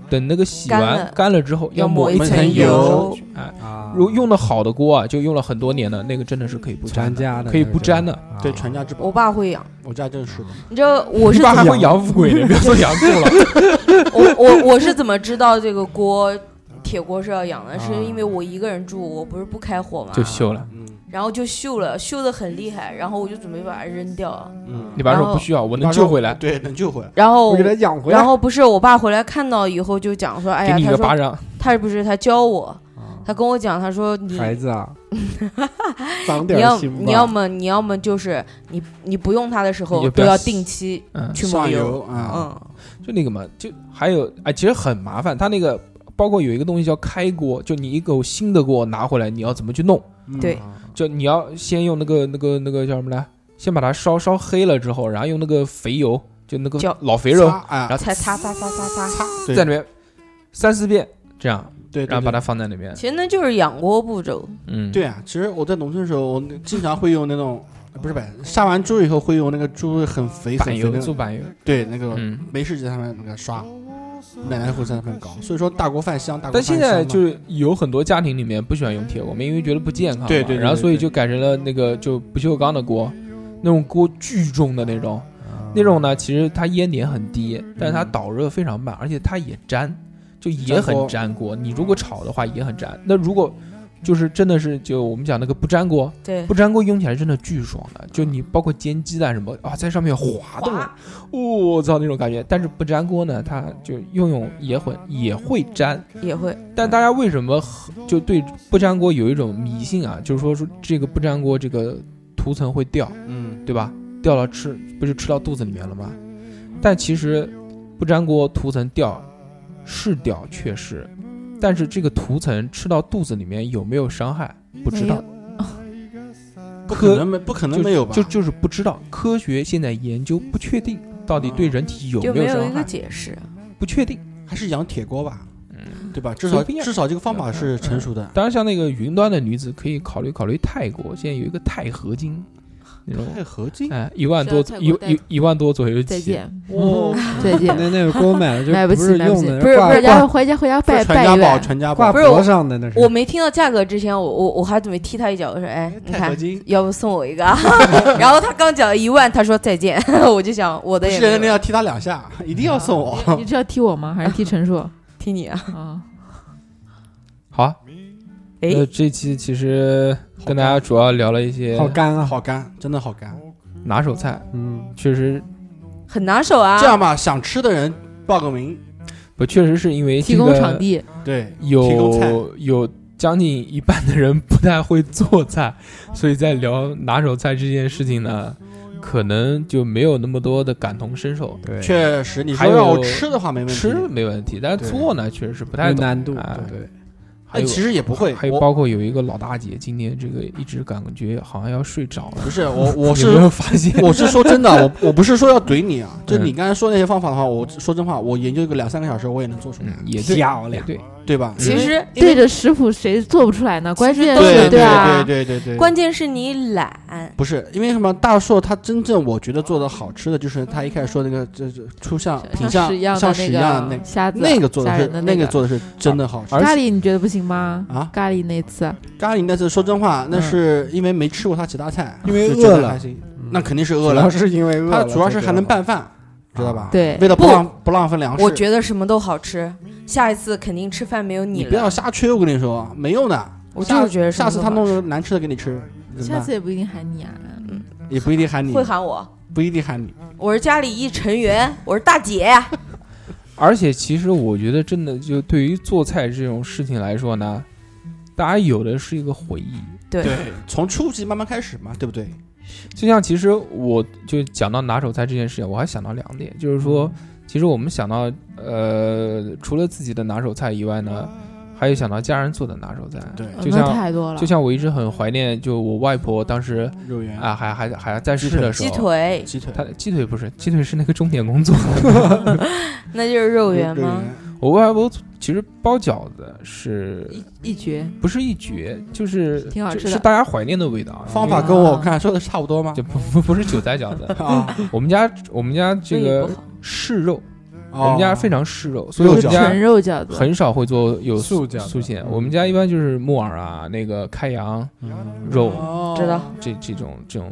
S1: 等那个洗
S5: 干
S1: 完
S5: 了
S1: 干了之后，要
S5: 抹一
S2: 抹一
S5: 层
S2: 层油
S5: 油，
S1: 哎，
S3: 啊
S1: 如用的好的锅啊，就用了很多年的那个，真的是可以不
S3: 传
S1: 粘
S3: 家的
S1: 可以不粘的。
S3: 那种，
S2: 对
S3: 啊
S2: 传家之宝
S5: 我，爸会养，
S2: 我家真是的。
S1: 啊
S5: 你知道我
S1: 你
S5: 是
S1: 爸
S5: 怎
S1: 还
S5: 么
S1: 会养富贵的，不要说养富了。
S5: 我我我是怎么知道这个锅铁锅是要养的？是
S3: 啊
S5: 因为我一个人住，我不是不开火嘛，
S1: 就锈了。
S2: 嗯
S5: 然后就锈了，锈的很厉害，然后我就准备把它扔掉，
S2: 嗯
S1: 你，爸
S5: 然
S1: 说
S5: 后
S1: 不需要，我
S2: 我
S1: 能救回来，
S2: 对，能救回来。
S5: 然后
S1: 哦
S3: 我给它养回来，
S5: 然后不是我爸回来看到以后就讲说，哎
S1: 给
S5: 呀，
S1: 你一
S5: 他
S1: 个巴
S5: 说
S1: 掌。
S5: 他不是他教我，
S3: 啊
S5: 他跟我讲，他说你
S3: 孩 子啊，长
S5: 你
S3: 点
S5: 要
S3: 心吧
S5: 你 要么你要么就是你你不用它的时
S1: 你就
S5: 候
S1: 不
S5: 都
S1: 要
S5: 要
S1: 洗
S5: 定期
S1: 嗯，
S5: 去抹
S2: 上
S5: 油，
S2: 油啊，
S5: 嗯，
S1: 就那个嘛，就还有哎，其实很麻烦。它那个包括有一个东西叫开锅，就你一口新的锅拿回来，你要怎么去弄？
S2: 嗯
S5: 对，
S1: 就你要先用那个那个那个叫什么来，先把它烧烧黑了之后，然后用那个肥油，就那个
S5: 叫
S1: 老肥肉，
S2: 擦啊，
S1: 然后
S5: 才擦擦擦擦擦。
S2: 擦，对
S1: 在里面三四遍这样，
S2: 对，
S1: 然后把
S2: 它。
S1: 它放在里面。
S5: 其实那就是养锅步骤，
S1: 嗯，
S2: 对啊，其实我在农村的时候，我经常会用那种，不是呗，杀完猪以后会用那个猪很肥很
S1: 板
S2: 肥
S1: 油
S2: 那
S1: 做
S2: 种，
S1: 板油，
S2: 对，那个
S1: 嗯。
S2: 没事就在上面那个刷，奶奶会在上面搞，所以说大锅饭香，大
S1: 但
S2: 锅饭香
S1: 现
S2: 嘛。
S1: 在就是有很多家庭里面不喜欢用铁锅嘛，因为觉得不健康嘛。
S2: 对对对
S1: 然后所以
S2: 对对
S1: 就改成了那个就不锈钢的锅，那种锅巨重的那种，
S2: 啊
S1: 那种呢其实它烟点很低，但是
S2: 嗯
S1: 它导热非常慢，而且它也粘，就也很粘锅。你如果炒的话也很粘。那如果就是真的是就我们讲那个不粘锅，
S5: 对
S1: 不，粘锅用起来真的巨爽的，就你包括煎鸡蛋什么啊，在上面滑动，哦我、操那种感觉。但是不粘锅呢，它就用用也会也会粘，
S5: 也会
S1: 但大家为什么很就对不粘锅有一种迷信啊？就是说说这个不粘锅这个涂层会掉，
S2: 嗯，
S1: 对吧？掉了吃不是吃到肚子里面了吗？但其实不粘锅涂层掉是掉确实，但是这个涂层吃到肚子里面有没有伤害不知
S4: 哎
S1: 道，
S2: 不可能没不可能
S1: 就
S2: 没有吧？
S1: 就就是不知道。科学现在研究不确定到底对人体有
S5: 就
S1: 没
S5: 没
S1: 有
S5: 有一
S1: 伤
S5: 个
S1: 害，
S5: 解释。
S1: 不确定。
S2: 还是养铁锅吧，
S1: 嗯，
S2: 对吧？至少
S1: 随便嗯
S2: 至少这个方法是成熟的。
S1: 当然像那个云端的女子可以考虑考虑泰国，现在有一个钛合金那种。
S2: 钛合金，
S1: 哎，一万
S4: 是
S1: 多
S4: 要泰
S1: 一
S4: 国代
S1: 一一万多左右
S4: 再
S1: 起，
S4: 见，
S3: 哦，
S4: 再见。
S3: 那那个锅买了就
S4: 买不
S3: 不
S4: 起，
S3: 是
S4: 买不
S3: 用
S4: 起，
S3: 的，
S4: 不是不
S3: 挂
S4: 是，然后回家回家拜
S2: 是传
S4: 拜
S2: 家
S4: 一
S2: 宝，
S4: 拜，
S2: 传家
S3: 挂
S2: 宝，
S5: 不是我
S3: 脖上的那是。
S5: 我没听到价格之前，我我我还准备踢他一脚，我说哎，你
S2: 钛合
S5: 看，
S2: 金。
S5: 要不送我一个啊？ 然后他刚讲一万，他说再见， 我就想我的
S2: 不
S5: 也
S2: 是
S5: 没有
S2: 人家要踢他两下，一定要送我。
S4: 你这要踢我吗？还是踢陈硕
S5: 听你啊，
S4: 啊？
S1: 好啊。
S5: 哎
S1: 那这期其实跟大家主要聊了一些
S3: 好干啊！
S2: 好干，真的好干。
S1: 拿手菜，
S3: 嗯，
S1: 确实
S5: 很拿手啊
S2: 这。样吧，想吃的人报个名，
S1: 不确实是因为
S4: 提
S1: 这
S4: 供场
S1: 个
S4: 地，
S2: 对，提供菜。
S1: 有有将近一半的人不太会做菜，所以在聊拿手菜这件事情呢，可能就没有那么多的感同身受。
S3: 对，
S2: 确实，你
S1: 还
S2: 说
S1: 有
S2: 让我吃的话没问题，哎
S1: 吃没问题，但是
S2: 对
S1: 做呢确实是不太
S3: 有
S1: 懂。
S3: 难度
S1: 哎，
S3: 对，
S1: 还
S2: 但
S1: 有
S2: 其实也不会。
S1: 还有
S2: 我
S1: 包括有一个老大姐，今天这个一直感觉好像要睡着了，
S2: 不是 我，我
S1: 有没
S2: 是
S1: 有发现？
S2: 我是说真的，我我不是说要怼你啊，就
S1: 嗯
S2: 你刚才说那些方法的话，我说真话，我研究个两三个小时，我也能做出来
S1: 嗯，，也嗯对，
S3: 漂
S1: 也
S3: 亮。
S1: 对，
S2: 对吧？
S5: 其实
S2: 因为
S4: 对着食谱谁做不出来呢？关键
S5: 都是
S4: 是
S2: 对
S4: 啊，
S2: 对对对对，
S5: 关键是你懒，
S2: 不是因为什么？大硕他真正我觉得做的好吃的，就是他一开始说那个，就是出像品
S4: 像
S2: 相
S4: 屎一样
S2: 像屎一样
S4: 那
S2: 的
S4: 个虾子，
S2: 那那个做
S4: 吓
S2: 的是
S4: 人的那
S2: 那
S4: 个
S2: 个做的是真的好吃。
S4: 咖喱你觉得不行吗？
S2: 啊，
S4: 咖喱那次
S2: 咖喱那次说真话，那
S1: 嗯
S2: 是因为没吃过他其他菜，
S3: 因为
S2: 就觉得
S3: 饿了
S2: 还行
S3: 嗯
S2: 那肯定是
S3: 主
S2: 饿
S3: 要
S2: 了。
S3: 是因为饿
S2: 他
S3: 了，
S2: 主要是还能
S3: 拌。
S2: 拌饭，知道吧？
S4: 对
S2: 为了不
S5: 不
S2: 浪不浪费粮食，
S5: 我觉得什么都好吃。下一次肯定吃饭没有
S2: 你
S5: 你
S2: 不要
S5: 了。
S2: 瞎吹，我跟你说没用的。
S5: 我就
S2: 下
S5: 是觉得什
S2: 下
S5: 么
S2: 次
S5: 都
S2: 他
S5: 好
S2: 弄
S5: 吃
S2: 个难吃的给你吃，怎么
S4: 下次
S2: 办？
S4: 也不一定喊你啊。
S1: 嗯
S2: 也不一定喊你
S5: 会，喊我，
S2: 不一定喊你。
S5: 我是家里一成员，我是大姐。
S1: 而且其实我觉得，真的就对于做菜这种事情来说呢，大家有的是一个回忆。
S5: 对，
S2: 对，从初级慢慢开始嘛，对不对？
S1: 就像其实我就讲到拿手菜这件事情，我还想到两点，就是
S5: 嗯
S1: 说，其实我们想到呃，除了自己的拿手菜以外呢，还有想到家人做的拿手菜。
S2: 对
S5: 嗯
S4: 呃
S1: 就
S4: 那
S1: 像
S4: 太多了
S1: 就，像我一直很怀念，就我外婆当时
S2: 肉圆
S1: 啊，还还还在世的时
S5: 鸡
S1: 候，
S5: 腿，
S2: 鸡腿
S1: 她鸡腿不是鸡腿是那个钟点工作，
S5: 那就是肉圆
S2: 肉
S5: 吗？
S1: 我外婆其实包饺子是
S4: 一一绝。
S1: 不是一绝，就是
S4: 挺好
S1: 就
S4: 吃的
S1: 是大家怀念的味道啊。
S2: 方法
S1: 因为
S2: 跟
S5: 嗯
S2: 我看说的差不多吗，
S1: 就？不不不是韭菜饺子
S2: 啊，
S1: 我们家我们家这
S5: 那也
S1: 个
S5: 不好
S1: 嗜肉，我
S2: 我
S1: 们家非常嗜肉，所以我
S2: 哦肉
S1: 们
S2: 饺
S1: 家
S4: 纯肉饺子，
S1: 很少会做有
S8: 素饺子
S1: 素馅。
S8: 嗯
S1: 我们家一般就是木耳啊，那个开阳
S3: 嗯
S1: 肉
S5: 哦知道，
S1: 这这种这种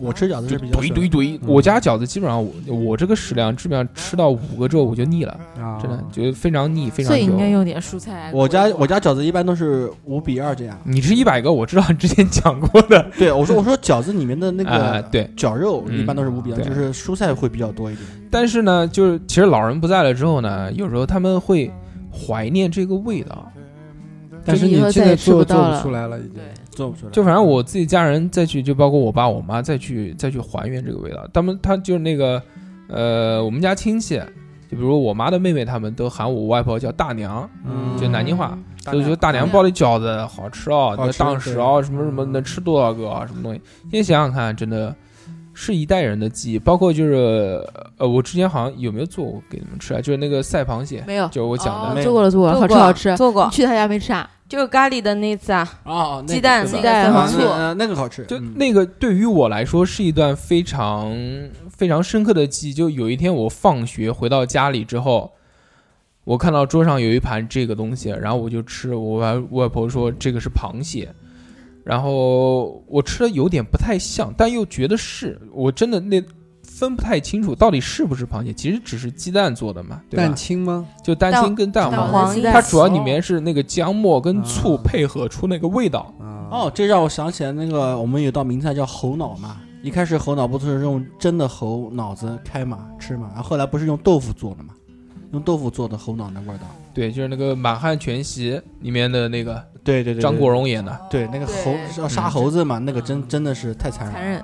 S2: 我吃饺子
S1: 就是
S2: 嗯比较
S1: 堆堆堆。
S3: 嗯
S1: 我家饺子基本上我我这个食量基本上吃到五个之后我就腻了，
S3: 啊，
S1: 真的觉得非常腻，非常
S4: 所以应该
S1: 油。
S4: 用点蔬菜。啊
S2: 我家我家饺子一般都是五比二这样。
S1: 你吃一百个，我知道之前讲过的
S2: 对，我说我说饺子里面的那
S1: 啊，
S2: 个
S1: 对。
S2: 绞肉
S1: 嗯
S2: 一般都是五比二，
S1: 对
S2: 就是蔬菜会比较多一点。
S1: 但是呢，就是其实老人不在了之后呢，有时候他们会怀念这个味道。
S3: 但是
S4: 以
S3: 你
S4: 后
S3: 现
S4: 再也
S3: 在
S4: 吃不
S3: 做做
S4: 到
S3: 不
S4: 了
S3: 出来了，已经。
S2: 做不出来，
S1: 就反正我自己家人再去，就包括我爸我妈再去再去还原这个味道。他们他就是那个呃，我们家亲戚，就比如我妈的妹妹，他们都喊我外婆叫大娘，
S2: 嗯
S1: 就南京话，就觉得大娘
S4: 娘
S1: 包的饺子好吃哦，
S2: 好
S1: 那
S2: 吃
S1: 当时哦，什么什么能吃多少个啊，什么东西。现在想想看，真的。是一代人的记忆，包括就是呃，我之前好像有没有做过给你们吃啊？就是那个赛螃蟹，
S4: 没有
S1: 就我讲的
S4: 哦
S2: 没有
S4: 做过了，做过了，好
S5: 做
S4: 吃
S5: 过，
S4: 好吃。
S5: 做过
S4: 你，去他家没吃啊？
S5: 就是咖喱的那次啊，
S2: 啊，那个
S5: 鸡蛋
S2: 对吧
S5: 那
S4: 鸡蛋
S5: 个
S4: 和
S2: 啊
S5: 番
S4: 醋
S5: 茄
S2: 那呃那个好吃，
S1: 就
S2: 嗯
S1: 那个对于我来说是一段非常非常深刻的记忆。就有一天我放学回到家里之后，我看到桌上有一盘这个东西，然后我就吃。我外外婆说这个是螃蟹，然后我吃的有点不太像，但又觉得是我真的那分不太清楚到底是不是螃蟹，其实只是鸡蛋做的嘛，对吧
S3: 蛋？清吗？
S1: 就蛋清跟蛋
S4: 蛋
S1: 黄，
S5: 黄
S4: 鸡
S5: 蛋
S1: 它主要里面是那个姜末跟醋
S3: 啊
S1: 配合出那个味道。
S3: 啊，
S2: 哦，这让我想起来那个我们有道名菜叫猴脑嘛。一开始猴脑不是用真的猴脑子开嘛吃嘛，啊然后后来不是用豆腐做的嘛，用豆腐做的猴脑的味道。
S1: 对，就是那个《满汉全席》里面的那个
S2: 对对对，
S1: 张国荣演的。
S2: 对那个猴
S4: 对嗯
S2: 要杀猴子嘛，那个真真的是太残忍了。
S4: 残忍，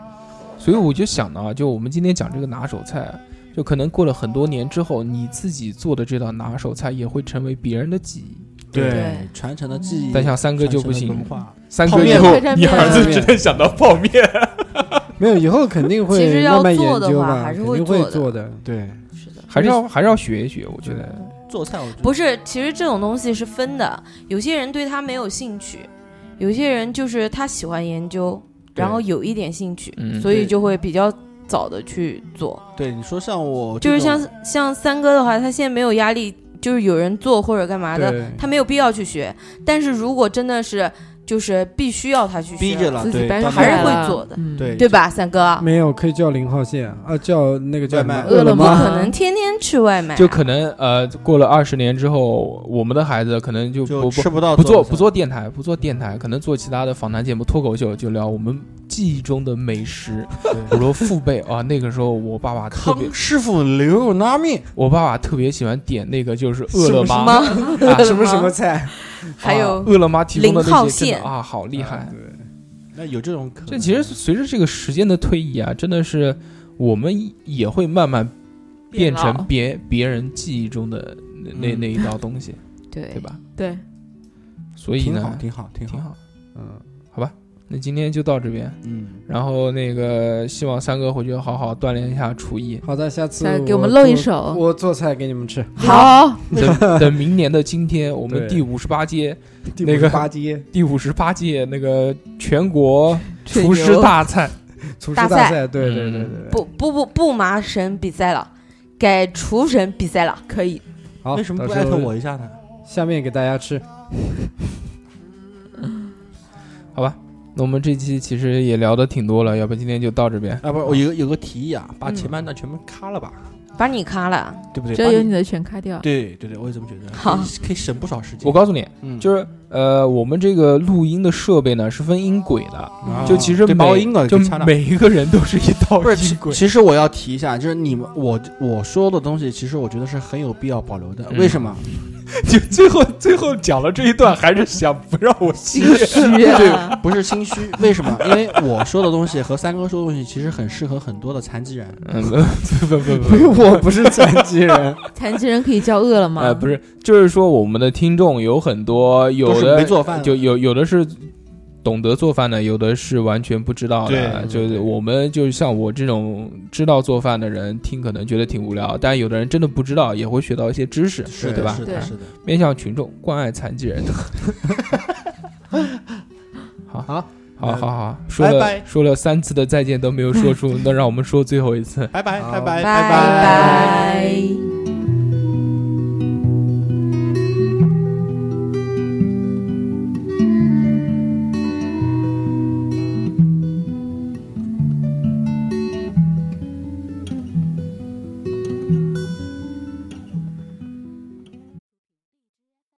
S1: 所以我就想到啊，就我们今天讲这个拿手菜，啊就可能过了很多年之后，你自己做的这道拿手菜也会成为别人的记忆。
S5: 对
S2: 传承的记忆。
S1: 但像三哥就不行
S2: 传承的文 化
S1: 三
S2: 泡
S1: 哥以
S2: 面
S1: 后
S4: 快蘸
S1: 你
S4: 面
S1: 儿子
S3: 了
S1: 只能想到泡面。
S3: 没有，以后肯定
S5: 其实
S3: 会
S5: 要
S3: 慢慢研
S5: 做的
S3: 究
S5: 话
S3: 吧，
S5: 还是
S3: 肯
S5: 会
S3: 定
S5: 做
S3: 会
S5: 的
S3: 做的。
S2: 对
S5: 是的。
S1: 还是要还是要学一学，我觉得。
S2: 做菜，我觉得
S5: 不是，其实这种东西是分的，有些人对它没有兴趣，有些人就是他喜欢研究，然后有一点兴趣，
S1: 嗯
S5: 所以
S2: 对
S5: 就会比较早的去做。
S2: 对你说像我
S5: 就
S2: 这
S5: 是
S2: 种，
S5: 像像三哥的话，他现在没有压力，就是有人做或者干嘛的，
S1: 对，
S5: 他没有必要去学。但是如果真的是就是必须要他去学，
S2: 逼着了，
S4: 自己
S2: 对，
S4: 掰
S2: 到
S4: 出
S5: 还
S4: 来
S2: 那
S5: 是会
S4: 了
S5: 做的，
S4: 嗯，
S2: 对
S5: 对？吧，三哥？
S3: 没有，可以叫零号线啊，叫那个叫
S2: 外
S3: 什么
S2: 卖
S3: 饿
S4: 饿了
S5: 不
S4: 吗
S3: 吗？
S5: 可能天天吃外卖啊，
S1: 就可能呃，过了二十年之后，我们的孩子可能就
S2: 就
S1: 不
S2: 吃
S1: 不
S2: 不到
S1: 不做
S2: 的
S1: 不做电台，不做电台，可能做其他的访谈节目、脱口秀，就聊我们记忆中的美食。我说父辈啊，那个时候我爸爸特别
S2: 康，师傅牛肉拉面，
S1: 我爸爸特别喜欢点那个就是饿了么
S5: 吗？
S1: 啊
S3: 什么什么菜？
S5: 还有
S1: 啊饿了么提供的
S5: 零号
S1: 那些真
S5: 线
S1: 的啊，好厉害！
S3: 嗯
S2: 那有这种可能？
S1: 这其实随着这个时间的推移啊，真的是我们也会慢慢变
S4: 变
S1: 成
S4: 老
S1: 别别人记忆中的那那那一道东西，
S5: 对
S1: 对吧？
S4: 对，
S1: 所以
S2: 挺
S1: 呢
S2: 好，，挺好，挺
S1: 挺
S2: 好。
S1: 好。
S3: 嗯，
S1: 那今天就到这边，
S2: 嗯，
S1: 然后那个希望三哥回去好好锻炼一下厨 艺，
S3: 好的，下次
S4: 再给我们
S3: 做
S4: 露一手
S3: 我做菜给你们吃。
S4: 好，
S1: 等等明年的今天，我们
S3: 对
S1: 第五十八届
S3: 第
S1: 那个
S3: 八街
S1: 第五十八届那个全国
S4: 吹
S1: 厨师
S4: 牛
S1: 大赛，
S3: 厨师
S5: 大
S3: 大
S5: 赛
S3: 赛，对对
S1: 嗯
S3: 对对对。
S5: 不不不不麻绳比赛了，改厨神比赛了，
S4: 可以，
S3: 好，
S2: 为什么
S3: 到
S2: 不
S3: 时
S2: 艾
S3: 候
S2: 特我一下呢？
S3: 下面给大家 吃。
S1: 好吧？那我们这期其实也聊的挺多了，要不今天就到这边。
S2: 啊，不是，我有个有个提议啊，把
S5: 嗯
S2: 前半段全部咔了吧，
S5: 把你咔了。
S2: 对不对？
S4: 只
S2: 把
S4: 要有
S2: 你
S4: 你的全咔掉，
S2: 对对对，我也这么觉得，
S5: 好
S2: 可以可以省不少时间。
S1: 我告诉你，
S2: 嗯，
S1: 就是呃，我们这个录音的设备呢是分音轨的，
S2: 啊
S1: 就其实
S2: 对把我
S1: 每
S2: 音轨
S1: 就
S2: 给掐了
S1: 每一个人都是一道
S2: 不是，
S1: 音
S2: 其
S1: 轨。
S2: 其实我要提一下，就是你们我我说的东西，其实我觉得是很有必要保留的。
S1: 嗯
S2: 为什么？
S1: 就最后最后讲了这一段，还是想不让我
S4: 心
S1: 心
S4: 虚啊，
S2: 对，不是心虚，为什么？因为我说的东西和三哥说的东西，其实很适合很多的残疾人。
S1: 嗯，不不不
S3: 不
S1: 不
S3: 是，我不是残疾人，
S4: 残疾人可以叫饿了
S1: 不，
S4: 吗？
S1: 呃，不是，就是说我们的听众有很多，有
S2: 都是
S1: 的
S2: 没做饭的
S1: 就有有的是懂得做饭的，有的是完全不知道的。
S2: 对
S1: 就是我们就是像我这种知道做饭的人，听可能觉得挺无聊，但有的人真的不知道，也会学到一些知识，
S2: 是嗯
S1: 对
S2: 的，
S1: 吧
S2: 是？
S4: 对
S2: 的，是的。
S1: 面向群众，关爱残疾 人。好
S3: 好，
S1: 好好好，说了
S2: 拜拜
S1: 说了三 次的再见都没有说出，那让我们说最后一次。
S2: 拜拜，
S3: 好
S2: 拜拜，
S5: 拜
S2: 拜。
S5: 拜